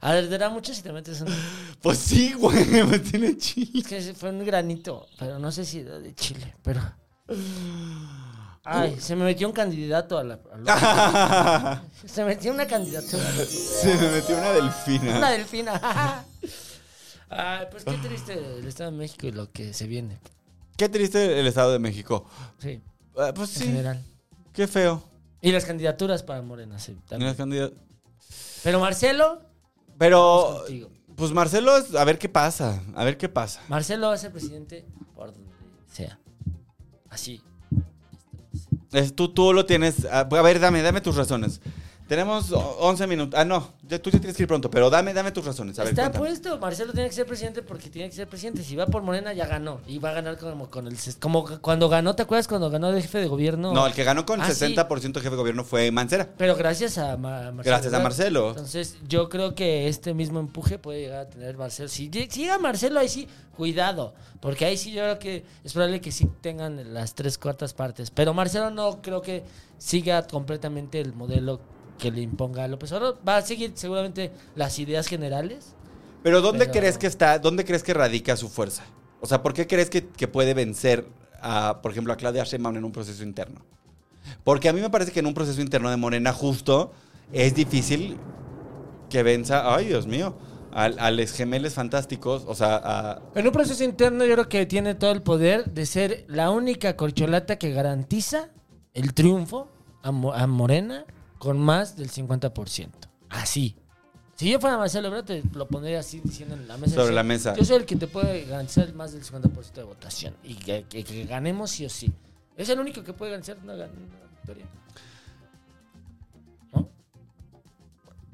[SPEAKER 4] A ver, ¿te da mucho si te metes un...
[SPEAKER 3] Pues sí, güey, *laughs* me tiene chile.
[SPEAKER 4] Es que se- fue un granito, pero no sé si era de Chile, pero. Ay, se me metió un candidato a la. a la- se metió una candidatura.
[SPEAKER 3] *laughs* Se me metió una
[SPEAKER 4] Una
[SPEAKER 3] delfina.
[SPEAKER 4] delfina. Ay, pues qué triste el Estado de México y lo que se viene.
[SPEAKER 3] Qué triste el Estado de México.
[SPEAKER 4] Sí,
[SPEAKER 3] Ah, pues
[SPEAKER 4] en
[SPEAKER 3] sí,
[SPEAKER 4] general.
[SPEAKER 3] qué feo.
[SPEAKER 4] Y las candidaturas para Morena, sí, también.
[SPEAKER 3] Las candidat-
[SPEAKER 4] Pero Marcelo,
[SPEAKER 3] Pero,
[SPEAKER 4] contigo.
[SPEAKER 3] pues Marcelo, es- a ver qué pasa, a ver qué pasa.
[SPEAKER 4] Marcelo va a ser presidente por donde sea. Así.
[SPEAKER 3] Es- tú, tú lo tienes. ah, A, a ver, dame, dame tus razones. Tenemos o- 11 minutos. Ah, no, ya- tú ya tienes que ir pronto, pero dame, dame tus razones. A ver,
[SPEAKER 4] Está pues,
[SPEAKER 3] cuéntame.
[SPEAKER 4] puesto, Marcelo tiene que ser presidente porque tiene que ser presidente. Si va por Morena ya ganó y va a ganar como con el ses- como cuando ganó, ¿te acuerdas cuando ganó de jefe de gobierno?
[SPEAKER 3] No, el que ganó con
[SPEAKER 4] Ah, sí.
[SPEAKER 3] 60% jefe de gobierno fue Mancera.
[SPEAKER 4] Pero gracias a Ma- Marcelo.
[SPEAKER 3] Gracias a
[SPEAKER 4] Ebrard.
[SPEAKER 3] Marcelo.
[SPEAKER 4] Entonces, yo creo que este mismo empuje puede llegar a tener Marcelo. Si, lleg- si llega Marcelo, ahí sí, cuidado. Porque ahí sí yo creo que es probable que sí tengan las tres cuartas partes. Pero Marcelo no creo que siga completamente el modelo que le imponga López Obrador. Va a seguir seguramente las ideas generales.
[SPEAKER 3] Pero ¿dónde
[SPEAKER 4] Pero-
[SPEAKER 3] crees que está, dónde crees que radica su fuerza? O sea, ¿por qué crees que, que puede vencer, a, por ejemplo, a Claudia Sheinbaum en un proceso interno? Porque a mí me parece que en un proceso interno de Morena justo es difícil que venza, ay Dios mío, al- a, los gemeles fantásticos, o sea, a-
[SPEAKER 4] En un proceso interno yo creo que tiene todo el poder de ser la única corcholata que garantiza el triunfo a, Mo- a Morena con más del 50%. Así. Si yo fuera Marcelo Ebrard, te lo pondría así diciendo en la mesa.
[SPEAKER 3] Sobre
[SPEAKER 4] Pues, Sí,
[SPEAKER 3] la mesa.
[SPEAKER 4] Yo soy el que te puede garantizar más del 50% de votación y que, que- que ganemos sí o sí. Es el único que puede garantizar una, gan- una victoria.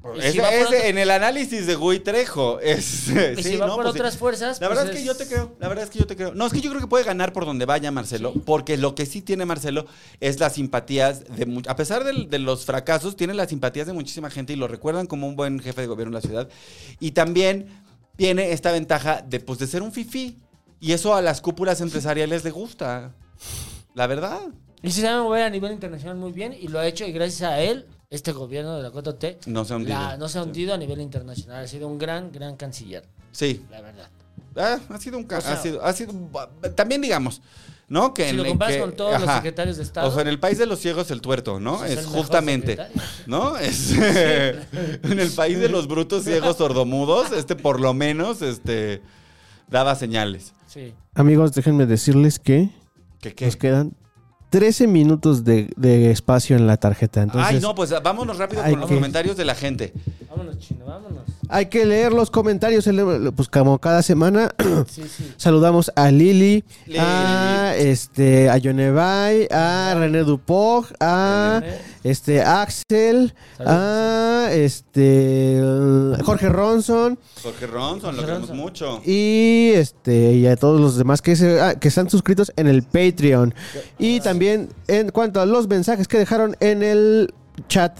[SPEAKER 4] ¿No? ¿Y si
[SPEAKER 3] Ese-
[SPEAKER 4] va por
[SPEAKER 3] ese
[SPEAKER 4] otra-
[SPEAKER 3] en el análisis de Gui Trejo. Es,
[SPEAKER 4] *laughs*
[SPEAKER 3] sí,
[SPEAKER 4] Y si va
[SPEAKER 3] ¿no?
[SPEAKER 4] por
[SPEAKER 3] Pues sí.
[SPEAKER 4] otras fuerzas,
[SPEAKER 3] La
[SPEAKER 4] pues
[SPEAKER 3] verdad es que
[SPEAKER 4] es-
[SPEAKER 3] yo te creo, la verdad es que yo te creo. No, es que yo creo que puede ganar por donde vaya Marcelo, porque lo que sí tiene Marcelo es las simpatías de mu- a pesar del- de, los fracasos, tiene las simpatías de muchísima gente y lo recuerdan como un buen jefe de gobierno de la ciudad. Y también tiene esta ventaja de pues de ser un fifí y eso a las cúpulas empresariales le gusta. La verdad.
[SPEAKER 4] Y se sabe mover a nivel internacional muy bien y lo ha hecho y gracias a él este gobierno de la 4T
[SPEAKER 3] No se ha hundido.
[SPEAKER 4] la- no se ha hundido a nivel internacional. Ha sido un gran, gran canciller,
[SPEAKER 3] Sí.
[SPEAKER 4] la verdad.
[SPEAKER 3] Ah, ha sido un ca-
[SPEAKER 4] O sea-
[SPEAKER 3] ha sido ha sido también digamos ¿no? Que
[SPEAKER 4] Si
[SPEAKER 3] en-
[SPEAKER 4] lo
[SPEAKER 3] en
[SPEAKER 4] comparas
[SPEAKER 3] que-
[SPEAKER 4] con todos los secretarios de Estado.
[SPEAKER 3] O sea, en el país de los ciegos el tuerto, ¿no?
[SPEAKER 4] Pues es
[SPEAKER 3] es
[SPEAKER 4] el mejor
[SPEAKER 3] justamente,
[SPEAKER 4] secretario.
[SPEAKER 3] ¿no? Es, *laughs* en el país de los brutos ciegos sordomudos, este por lo menos este daba señales.
[SPEAKER 4] Sí.
[SPEAKER 5] Amigos, déjenme decirles Pues que
[SPEAKER 3] ¿Qué, qué?
[SPEAKER 5] nos quedan 13 minutos de, de espacio en la tarjeta. Entonces,
[SPEAKER 3] Ay, no, pues vámonos rápido
[SPEAKER 5] Ay,
[SPEAKER 3] con los
[SPEAKER 5] ¿qué?
[SPEAKER 3] comentarios de la gente.
[SPEAKER 4] Vámonos, chino, vámonos.
[SPEAKER 5] hay que leer los comentarios. el- Pues como cada semana, *clears throat*
[SPEAKER 4] Sí, sí.
[SPEAKER 5] saludamos a Lili,
[SPEAKER 3] Lili.
[SPEAKER 5] a este a Yonevay, a René Dupont, a
[SPEAKER 4] René.
[SPEAKER 5] este Axel, a este Jorge Ronson
[SPEAKER 3] Jorge Ronson, lo
[SPEAKER 4] Jorge
[SPEAKER 3] queremos
[SPEAKER 4] Ronson.
[SPEAKER 3] mucho.
[SPEAKER 5] y este y a todos los demás que se- ah, que están suscritos en el Patreon. Y también en cuanto a los mensajes que dejaron en el chat.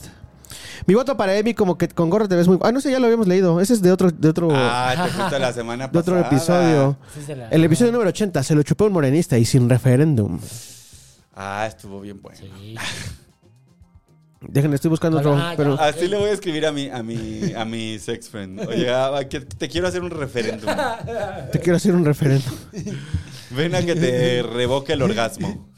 [SPEAKER 5] Mi voto para Emi como que con gorra te ves muy Ah, no sé, ya lo habíamos leído. Ese es de otro de otro
[SPEAKER 3] Ah, te fuiste la semana
[SPEAKER 5] uh. de otro
[SPEAKER 3] pasada.
[SPEAKER 5] episodio.
[SPEAKER 4] Sí se la-
[SPEAKER 5] El episodio número 80 se lo chupó un morenista y sin referéndum.
[SPEAKER 3] Ah, estuvo bien bueno.
[SPEAKER 4] Sí.
[SPEAKER 5] Déjenme, estoy buscando
[SPEAKER 4] Bueno,
[SPEAKER 5] otro.
[SPEAKER 4] ah, ya.
[SPEAKER 5] pero
[SPEAKER 3] Así le voy a escribir a mi, a mi, a mi sex friend. Oye, ah, que te quiero hacer un referéndum.
[SPEAKER 5] te quiero hacer un referéndum.
[SPEAKER 3] Ven a que te revoque el orgasmo.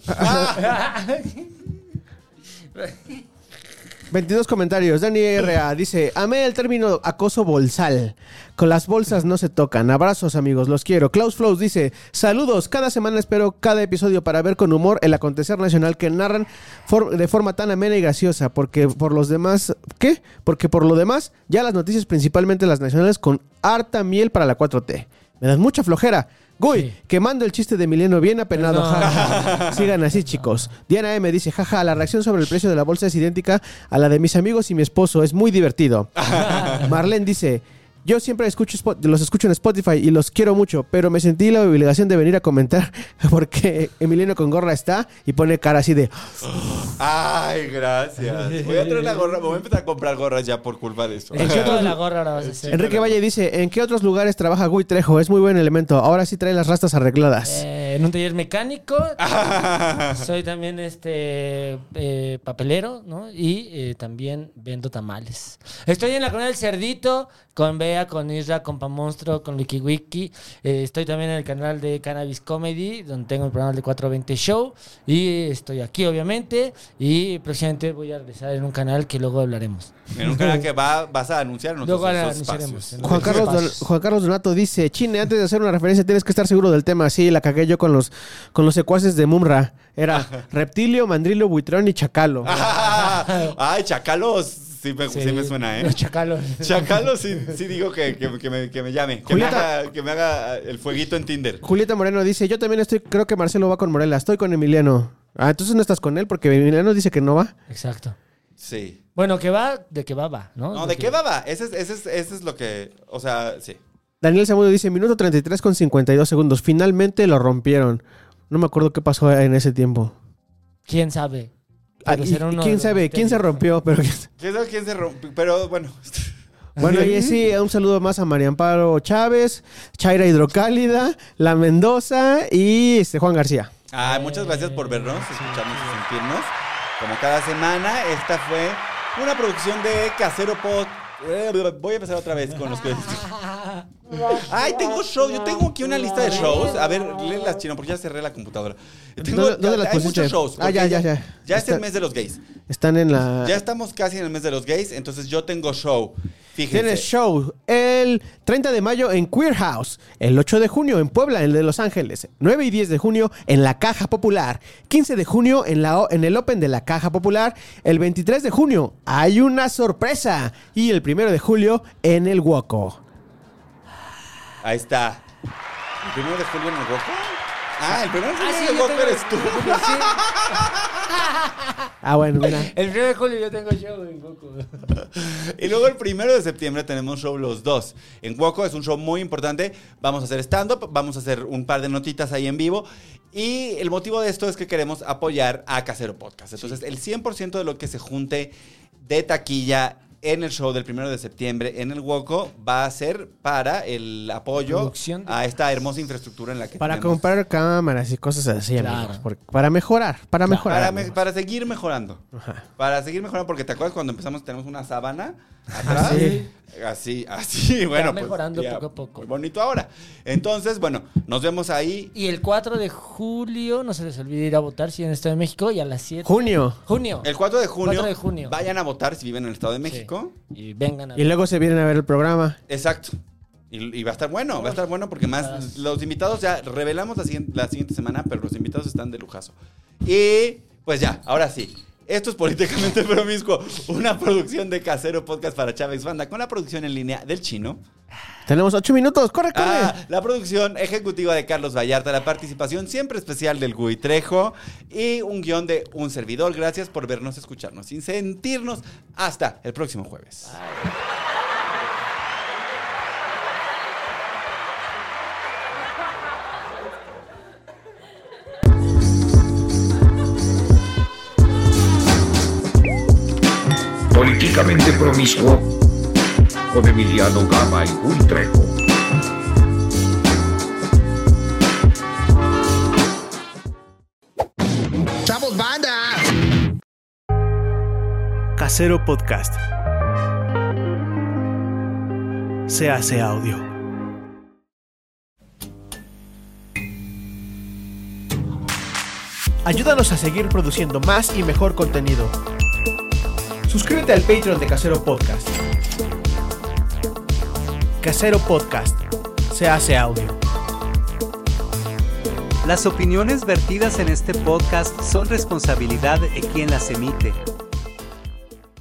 [SPEAKER 5] 22 comentarios. Dani R.A. dice: Amé el término acoso bolsal. Con las bolsas no se tocan. Abrazos, amigos, los quiero. Klaus Flows dice: Saludos. Cada semana espero cada episodio para ver con humor el acontecer nacional que narran for- de forma tan amena y graciosa. Porque por los demás. ¿Qué? Porque por lo demás, ya las noticias, principalmente las nacionales, con harta miel para la 4T. Me das mucha flojera. Guy,
[SPEAKER 4] Sí.
[SPEAKER 5] quemando el chiste de Emiliano bien apenado.
[SPEAKER 4] Perdón.
[SPEAKER 5] ja, ja, ja. *laughs* Sigan así, chicos. Diana M dice, jaja, la reacción sobre el precio de la bolsa es idéntica a la de mis amigos y mi esposo. Es muy divertido. Marlene dice, yo siempre escucho Spo- los escucho en Spotify y los quiero mucho, pero me sentí la obligación de venir a comentar *laughs* porque Emiliano con gorra está y pone cara así de...
[SPEAKER 3] Ay, gracias. Voy a traer una gorra. Me voy a empezar a comprar gorras ya por culpa de eso.
[SPEAKER 4] El chico de la gorra ahora vas a hacer.
[SPEAKER 5] Enrique Valle dice, ¿en qué otros lugares trabaja Gui Trejo? Es muy buen elemento. Ahora sí trae las rastas arregladas.
[SPEAKER 4] Eh, en un taller
[SPEAKER 3] *laughs*
[SPEAKER 4] mecánico. Soy también este eh, papelero, ¿no? Y eh, también vendo tamales. Estoy en la colonia del Cerdito, con Bea, con Isra, con Pamonstro, con Wiki Wiki. Eh, estoy también en el canal de Cannabis Comedy, donde tengo el programa de 420 Show. Y estoy aquí, obviamente. Y próximamente voy a regresar en un canal que luego hablaremos.
[SPEAKER 3] En un canal que va, vas a anunciar nosotros
[SPEAKER 4] Luego
[SPEAKER 3] esos
[SPEAKER 4] anunciaremos.
[SPEAKER 3] espacios.
[SPEAKER 5] Juan Carlos, Don- Juan Carlos Donato dice, Chine, antes de hacer una referencia tienes que estar seguro del tema. Sí, la cagué yo con los, con los secuaces de Mumra. Era reptilio, mandrilo, buitrón y chacalo.
[SPEAKER 3] Ah. *laughs* Ay, chacalos. Sí me, sí me suena,
[SPEAKER 4] *laughs*
[SPEAKER 3] ¿eh?
[SPEAKER 4] Los chacalos.
[SPEAKER 3] Chacalos, *laughs* sí, sí digo que, que- que me, que me llame. Que me,
[SPEAKER 5] Julieta.
[SPEAKER 3] haga, que me haga eh, el fueguito en Tinder.
[SPEAKER 5] Julieta Moreno dice, yo también estoy, creo que Marcelo va con Morela, estoy con Emiliano. Ah, entonces no estás con él porque Emiliano dice que no va.
[SPEAKER 4] Exacto.
[SPEAKER 3] Sí.
[SPEAKER 4] Bueno, que va, de que va, va, ¿no?
[SPEAKER 3] No, ¿de qué baba? Ese es, ese, es, ese es lo que. O sea, sí.
[SPEAKER 5] Daniel Samudio dice, minuto 33 con 52 segundos, finalmente lo rompieron. No me acuerdo qué pasó en ese tiempo.
[SPEAKER 4] ¿Quién sabe?
[SPEAKER 5] Ah,
[SPEAKER 4] Pero
[SPEAKER 5] y-
[SPEAKER 4] será uno de
[SPEAKER 5] ¿Quién
[SPEAKER 4] los
[SPEAKER 5] sabe? ¿Quién se
[SPEAKER 4] misterios.
[SPEAKER 5] rompió? Pero... *laughs*
[SPEAKER 3] ¿Quién sabe quién se rompió? Pero bueno. *laughs*
[SPEAKER 5] Bueno, y sí, un saludo más a María Amparo Chávez, Chaira Hidrocálida, La Mendoza y este, Juan García.
[SPEAKER 3] Ay, muchas gracias por vernos, escucharnos y sentirnos. Como cada semana, esta fue una producción de Casero Pod. Eh, Voy a empezar otra vez con los
[SPEAKER 4] *laughs*
[SPEAKER 3] que. Ay, tengo show. Yo tengo aquí una lista de shows. A ver, léelas, chino, porque ya cerré la computadora. Tengo,
[SPEAKER 5] ¿Dónde- dónde las
[SPEAKER 3] hay
[SPEAKER 5] pusiste?
[SPEAKER 3] muchos shows.
[SPEAKER 5] Ah, ya,
[SPEAKER 3] porque
[SPEAKER 5] ya, ya.
[SPEAKER 3] Ya es
[SPEAKER 5] Está- Ah.
[SPEAKER 3] el mes de los gays.
[SPEAKER 5] Están en la...
[SPEAKER 3] Ya estamos casi en el mes de los gays, entonces yo tengo show. Fíjense.
[SPEAKER 5] Tienes show el 30 de mayo en Queer House, el 8 de junio en Puebla, en el de Los Ángeles, 9 y 10 de junio en la Caja Popular, 15 de junio en, la, O- en el Open de la Caja Popular, el 23 de junio hay una sorpresa y el 1 de julio en el Huoco.
[SPEAKER 3] Ahí está. ¿El primero de julio en el Walker? Ah, el primero de julio
[SPEAKER 4] Ah,
[SPEAKER 3] en
[SPEAKER 4] sí,
[SPEAKER 3] el
[SPEAKER 4] yo tengo-
[SPEAKER 3] Walker eres
[SPEAKER 4] *laughs*
[SPEAKER 3] tú.
[SPEAKER 4] Sí.
[SPEAKER 5] Ah, bueno, mira.
[SPEAKER 4] El 1 de julio yo tengo show en Goku.
[SPEAKER 3] Y luego el primero de septiembre tenemos show los dos. En Cuoco es un show muy importante. Vamos a hacer stand-up, vamos a hacer un par de notitas ahí en vivo. Y el motivo de esto es que queremos apoyar a Casero Podcast. Entonces, el 100% de lo que se junte de taquilla en el show del primero de septiembre en el Woco va a ser para el apoyo
[SPEAKER 1] Producción de-
[SPEAKER 3] a esta hermosa infraestructura en la que
[SPEAKER 5] Para
[SPEAKER 3] tenemos.
[SPEAKER 5] comprar cámaras y cosas así,
[SPEAKER 4] Claro.
[SPEAKER 5] amigos. porque- para mejorar, para mejorar.
[SPEAKER 3] Para, me-
[SPEAKER 5] amigos.
[SPEAKER 3] para seguir mejorando.
[SPEAKER 5] Ajá.
[SPEAKER 3] Para seguir mejorando, porque te acuerdas cuando empezamos tenemos una sábana atrás.
[SPEAKER 5] Ah, sí.
[SPEAKER 3] Así, así, *laughs* bueno. pues,
[SPEAKER 4] mejorando
[SPEAKER 3] ya,
[SPEAKER 4] poco a poco.
[SPEAKER 3] muy bonito ahora. Entonces, bueno, nos vemos ahí.
[SPEAKER 4] Y el 4 de julio, no se les olvide ir a votar si en el Estado de México y a las 7.
[SPEAKER 5] Junio.
[SPEAKER 4] junio.
[SPEAKER 3] El 4 de junio.
[SPEAKER 4] 4 de junio.
[SPEAKER 3] Vayan a votar si viven en el Estado de
[SPEAKER 4] Sí.
[SPEAKER 3] México.
[SPEAKER 4] Y vengan a
[SPEAKER 5] Y luego se vienen a ver el programa.
[SPEAKER 3] Exacto. Y, y va a estar bueno, va a estar bueno porque más los invitados ya revelamos la siguiente, la siguiente semana, pero los invitados están de lujazo. Y pues ya, ahora sí. Esto es Políticamente *laughs* Promiscuo, una producción de Casero Podcast para Chávez Banda con la producción en línea del chino.
[SPEAKER 5] Tenemos ocho minutos. ¡Corre, corre!
[SPEAKER 3] Ah, la producción ejecutiva de Carlos Vallarta, la participación siempre especial del Gui Trejo y un guión de un servidor. Gracias por vernos, escucharnos sin sentirnos. Hasta el próximo jueves.
[SPEAKER 2] Políticamente promiscuo con Emiliano Gama y Gul Trejo.
[SPEAKER 7] Casero Podcast. Se hace audio.
[SPEAKER 6] Ayúdanos a seguir produciendo más y mejor contenido. Suscríbete al Patreon de Casero Podcast. Casero Podcast. Se hace audio.
[SPEAKER 8] Las opiniones vertidas en este podcast son responsabilidad de quien las emite.